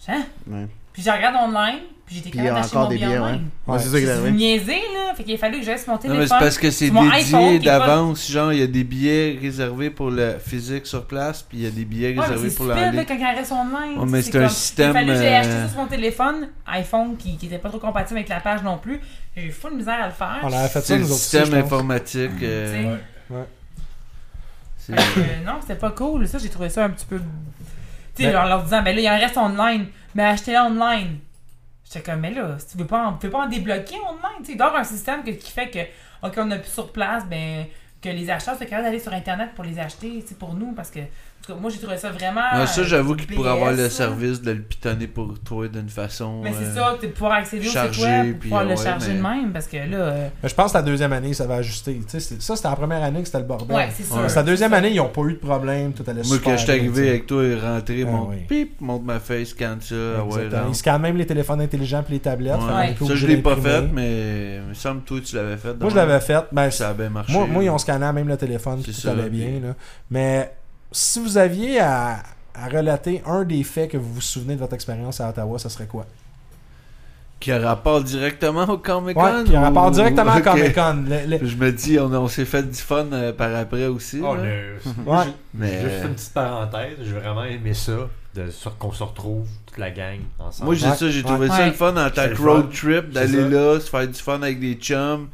Hein? Ouais. Puis je regarde online, puis j'étais Puis il y capable a d'acheter encore mon des billet billets, ouais. online. Moi, Ouais. c'est ça qui est J'ai arrivé. niaiser, là. Fait qu'il a fallu que je laisse mon Non, mais téléphone. c'est parce que c'est sur mon iPhone dédié qui est pas- d'avance. Genre, il y a des billets réservés pour le physique sur place, puis il y a des billets Ouais, mais réservés c'est pour stupide, la là, ligne. quand il reste online. Ouais, mais c'est un comme- système, Il fallait que j'ai acheté euh, ça sur mon téléphone, iPhone, qui, qui était pas trop compatible avec la page non plus. J'ai eu fou de misère à le faire. Oh On avait fait ça, C'est le nous autres. aussi, système je pense. informatique. Tu euh, sais. c'est- Fait que, euh, non, c'était pas cool. Ça, j'ai trouvé ça un petit peu. Tu sais, Ben- en leur disant, mais là, il en reste online. Mais achetez-le online. J'étais comme, mais là, si tu veux pas en, tu peux pas en débloquer online. Tu sais, il doit y avoir un système que- qui fait que, OK, on a plus sur place, ben, que les acheteurs sont capables d'aller sur Internet pour les acheter, tu sais, pour nous. Parce que, en tout cas, moi, j'ai trouvé ça vraiment. Non, ça, euh, j'avoue qu'il pourrait avoir le BS, service de le pitonner pour toi d'une façon. Mais c'est euh, ça, de pouvoir accéder au site chargé, web, pour puis, euh, pouvoir le ouais, charger mais- de même, parce que là. euh, Mais je pense que la deuxième année, ça va ajuster. Tu sais, c'est- ça, c'était la première année que c'était le bordel. Ouais, c'est sûr. Ouais. Parce que la deuxième année, ils n'ont pas eu de problème. Tout allait Moi, super quand je suis bien, tu arrivé sais. avec toi et rentré, Ah, monte oui. pip, monte ma face, scanne ça. ah Ouais, Exactement. rentre. Ils scannent même les téléphones intelligents et les tablettes. Ouais. fait qu'on est Ça, Ça, je obligé l'ai pas d'imprimer. fait, mais il me semble que toi, tu l'avais fait. Moi, je l'avais fait. Ben, Ça a bien marché. Moi, moi, ils ont scanné même le téléphone, C'est puis tout ça, allait puis- bien. là. Mais si vous aviez à, à relater un des faits que vous vous souvenez de votre expérience à Ottawa, ça serait quoi? Qui a rapport directement au Comic Con. Ouais, puis en rapport ou- directement *laughs* Ok. à Comic-Con. Le- le- Je me dis, on, on s'est fait du fun euh, par après aussi. Oh, là. le- Ouais. Mais euh, Juste une petite parenthèse, j'ai vraiment aimé ça, de, sur- qu'on se retrouve toute la gang ensemble. euh, moi, j'ai Ouais. ça, j'ai Ouais. trouvé ça le Ouais. fun en C'est tant le que fun. road trip, d'aller ça. là, se faire du fun avec des chums.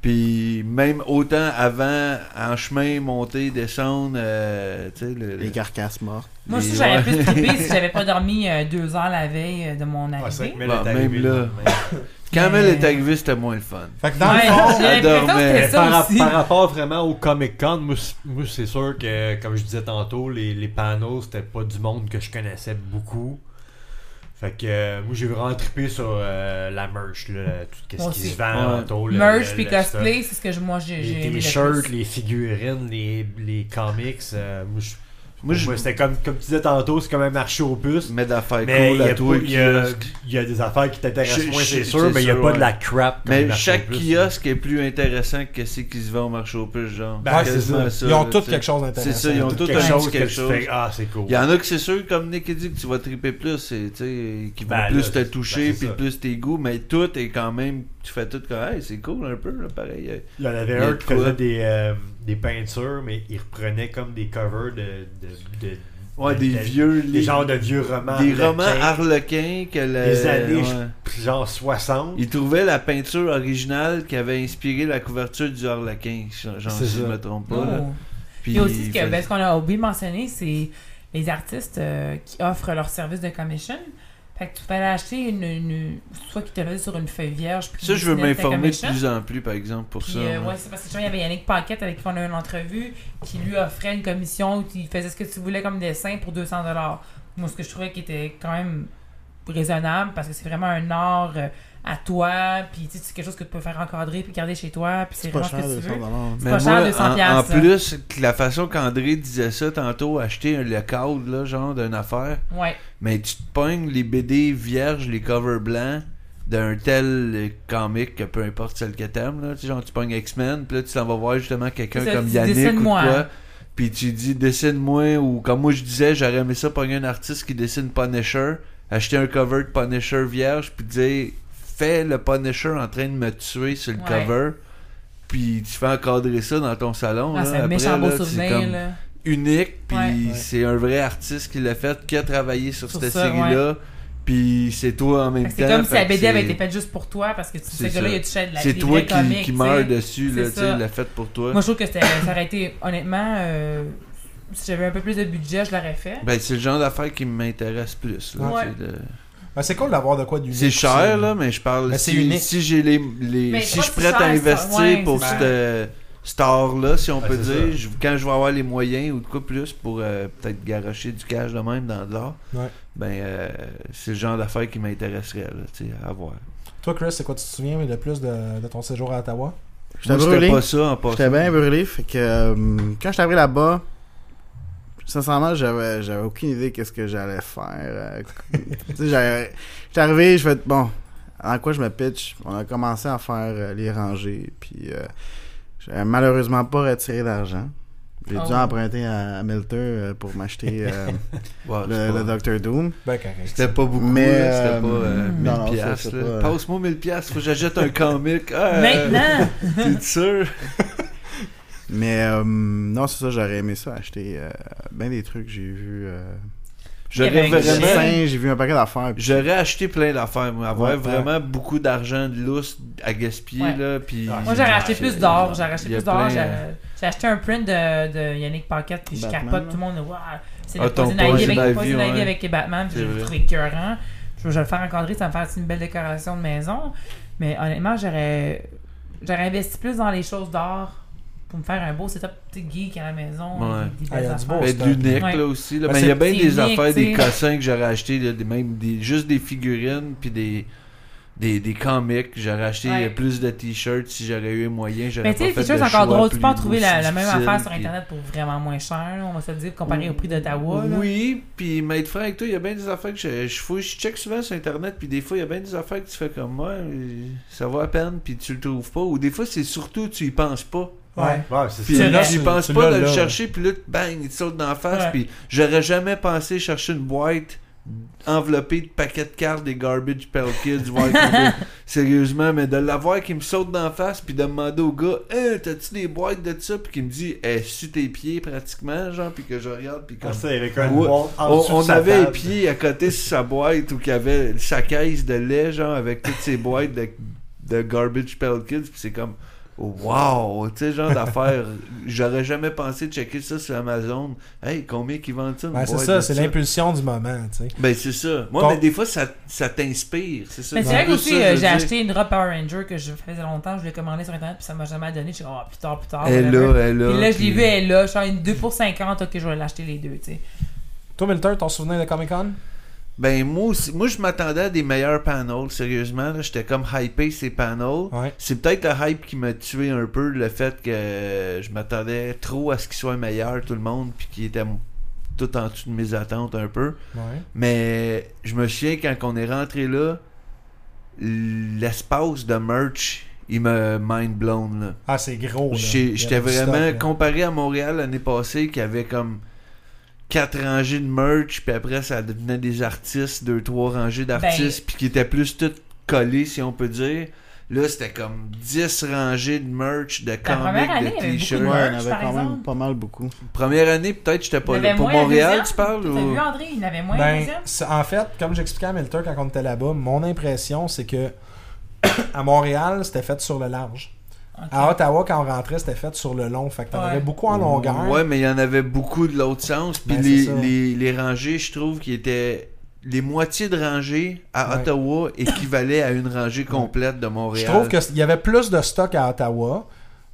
Puis même autant avant, en chemin, monter, descendre, euh, tu sais, le- Les carcasses mortes. Moi, je les- sais, j'avais ouais. plus *laughs* trippé si j'avais pas dormi euh, deux heures la veille euh, de mon Ouais, c'est vrai arrivée. que Mel Bon, est Bah, même arrivée là. le *laughs* lendemain. Quand Mais- elle est arrivée, c'était moins le fun. Fait que dans Ouais, le fond, *laughs* j'ai l'impression que dormait. c'était ça par, aussi. par rapport vraiment au Comic Con, moi, c'est- moi, c'est sûr que, comme je disais tantôt, les, les panneaux, c'était pas du monde que je connaissais beaucoup. Fait que euh, moi, j'ai vraiment trippé sur euh, la merch, là, tout Moi ce qui aussi. se vend Ouais. autour. le- Merch le- puis le cosplay, c'est ce que je- moi j'ai stuff. j'ai Les aimé le t-shirts, plus. les figurines, les, les comics. euh, moi, je- Moi, je moi, c'était comme, comme tu disais tantôt, c'est comme un marché aux puces. mets d'affaires Mais cool il y, à a toi. pas- il y a- kiosque. il y a des affaires qui t'intéressent Je- moins, je- c'est c'est sûr, mais il n'y a sûr, pas ouais. de la crap. comme Mais marché chaque aux puces. kiosque est plus intéressant que ce qui se vend au marché aux puces, genre. Ben, c'est Quasiment ça. Ils ont là, tous tu sais. quelque chose d'intéressant. C'est ça, ils ont tous quelque un chose petit que quelque tu chose. fais, ah, c'est cool. Il y en a que c'est sûr, comme Nick a dit, que tu vas triper plus, c'est, tu sais, qui vont Ben, plus là, te c'est- toucher, ben, c'est puis ça. plus tes goûts, mais tout est quand même, tu fais tout comme, hey, c'est cool un peu, là, pareil. euh, Il y en Il avait y a un de qui quoi. faisait des, euh, des peintures, mais il reprenait comme des covers de. de, de Ouais, de- des de- vieux, Ben, Des les- genres de vieux romans. des américains, romans harlequins que le- Des années, ouais. je- genre 60. Il trouvait la peinture originale qui avait inspiré la couverture du harlequin, genre, C'est si je ça. me trompe pas. là. Oh. Puis Puis aussi ce il que- faisait- ben, ce qu'on a oublié de mentionner, c'est les artistes euh, qui offrent leur service de commission. Fait que tu peux aller acheter une, une- soit qui te l'a sur une feuille vierge. Puis Ça, je veux dessiner ta m'informer de commission. plus en plus, par exemple, pour Puis, ça. euh, ouais. ouais, c'est parce que tu vois, il y avait Yannick Paquette avec qui on a eu une entrevue qui lui offrait une commission où il faisait ce que tu voulais comme dessin pour 200 dollars. Moi, ce que je trouvais qui était quand même raisonnable parce que c'est vraiment un art euh, à toi, puis tu sais, c'est quelque chose que tu peux faire encadrer puis garder chez toi, puis c'est C'est pas vraiment cher, ce que tu 200 veux. dollars. C'est pas cher, 200 en- en, piastres, là. plus, que la façon qu'André disait ça tantôt, acheter un- le cadre, là, genre, d'une affaire, Ouais. mais tu te pognes les BD vierges, les covers blancs d'un tel euh, comic que peu importe celle que t'aimes, là, tu sais, genre, tu pognes X-Men, puis là, tu t'en vas voir justement quelqu'un C'est ça, comme tu dis, Yannick ou de dessine-moi. quoi, puis tu dis, dessine-moi, ou comme moi je disais, j'aurais aimé ça pogner un artiste qui dessine Punisher, acheter un cover de Punisher vierge, puis dire, fais le Punisher en train de me tuer sur le Ouais. cover. Puis tu fais encadrer ça dans ton salon. là. Ah, c'est un Après, méchant beau là, c'est souvenir, comme- là. unique, puis Ouais. c'est un vrai artiste qui l'a fait, qui a travaillé sur, Sur cette ça, série-là, puis c'est toi en même Fait que temps. C'est comme si fait la que BD avait c'est- été faite juste pour toi parce que tu sais C'est que là, ça. il y a du chat de la C'est des toi vrais qui, comics, qui tu meurs sais. dessus, là, C'est tu ça. sais, l'a fait pour toi. Moi, je trouve que c'était- ça aurait été, honnêtement, euh, si j'avais un peu plus de budget, je l'aurais fait. Ben, c'est le genre d'affaires qui m'intéresse plus. là, Ouais. tu sais, de- Ben, c'est cool d'avoir de quoi d'unique. C'est cher, aussi. là, mais je parle. Mais c'est si, unique. si j'ai les. les- Mais si pas je suis si prêt cher, à investir ça, ouais, pour c'est cette euh, star-là, si on Ouais, peut c'est dire, ça. je- quand je vais avoir les moyens ou de quoi plus pour euh, peut-être garocher du cash de même dans de l'art, Ouais. ben, euh, c'est le genre d'affaires qui m'intéresserait, là, tu sais, à voir. Toi, Chris, c'est quoi tu te souviens le plus de, de ton séjour à Ottawa J'étais Moi, C'était brûlé. pas ça en passant. J'étais bien brûlé. Fait que euh, quand j'étais arrivé là-bas, sincèrement, j'avais, j'avais aucune idée qu'est-ce que j'allais faire. euh, *laughs* tu sais, j'avais- j'étais arrivé, je fais bon, en quoi je me pitch On a commencé à faire euh, les rangées, puis euh, j'avais malheureusement pas retiré d'argent. J'ai dû Oh. emprunter à, à Milter euh, pour m'acheter euh, *laughs* Ouais, c'est le, pas- le Dr. Doom. Ben, correct. C'était pas beaucoup, Mais, là, c'était euh, pas euh, non, 1000 non, ça, piastres. c'est là. pas, euh, Passe-moi 1000 piastres, faut que j'achète un comic. Ah, Maintenant! euh, *laughs* T'es sûr? Mais euh, non, c'est ça, j'aurais aimé ça, acheter euh, bien des trucs. J'ai vu euh, J'aurais Il y avait un des Vraiment? vraiment... dessins, j'ai vu un paquet d'affaires. puis J'aurais acheté plein d'affaires, moi. Avoir Ouais, vraiment beaucoup d'argent de lousse à gaspiller, Ouais. là, puis... Ah, Ouais. Moi, j'aurais acheté c'est- plus d'or. J'aurais acheté il y a plus d'or. plein, J'ai euh, j'ai acheté un print de, de Yannick Paquette, puis je Batman, capote. là. Tout le monde est Waouh, C'est Ah, le ton Poison Ivy Poison avec, Ivy, Poison Ivy ouais. avec Batman, puis C'est je le vrai. trouve écœurant. Je vais je vais le faire encadrer, ça va me faire une belle décoration de maison. Mais honnêtement, j'aurais j'aurais investi plus dans les choses d'or pour me faire un beau setup petit geek à la maison. Ouais. des- des Ah, il y a belles du affaires. beau. Mais Ben, de l'unique, Ouais. là, aussi. Là. Ben, Mais c'est- il y a bien Ah, c'est des unique, affaires, des t'sais. cossins que j'aurais acheté, là, des, même des, juste des figurines, puis des... Des, des comics, j'aurais acheté euh, Ouais. plus de t-shirts si j'aurais eu moyen. j'aurais Mais Ben, tu sais, pas quelque fait chose de encore choix drôle, tu peux en plus- trouver la, aussi la même difficile, affaire sur puis- Internet pour vraiment moins cher, là, on va se le dire, comparé au prix d'Ottawa. là. Oui, puis mais être franc avec toi, il y a bien des affaires que je, je fouille, je check souvent sur internet, puis des fois il y a bien des affaires que tu fais comme moi, euh, ça va à peine, puis tu le trouves pas, ou des fois c'est surtout tu y penses pas, Ouais. Ouais, c'est puis ça. C'est là, tu y c'est- penses c'est pas là, de là. le chercher, puis là bang, il te saute dans la face, Ouais. puis j'aurais jamais pensé chercher une boîte enveloppée de paquets de cartes des garbage Pail Kids, voir combien- sérieusement, mais de l'avoir qui me saute dans la face, puis de demander au gars, hey, t'as-tu des boîtes de ça, puis qui me dit, eh, sur tes pieds pratiquement, genre, puis que je regarde, puis comme Ah, ça, avec un Ouais. boîte en on, dessous de on sa avait table. épié à côté sur sa boîte où qu'il y avait sa caisse de lait, genre, avec toutes ses boîtes de, de Garbage Pail Kids, puis c'est comme, wow, tu sais, genre *laughs* d'affaire, j'aurais jamais pensé checker ça sur Amazon. Hey, combien qu'ils vendent ça? une Ben, c'est boîte ça, de c'est l'impulsion du moment, tu sais. Ben, c'est ça. Moi, Bon. mais des fois, ça, ça t'inspire, c'est ça. Mais c'est vrai que plus aussi, ça, euh, je j'ai veux dire. acheté une robe Power Ranger que je faisais longtemps, je l'ai commandée sur internet, puis ça m'a jamais donné. Je suis dit, oh, plus tard, plus tard. Elle whatever. là, elle là. Puis là, je l'ai puis- vu, elle est là. Je suis en une 2 pour 50, ok, je vais l'acheter les deux, tu sais. Toi, Milter, ton souvenir de Comic Con Ben, moi aussi, moi, je m'attendais à des meilleurs panels, sérieusement. là. J'étais comme hypé ces panels. Ouais. C'est peut-être le hype qui m'a tué un peu, le fait que euh, je m'attendais trop à ce qu'il soit meilleur, tout le monde, puis qu'il était m- tout en dessous de mes attentes un peu. Ouais. Mais je me souviens, quand on est rentré là, l'espace de merch, il m'a mind blown. Là. Ah, c'est gros. là. Il y J'ai- a J'étais du stock, vraiment là. comparé à Montréal l'année passée qui avait comme quatre rangées de merch, puis après ça devenait des artistes, deux, trois rangées Ben, d'artistes, puis qui étaient plus toutes collées, si on peut dire. Là, c'était comme 10 rangées de merch, de La première comics, année, de il y avait beaucoup de t-shirts. Ouais, il y en merch, avait par quand même exemple. pas mal beaucoup. Première année, peut-être, j'étais Il pas avait là. Pour moins la Montréal, deuxième. tu parles T'as ou... vu, André, il avait moins la Ben, deuxième? c'est- en fait, comme j'expliquais à Milter quand on était là-bas, mon impression, c'est que *coughs* à Montréal, c'était fait sur le large. Ok. À Ottawa, quand on rentrait, c'était fait sur le long. Fait que t'en Ouais. avais beaucoup en longueur. Ouais, mais il y en avait beaucoup de l'autre sens. Puis Ben, c'est les, ça. les, les rangées, je trouve, qui étaient. Les moitiés de rangées à Ouais. Ottawa équivalaient à une rangée complète de Je Montréal. trouve qu'il y avait plus de stock à Ottawa,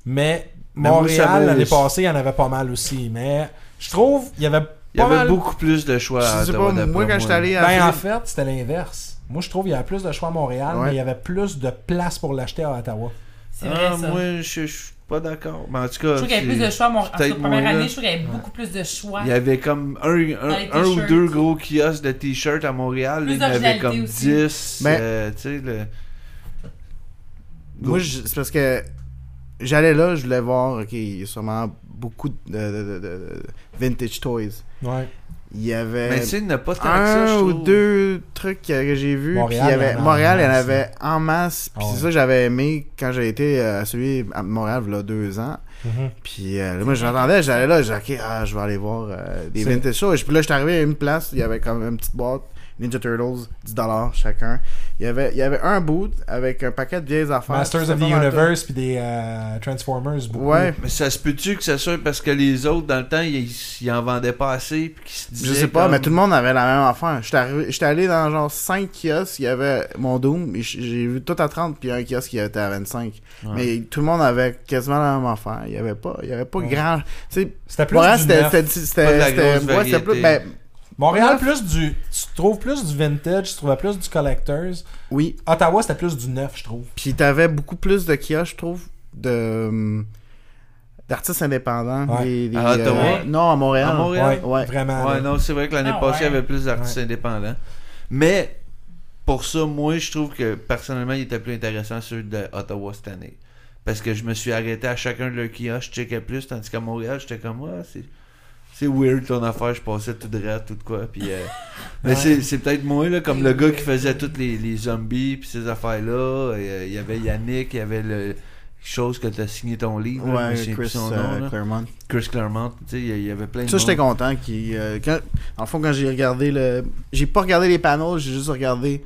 mais Mais Ben, moi, ça Montréal, me- l'année passée, il y en avait pas mal aussi. Mais je trouve qu'il y avait pas Il y avait mal... beaucoup plus de choix à je sais Ottawa. pas, d'après moi quand j'étais allé à. Ben, en Philippe- fait, c'était l'inverse. Moi, je trouve qu'il y avait plus de choix à Montréal, Ouais. mais il y avait plus de place pour l'acheter à Ottawa. C'est vrai, Ah, ça. moi, je je suis pas d'accord. Mais en tout je cas. trouve qu'il y avait c'est- plus de choix. Mon... En peut-être toute première moins là. année, je trouve qu'il y avait beaucoup plus de choix. Il y avait comme un, Dans un, les un ou t-shirts. deux gros kiosques de t-shirts à Montréal. Plus il y en avait d'originalité comme aussi. 10. Ben- euh, tu sais, le- Moi, je- c'est parce que j'allais là, je voulais voir, ok, il y a sûrement beaucoup de, de- de- de- de vintage toys. Ouais. Il y avait Mais tu sais, il n'y en a pas tant que ça. un je ou trouve. deux trucs que, que j'ai vus. Montréal, puis il y avait, il y en a en Montréal, il y en masse. avait en masse. Puis Ah ouais. c'est ça que j'avais aimé quand j'ai été euh, à celui à Montréal, il y a deux ans. Mhm. Puis euh, là, moi, j'entendais, j'allais là, j'ai dit, ok, ah, je vais aller voir euh, des C'est- vintage shows. Et puis là, j'étais arrivé à une place, il y avait comme une petite boîte Ninja Turtles, 10$ chacun. Il y avait, il y avait un boot avec un paquet de vieilles affaires. Masters of the C'était pas mal tout. Universe puis des euh, Transformers. beaucoup. Ouais, Mais ça se peut-tu que ça soit parce que les autres, dans le temps, ils, ils en vendaient pas assez puis qu'ils se disaient. je sais pas, comme- mais tout le monde avait la même affaire. J'étais arrivé- j'étais allé dans genre 5 kiosques, il y avait mon Doom, et j- j'ai vu tout à 30, puis un kiosque qui était à 25. Ouais. Mais tout le monde avait quasiment la même affaire. Il y avait pas, il y avait pas Ouais. grand. Tu sais, C'était plus Montréal, du c'était. neuf. C'était. Pas de C'était. la c'était- grosse ouais, c'était plus- variété. ben, Montréal, neuf. plus du. Tu trouves plus du vintage, tu trouvais plus du collectors. oui. Ottawa, c'était plus du neuf, je trouve. Puis t'avais beaucoup plus de kiosques, je trouve, de. hum, d'artistes indépendants. Ouais. Des, des, À Ottawa? non, à Montréal. À Montréal? Ouais. Vraiment. Ouais, là. non, c'est vrai que l'année Ah, passée, ouais. il y avait plus d'artistes Ouais. indépendants. Mais pour ça, moi, je trouve que personnellement, il était plus intéressant ceux d'Ottawa cette année. Parce que je me suis arrêté à chacun de leurs kiosques, je checkais plus, tandis qu'à Montréal, j'étais comme, ouais, c'est. C'est weird ton affaire, je passais tout droit, tout de quoi. Puis, *laughs* euh, Mais Ouais. c'est, c'est peut-être moi, là, comme le gars qui faisait toutes les, les zombies puis ces affaires-là. Et, euh, Il y avait Yannick, il y avait le chose que t'as signé ton livre. là, je me Ouais, souviens plus Chris son euh, nom, là. Claremont. Chris Claremont, tu sais, il y a- il y avait plein de Ça, monde. j'étais content. Qui, quand, dans le fond, quand j'ai regardé le. J'ai pas regardé les panneaux, j'ai juste regardé.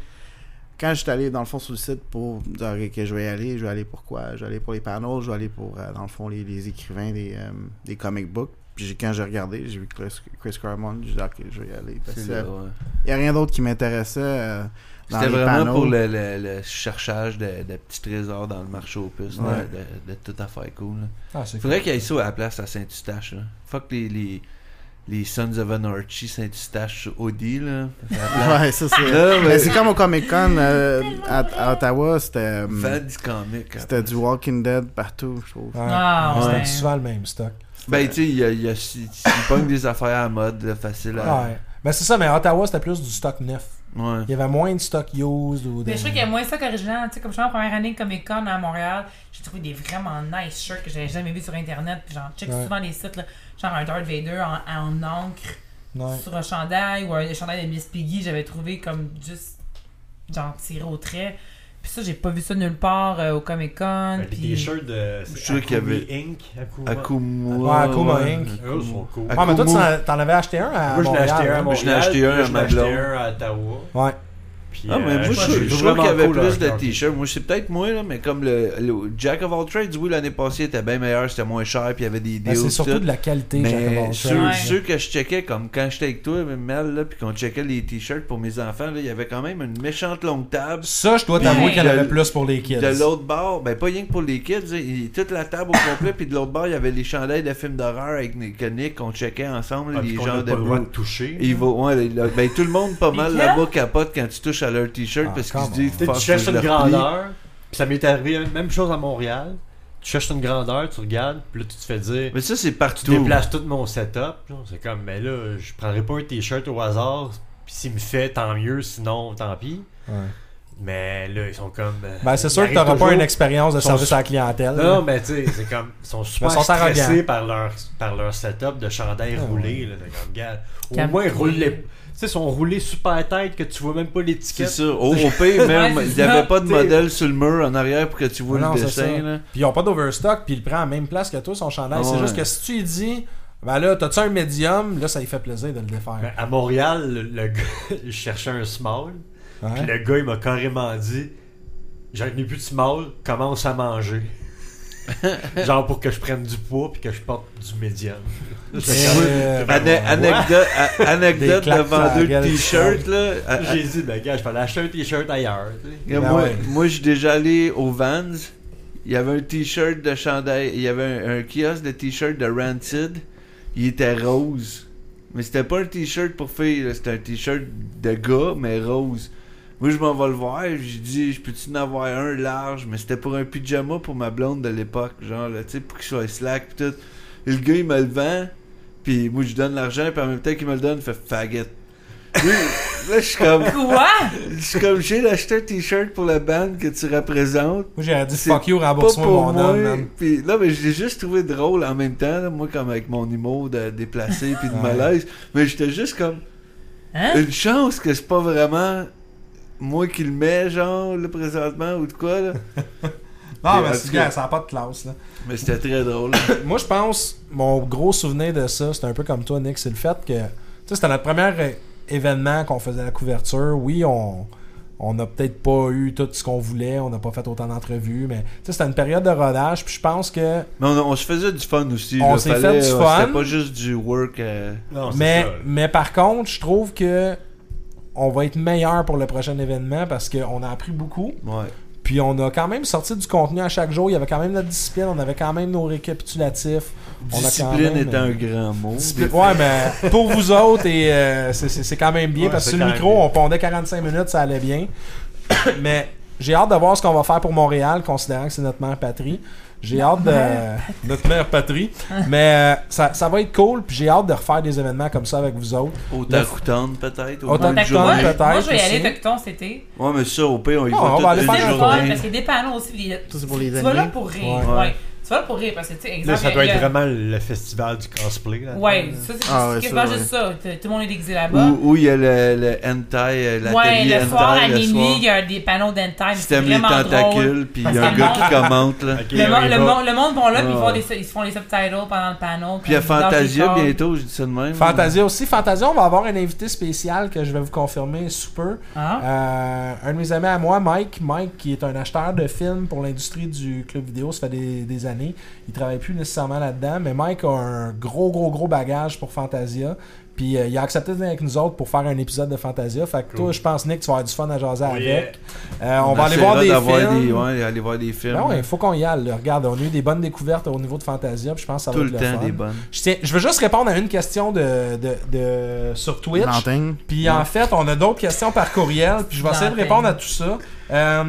Quand j'étais allé, dans le fond, sur le site pour dire ok, que je vais y aller, je vais aller pour quoi Je vais aller pour les panneaux, je vais aller pour, euh, dans le fond, les, les écrivains des, euh, des comic books. Puis j'ai- quand j'ai regardé, j'ai vu Chris, Chris Claremont, j'ai dit ok, je vais y aller. Parce C'est que, là, ouais. Il n'y a rien d'autre qui m'intéressait euh, dans C'était les vraiment panneaux. pour le, le- le cherchage de, de petits trésors dans le marché aux puces, là, Ouais. de, de, toute affaire cool. là. Ah, c'est Faudrait qu'il y ait ça à la place à Saint-Eustache. là. Fuck les, les, les Sons of Anarchy, Saint-Eustache, Audi. *laughs* Là. Ouais, ça c'est. Là, Mais ouais. c'est comme au Comic Con euh, à, à Ottawa, c'était euh, Fan du comic. hein. en c'était plus. du Walking Dead partout, je trouve. Ouais. Ah, C'était ouais. souvent le même stock. Ben, tu sais, il y a, il y a- si- si- il pogne des affaires à mode, là, facile à. Ouais. Ben, c'est ça, mais Ottawa, c'était plus du stock neuf. Ouais. Il y avait moins de stock used ou de... Mais je trouve qu'il y a moins ça qu'original. Tu sais, comme je suis en première année comme Comic-Con à Montréal, j'ai trouvé des vraiment nice shirts que j'avais jamais vu sur Internet. Puis genre, check Ouais. souvent les sites, là, genre un Darth Vader en, en encre Ouais. sur un chandail ou un chandail de Miss Piggy. J'avais trouvé comme juste, genre, tiré au trait. Puis ça, j'ai pas vu ça nulle part euh, au Ben, Comic-Con. Des Puis... t-shirts de. c'est Je trouvais qu'il y Akumi avait- Inc. Akuma. Akuma. Ouais, hein. Akuma ouais. Inc. Eux, ils sont cool. Ah, Ouais, mais toi, tu Kumu. t'en- t'en avais acheté un à Moi, je l'ai Montréal, acheté un hein? à Montréal. Je l'ai acheté un à puis je l'ai acheté Mablon. un à Ottawa. Ouais. Puis, Ah, mais euh, moi, je, trouve- je trouve trouve qu'il y avait vraiment cool, plus leur de hockey. t-shirts. Moi, c'est peut-être moi, là, mais comme le, le Jack of All Trades, oui, l'année passée, était bien meilleur, c'était moins cher, puis il y avait des Ben, deals. c'est tout. surtout de la qualité, Jack of mais all ceux, trades. Ouais. ceux que je checkais, comme quand j'étais avec toi, Mel, là, puis qu'on checkait les t-shirts pour mes enfants, là, il y avait quand même une méchante longue table. Ça, je dois t'avouer Ouais. qu'il y en avait De- plus pour les kids. De l'autre bord, ben pas rien que pour les kids, il- il- toute la table au complet, puis de l'autre bord, il y avait les chandelles de films d'horreur avec Nick, que Nick, on checkait ensemble, Ah, puis les qu'on gens a de pas le droit Blue. de toucher. Il va, ouais, les- le- ben, tout le monde pas mal Les là-bas capote quand tu touches à leur t-shirt Ah, parce qu'ils come se disent Tu sais, Fuck, tu cherches je une le replie. grandeur, puis ça m'est arrivé, hein, même chose à Montréal. Tu cherches une grandeur, tu regardes, puis là tu te fais dire, Mais ça c'est tu partout. déplaces tout mon setup. genre, C'est comme, mais là, je prendrai pas un t-shirt au hasard, puis s'il me fait, tant mieux, sinon, tant pis. Ouais. Mais là, ils sont comme. euh, Ben, c'est sûr ils que t'auras arrivent pas une toujours- expérience de Sont- service à la clientèle. Non, mais tu sais, c'est comme, ils sont super Euh. Ils sont stressés arrogants. par leur, par leur setup de chandail Ah, roulé. Là, c'est comme, gars, au Calme-toi. moins, roule les. Tu sais, ils sont roulés super tête que tu vois même pas C'est l'étiquette. ça. Au, au pire, même, Ouais, c'est il n'y avait ça. pas de T'sais. modèle sur le mur en arrière pour que tu vois Non, le c'est dessin. ça. Là. Puis ils ont pas d'overstock, puis il prend à la même place que toi son chandail. Ah C'est ouais. juste que si tu lui dis, ben là, t'as-tu un médium, là, ça lui fait plaisir de le Ben, défaire. à Montréal, le, le gars, *laughs* je cherchais un small. Ouais. Puis le gars, il m'a carrément dit J'en ai plus de small, commence *laughs* à manger. Genre pour que je prenne du poids puis que je porte du médium. Euh, Ane- ouais. anecdote a- anecdote claques de sur la vendeur gueule de du t-shirt. là. À- à- J'ai dit, ben gars, je vais aller acheter un t-shirt ailleurs. tu sais. Regarde, Ben moi, ouais. moi je suis déjà allé au Vans. Il y avait un t-shirt de chandail. Il y avait un, un kiosque de t-shirt de Rancid. Il était rose. Mais c'était pas un t-shirt pour filles, là, c'était un t-shirt de gars, mais rose. Moi, je m'en vais le voir, j'ai dit, je peux-tu en avoir un large, mais c'était pour un pyjama pour ma blonde de l'époque, genre, là, tu sais, pour qu'il soit slack, pis tout. Et le gars, il me le vend, pis moi, je lui donne l'argent, pis en même temps qu'il me le donne, il fait faggot. Lui, là, je suis comme, Quoi? je suis comme j'ai acheté un t-shirt pour la band que tu représentes. Moi, j'aurais dit C'est fuck you, Pas rembourse-moi pour mon moi. homme, man. Puis là, mais je l'ai juste trouvé drôle en même temps, là, moi, comme avec mon humour de déplacé puis de Ouais. malaise. Mais j'étais juste comme Hein? une chance que c'est pas vraiment moi qui le mets, genre, le présentement ou de *laughs* quoi, Non, là. Et en mais tout c'est cas- gars, ça n'a pas de classe, là. Mais c'était très drôle. Moi, je pense, mon gros souvenir de ça, c'est un peu comme toi, Nick, c'est le fait que, tu sais, c'était notre première euh, événements qu'on faisait la couverture, oui, on on n'a peut-être pas eu tout ce qu'on voulait, on n'a pas fait autant d'entrevues, mais tu sais, c'était une période de rodage, puis je pense que Ah, Mais on, on se faisait du fun aussi. On là. s'est fait Fallait- du euh, fun. C'était pas juste du work. euh, Non, c'est mais, ça. mais par contre, je trouve que on va être meilleur pour le prochain événement parce qu'on a appris beaucoup. ouais. Puis on a quand même sorti du contenu à chaque jour. Il y avait quand même notre discipline, on avait quand même nos récapitulatifs. On a quand Discipline même, est euh, un grand mot. Discipline- Ouais, mais pour vous autres, et euh, c'est- c'est c'est quand même bien Ouais, parce que c'est sur le quand micro, même bien. on pondait 45 minutes, ça allait bien. *coughs* mais j'ai hâte de voir ce qu'on va faire pour Montréal, considérant que c'est notre mère patrie. J'ai hâte de. Notre mère patrie. *laughs* Mais euh, ça, ça va être cool, puis j'ai hâte de refaire des événements comme ça avec vous autres. Au Le- Tacoutane, peut-être. au Au bout de Tacoutane, Moi, journée. peut-être. moi, je vais y aussi. aller, Tecton, cet été. Ouais, mais ça, au pire, on y Non, va on toute va aller une C'est faire le une fun, journée. parce qu'il y a des panneaux aussi. puis il y a- Ça, c'est pour les Tu vas là amis. pour rire. Ouais. Ouais. Tu vas là pour rire parce que, tu sais, exemple. Là, ça il y a- doit il y être a- vraiment le festival du cosplay. Là, Ouais, ça, c'est Ah, ouais, juste- quasiment ça, juste ça. Tout tout le monde est déguisé là-bas. Où où il y a le, le hentai, euh, Ouais, l'atelier le soir, à hentai, le minuit, soir. il y a des panneaux d'entime. Si C'est t'aimes les vraiment drôle. tentacules, puis il y a Parce un que gars le qui commente, là. Ok, Le, on monde- y le va. monde- le monde vont là, puis ils, font Ouais. des, ils se font les subtitles pendant le panneau. Ah. Puis il y a ils dansent les Fantasia cordes. bientôt, je dis ça de Mm. même. Fantasia aussi. Fantasia, on va avoir un invité spécial que je vais vous confirmer sous peu. Ah. Euh, un de mes amis à moi, Mike, Mike qui est un acheteur de films pour l'industrie du club vidéo, ça fait des, des années. Il travaille plus nécessairement là-dedans, mais Mike a un gros, gros, gros bagage pour Fantasia. Puis euh, il a accepté d'être avec nous autres pour faire un épisode de Fantasia. Fait que toi, Cool. je pense, Nick, tu vas avoir du fun à jaser Oui, avec. Euh, on, va aller voir essaiera des d'avoir films. des- ouais, aller voir des films. Ben ouais, faut qu'on y aille. là. Regarde, on a eu des bonnes découvertes au niveau de Fantasia, puis je pense que ça Tout va le être le, temps fun. des bonnes. Je, tiens- je veux juste répondre à une question de, de, de- sur Twitch. L'antenne. Puis en fait, on a d'autres questions par courriel. Puis je vais essayer de L'antenne. répondre à tout ça. Euh,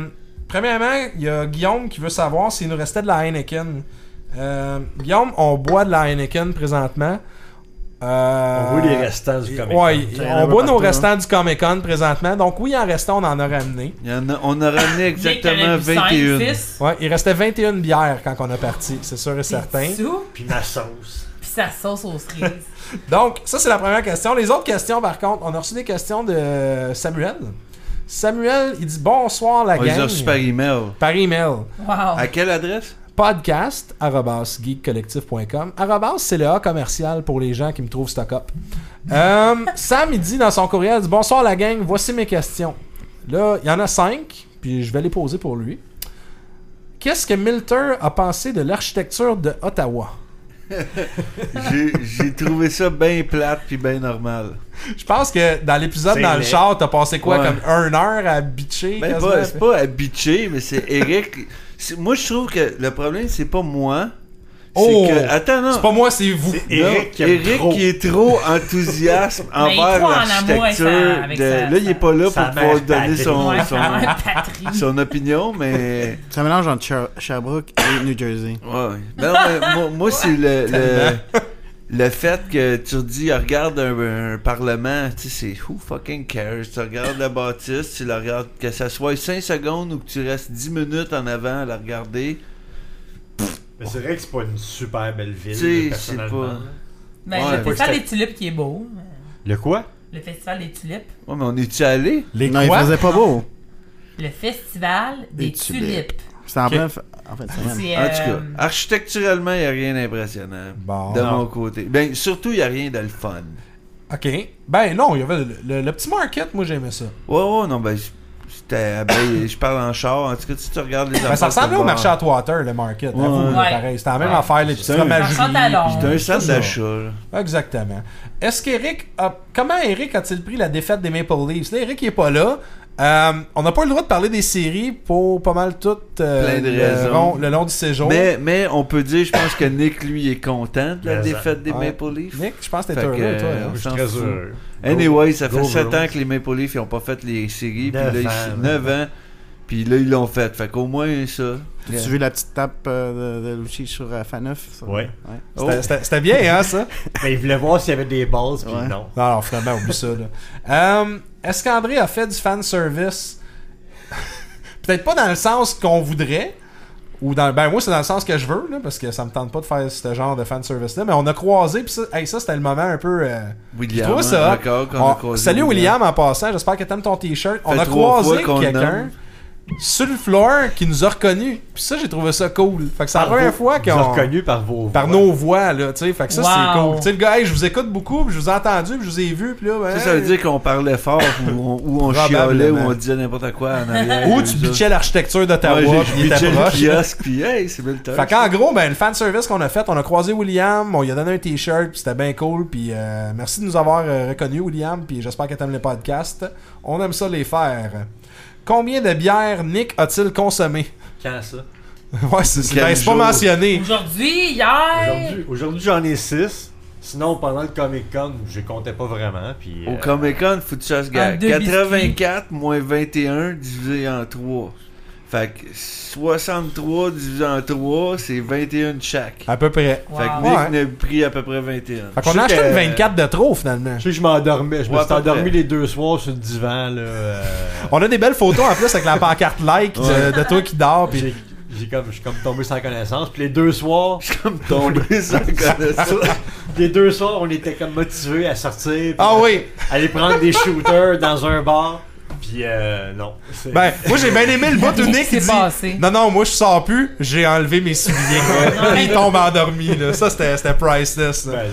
premièrement, il y a Guillaume qui veut savoir s'il nous restait de la Heineken. Euh, Guillaume, on boit de la Heineken présentement. Euh, On voit les restants du comic. Ouais, Ça, il y en a on un peu boit nos partout, hein. restants du Comic Con présentement. Donc oui, en restant, on en a ramené. Il y en a- on a ramené Nick, t'en exactement as vu cinq, 21. six, Ouais, il restait 21 bières quand on a parti, c'est sûr et certain. t'es sous, Puis ma sauce. Puis ça sauce aux *laughs* cerises. Donc, ça, c'est la première question. Les autres questions, par contre, on a reçu des questions de Samuel. Samuel, il dit bonsoir la On les a reçus par gang. email. Par email. Wow. À quelle *laughs* adresse? Podcast, arrobas, geekcollectif.com. Arrobas, c'est le E A commercial pour les gens qui me trouvent stock-up. Euh, Sam, il dit dans son courriel, il dit bonsoir la gang, voici mes questions. Là, il y en a cinq, puis je vais les poser pour lui. Qu'est-ce que Milter a pensé de l'architecture de Ottawa? J'ai- J'ai trouvé ça bien plate puis bien normal. Je pense que dans l'épisode C'est dans le laid. char, t'as passé quoi, Ouais. comme une heure à bitcher? Ben, quasiment? pas- c'est pas à bitcher, mais c'est Eric. C'est- Moi, je trouve que le problème, c'est pas moi. C'est Oh! que. Attends, non. C'est pas moi, c'est vous. C'est Non, Eric qui aime trop. qui est trop enthousiaste *laughs* Mais il envers croit en amour avec l'architecture. sa- avec de- sa- Là, il est pas là sa pour pouvoir mère donner son, Ouais, son, vraiment, patrie. *laughs* son opinion, mais. C'est un mélange entre Sher- Sherbrooke et New Jersey. Ouais. Ben non, mais moi, moi, c'est le, le, le fait que tu dis, ah, regarde un, un parlement, tu sais, c'est who fucking cares? Tu regardes la bâtisse, tu la regardes, que ça soit 5 secondes ou que tu restes 10 minutes en avant à la regarder. Mais c'est vrai que c'est pas une super belle ville, Tu sais, là, personnellement. c'est pas- là. Ben, Ouais, le faut que festival je des tulipes qui est beau. mais Le quoi? Le festival des tulipes. Ouais, mais on est-tu allé? Les non, il faisait pas beau. Le festival des, Des tulipes. tulipes. C'était en Ok. plein. f- En fait, c'est même. C'est, En euh, tout cas, ah. architecturalement, il n'y a rien d'impressionnant. Bon. de non. mon côté. Ben, surtout, il n'y a rien de le fun. OK. Ben non, il y avait le, le- le petit market, moi j'aimais ça. Ouais, ouais, non, ben, c'était. ben, *coughs* je parle en char. En tout cas, si tu regardes les Ben, ça affaires, ressemblait t'as au pas- marché Atwater, le market. Ouais, avoue, là, ouais. pareil. C'était la même Ouais. fromageries. les petites C'est un- fromageries, Un pantalon. puis C'est un tout centre ça. d'achat, là. Exactement. Est-ce qu'Eric a... Comment Eric a-t-il pris la défaite des Maple Leafs? Là, Eric il est pas là. Euh, on n'a pas eu le droit de parler des séries pour pas mal toutes euh, Plein de le raisons. rond- le long du séjour. Mais, mais on peut dire, je pense que Nick, lui, est content de la Mais ça- défaite des Ouais. Maple Leafs. Nick, je pense que t'es Fait heureux, que- oh. toi. hein? On Je suis s'en très fout. heureux. Anyway, ça Go fait 7 Bruins. ans que les Maple Leafs n'ont pas fait les séries, puis là, Neuf ans, ils 9 ans, puis là, ils l'ont fait. Fait qu'au moins, ça. Tu as vu la petite tape euh, de, de Lucie sur euh, Faneuf ça? Ouais. Oh. C'était- C'était c'était bien, hein, ça? Mais il voulait voir s'il y avait des bases, puis Ouais. non. Non, non, finalement, oublie ça. là. Euh, Est-ce qu'André a fait du fan service *laughs* Peut-être pas dans le sens qu'on voudrait. Ou dans, ben moi c'est dans le sens que je veux là, parce que ça me tente pas de faire ce genre de fan service là mais on a croisé puis ça, hey, ça c'était le moment un peu euh, je William, trouve ça Ah, hein, encore, quand on a on- croisé salut William en passant j'espère que t'aimes ton t-shirt on Fait a trois fois croisé qu'on le quelqu'un nomme. sur le floor qui nous a reconnus. Puis ça, j'ai trouvé ça cool. Fait que c'est la Par première vos- fois Vous êtes qu'on. reconnu par vos. Par voix. nos voix, là, tu sais. Fait que ça, c'est Wow. cool. Tu sais, le gars, hey, je vous écoute beaucoup, puis je vous ai entendu, puis je vous ai vu, puis là, ben, Ça, ça veut dire qu'on parlait fort ou on, ou on Probablement. chialait ou on disait n'importe quoi en arrière. Ou tu bitchais l'architecture Moi, d'Ottawa, j'ai- puis je il était bitchais le proche. kiosque, puis hey, c'est belle touch. Fait qu'en gros, ben, le fan service qu'on a fait, on a croisé William, on lui a donné un t-shirt, puis c'était bien cool, puis euh, merci de nous avoir euh, reconnus, William, puis j'espère que t'aimes les podcasts. On aime ça les faire. Combien de bières Nick a-t-il consommé? *laughs* Quand ça ouais, c'est c'est- Quel ben, c'est pas jour? mentionné. Aujourd'hui, hier. Aujourd'hui, aujourd'hui, j'en ai 6. Sinon, pendant le Comic Con, je comptais pas vraiment. Puis, Au euh, Comic Con, faut que tu fasses En gars, deux 84 moins 21 divisé en 3. Fait que 63 divisé en 3, c'est 21 de chaque. À peu près. Wow. Fait que Ah. Ouais. Nick n'a pris à peu près 21. Fait qu'on Je a sais acheté que- une 24 de trop, finalement. Je sais que je m'endormais. Je me Ouais, suis à peu endormi près. les deux soirs sur le divan. Là, euh, On a des belles photos en plus avec la pancarte like de, de toi qui dors, puis j'ai, j'ai comme, je suis comme tombé sans connaissance. Puis les deux soirs, Comme *laughs* tombé sans connaissance. les deux soirs, on était comme motivés à sortir. puis Ah à- oui! Aller prendre des shooters dans un bar. Puis euh, non. C'est- Ben, moi j'ai bien aimé le bout où Nick Qu'est-ce qui il s'est passé? dit Non, non, moi je sors plus, j'ai enlevé mes souliers. Puis *laughs* il tombe endormi, là. Ça c'était c'était priceless. là. Ben,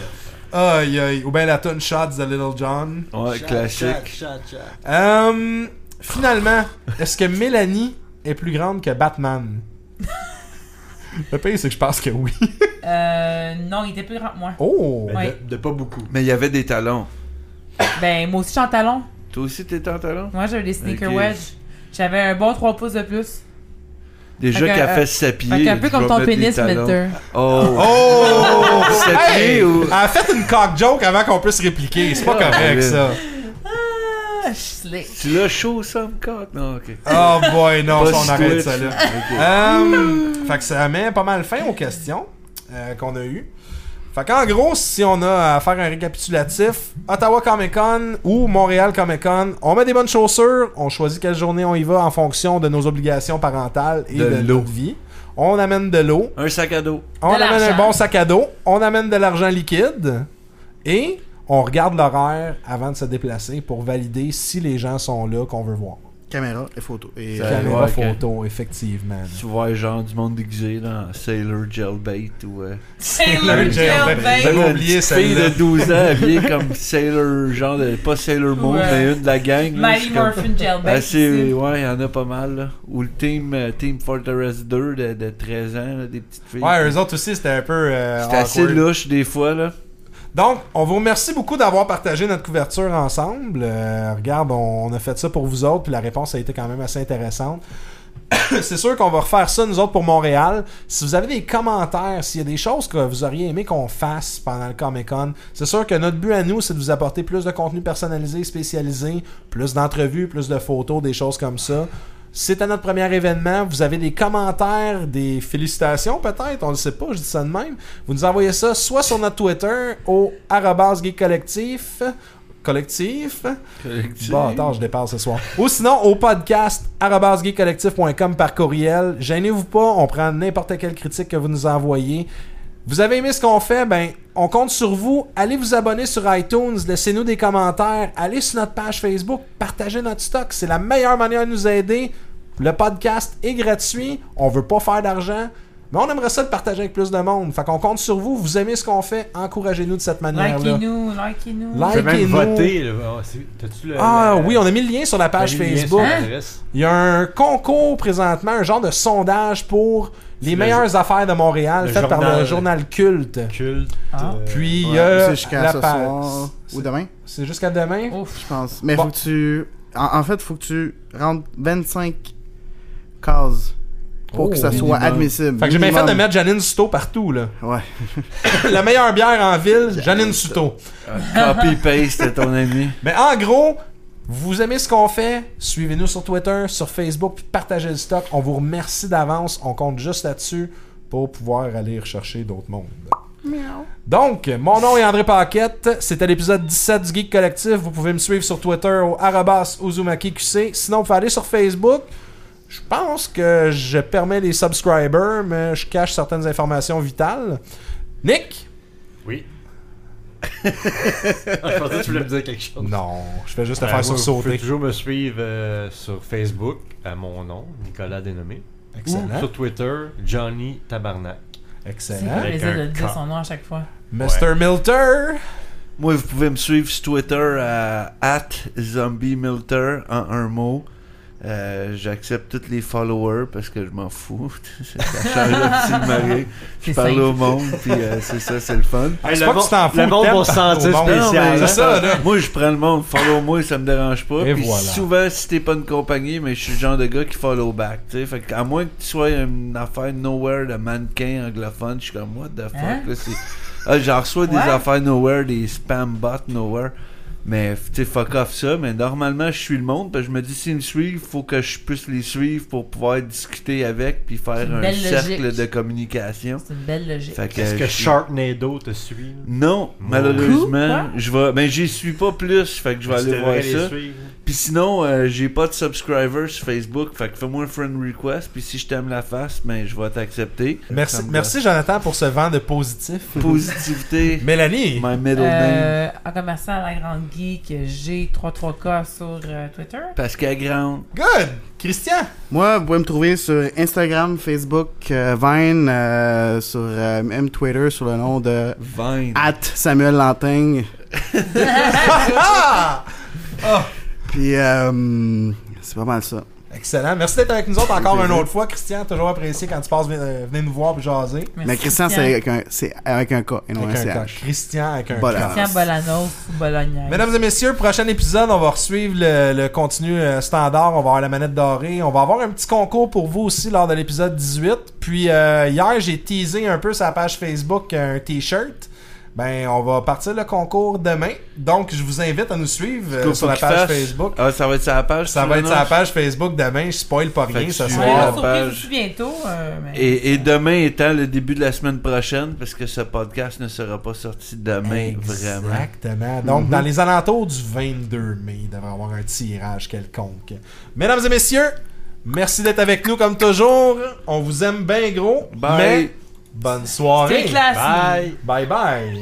là. Aïe aïe. Ou bien la tonne Shots de Little John. Ouais, Chat, classique. chat, chat, chat. Hum, finalement, est-ce que Mélanie est plus grande que Batman *laughs* Le pire, c'est que je pense que oui. Euh, non, il était plus grand que moi. Oh Ben, Ouais. de, de pas beaucoup. Mais il y avait des talons. Ben, moi aussi, je suis en talon. Toi aussi, t'étais en talons? Moi, j'avais des sneaker Ok. wedge. J'avais un bon 3 pouces de plus. Déjà Fait que, qu'elle euh, fait 7 pieds. Fait qu'un peu tu comme vas ton mettre des pénis, talons. Mister. Ben, Oh! Oh Sept Hey! pieds ou- Elle a fait une cock joke avant qu'on puisse répliquer, c'est pas ben, correct ça. Ah, je *laughs* suis slick. Tu l'as chaud, ça, me coque? Non, ok. Oh boy, non, Pas ça, on si arrête twitch. ça là. *laughs* Ok. Hum, fait que ça met pas mal fin aux questions euh, qu'on a eues. Fait qu'en gros, si on a à faire un récapitulatif, Ottawa Comic Con ou Montréal Comic Con, on met des bonnes chaussures, on choisit quelle journée on y va en fonction de nos obligations parentales et De de, l'eau. notre vie. On amène de l'eau, Un sac à dos. on De amène un l'argent. bon sac à dos, on amène de l'argent liquide et on regarde l'horaire avant de se déplacer pour valider si les gens sont là qu'on veut voir. Caméra et photo. Et, Ça- euh, Caméra ouais, ok. photo, effectivement. Tu vois, genre, du monde déguisé dans Sailor Jailbait ou... euh, Jailbait. Sailor Jailbait. J'avais Une oublié petite celle-là. fille de 12 ans *laughs* habillée comme Sailor, genre, de- pas Sailor Moon, Ouais. mais une de la gang. là, Mighty c'est comme- Morphin Jailbait. Ah, c'est- ici. ouais, il y en a pas mal, là. Ou le team, euh, team Fortress 2 de, de 13 ans, là, des petites filles. Ouais, eux autres aussi, c'était un peu. euh, C'était assez awkward. louche des fois, là. Donc, on vous remercie beaucoup d'avoir partagé notre couverture ensemble. Euh, regarde, on, on a fait ça pour vous autres, puis la réponse a été quand même assez intéressante. *laughs* C'est sûr qu'on va refaire ça, nous autres, pour Montréal. Si vous avez des commentaires, s'il y a des choses que vous auriez aimé qu'on fasse pendant le Comic-Con, c'est sûr que notre but à nous, c'est de vous apporter plus de contenu personnalisé, spécialisé, plus d'entrevues, plus de photos, des choses comme ça. C'était notre premier événement. Vous avez des commentaires, des félicitations peut-être, on ne sait pas, je dis ça de même. Vous nous envoyez ça soit sur notre Twitter au arrobase geek collectif. Collectif. Bon, attends, je dépasse ce soir. Ou sinon, au podcast arrobasgaycollectif.com par courriel. Gênez-vous pas, on prend n'importe quelle critique que vous nous envoyez. Vous avez aimé ce qu'on fait, ben on compte sur vous. Allez vous abonner sur iTunes, laissez-nous des commentaires, allez sur notre page Facebook, partagez notre stock, c'est la meilleure manière de nous aider. Le podcast est gratuit, on veut pas faire d'argent, mais on aimerait ça le partager avec plus de monde. Fait qu'on compte sur vous, vous aimez ce qu'on fait, encouragez-nous de cette manière-là. Likez-nous, likez-nous. Like- Je peux même Likez-nous. voter. là. Ah, c'est- T'as-tu le. Ah le- oui, on a mis le lien sur la page t'as mis le lien Facebook. sur l'adresse? Hein? Il y a un concours présentement, un genre de sondage pour les Le meilleures affaires de Montréal le fait par le journal- journal culte. Culte. Ah. euh, Puis il y ouais, a c'est jusqu'à la ce page. soir Oh. C'est- ou demain, C'est jusqu'à demain. Ouf. je pense. Mais Bon. faut que tu. En, en fait, faut que tu rentres 25 cases pour Oh, que ça soit minimum. admissible. Fait que j'ai bien fait Minimum. de mettre Janine Suto partout là. Ouais. la meilleure bière en ville, Janine Suto. Copy-paste, c'était *laughs* ton ami. Mais en gros, vous aimez ce qu'on fait, suivez-nous sur Twitter, sur Facebook, puis partagez le stock. On vous remercie d'avance, on compte juste là-dessus pour pouvoir aller rechercher d'autres mondes. Donc, mon nom est André Paquette, c'était l'épisode 17 du Geek Collectif. Vous pouvez me suivre sur Twitter au arabas Uzumaki QC. Sinon, vous pouvez aller sur Facebook. Je pense que je permets les subscribers, mais je cache certaines informations vitales. Nick, Oui. *laughs* Ah, je pensais que tu voulais me dire quelque chose. Non, je fais juste te Euh, faire moi, Vous pouvez sursauter. toujours me suivre euh, sur Facebook à mon nom, Nicolas Dénommé. Ou Excellent. sur Twitter, Johnny Tabarnak. C'est le Excellent. Avec plaisir un de dire K. son nom à chaque fois. Mr. Milter. Moi, vous pouvez me suivre sur Twitter à @zombiemilter en un mot. Euh, J'accepte tous les followers parce que je m'en fous. *laughs* ça change le petit mari. Je C'est parle simple. au monde, puis euh, c'est ça, c'est le fun. Ah, C'est le pas que monde- tu t'en fous, le monde t'aimes va se parler au sentir monde. Non, mais spécial. C'est hein? ça, là. Moi, je prends le monde, follow moi, ça me dérange pas. Et Puis voilà. souvent, si t'es pas une compagnie, mais je suis le genre de gars qui follow back. tu sais. Fait que, à moins que tu sois une affaire nowhere de mannequin anglophone, je suis comme, what the fuck? Hein? là, c'est- Ah, J'en reçois des Ouais. affaires nowhere, des spam bots nowhere. Mais, tu sais, fuck off ça. Mais normalement, je suis le monde. Parce que je me dis, s'ils me suivent, faut que je puisse les suivre pour pouvoir discuter avec puis C'est faire une un belle cercle logique. de communication. C'est une belle logique. Fait que, Est-ce euh, que je suis- Sharknado te suit? là? non, malheureusement, je vais ben j'y suis pas plus, fait que je vais Ben, Tu aller devrais voir les ça. suivre. Puis sinon, euh, j'ai pas de subscribers sur Facebook, fait que fais-moi un friend request, puis si je t'aime la face, ben je vais *laughs* t'accepter. Ça Merci, me merci Jonathan pour ce vent de positif. gosse. Positivité, Mélanie, my middle name. Euh, en commençant à la grande geek, j'ai 33K sur euh, Twitter. Pascal Grande. good. Christian, *laughs* Moi, vous pouvez me trouver sur Instagram, Facebook, euh, Vine, euh, sur euh, même Twitter, sur le nom de Vine. Ah, at Samuel Lantigne. Puis, euh, c'est pas mal ça. excellent. Merci d'être avec nous autres encore une plaisir. autre fois, Christian. Toujours apprécié quand tu passes, venez, euh, venez nous voir et jaser. Merci, Mais Christian, c'est avec un, c'est avec un K et non Avec un un CH. K. Christian avec un Voilà. K. Christian Bolanos ou Bologna. Mesdames et messieurs, prochain épisode, on va suivre le, le contenu euh, standard. On va avoir la manette dorée. On va avoir un petit concours pour vous aussi lors de l'épisode 18. Puis euh, hier, j'ai teasé un peu sa page Facebook un t-shirt. Ben, on va partir le concours demain. Donc, je vous invite à nous suivre euh, Faut sur la qu'il page fasse. Facebook. Ah, ça va être sur la page. Ça tu va être sur la l'annonces? page Facebook demain. Je spoil pas Fait rien que ce tu- On aura soir. la une surprise page. aussi bientôt. euh, mais- Et, et demain étant le début de la semaine prochaine, parce que ce podcast ne sera pas sorti demain, vraiment. Mm-hmm. Exactement. Donc, dans les alentours du 22 mai, il devrait y avoir un tirage quelconque. Mesdames et messieurs, merci d'être avec nous comme toujours. On vous aime bien gros. Bye. Mais bonne soirée. Stay classy. Bye bye.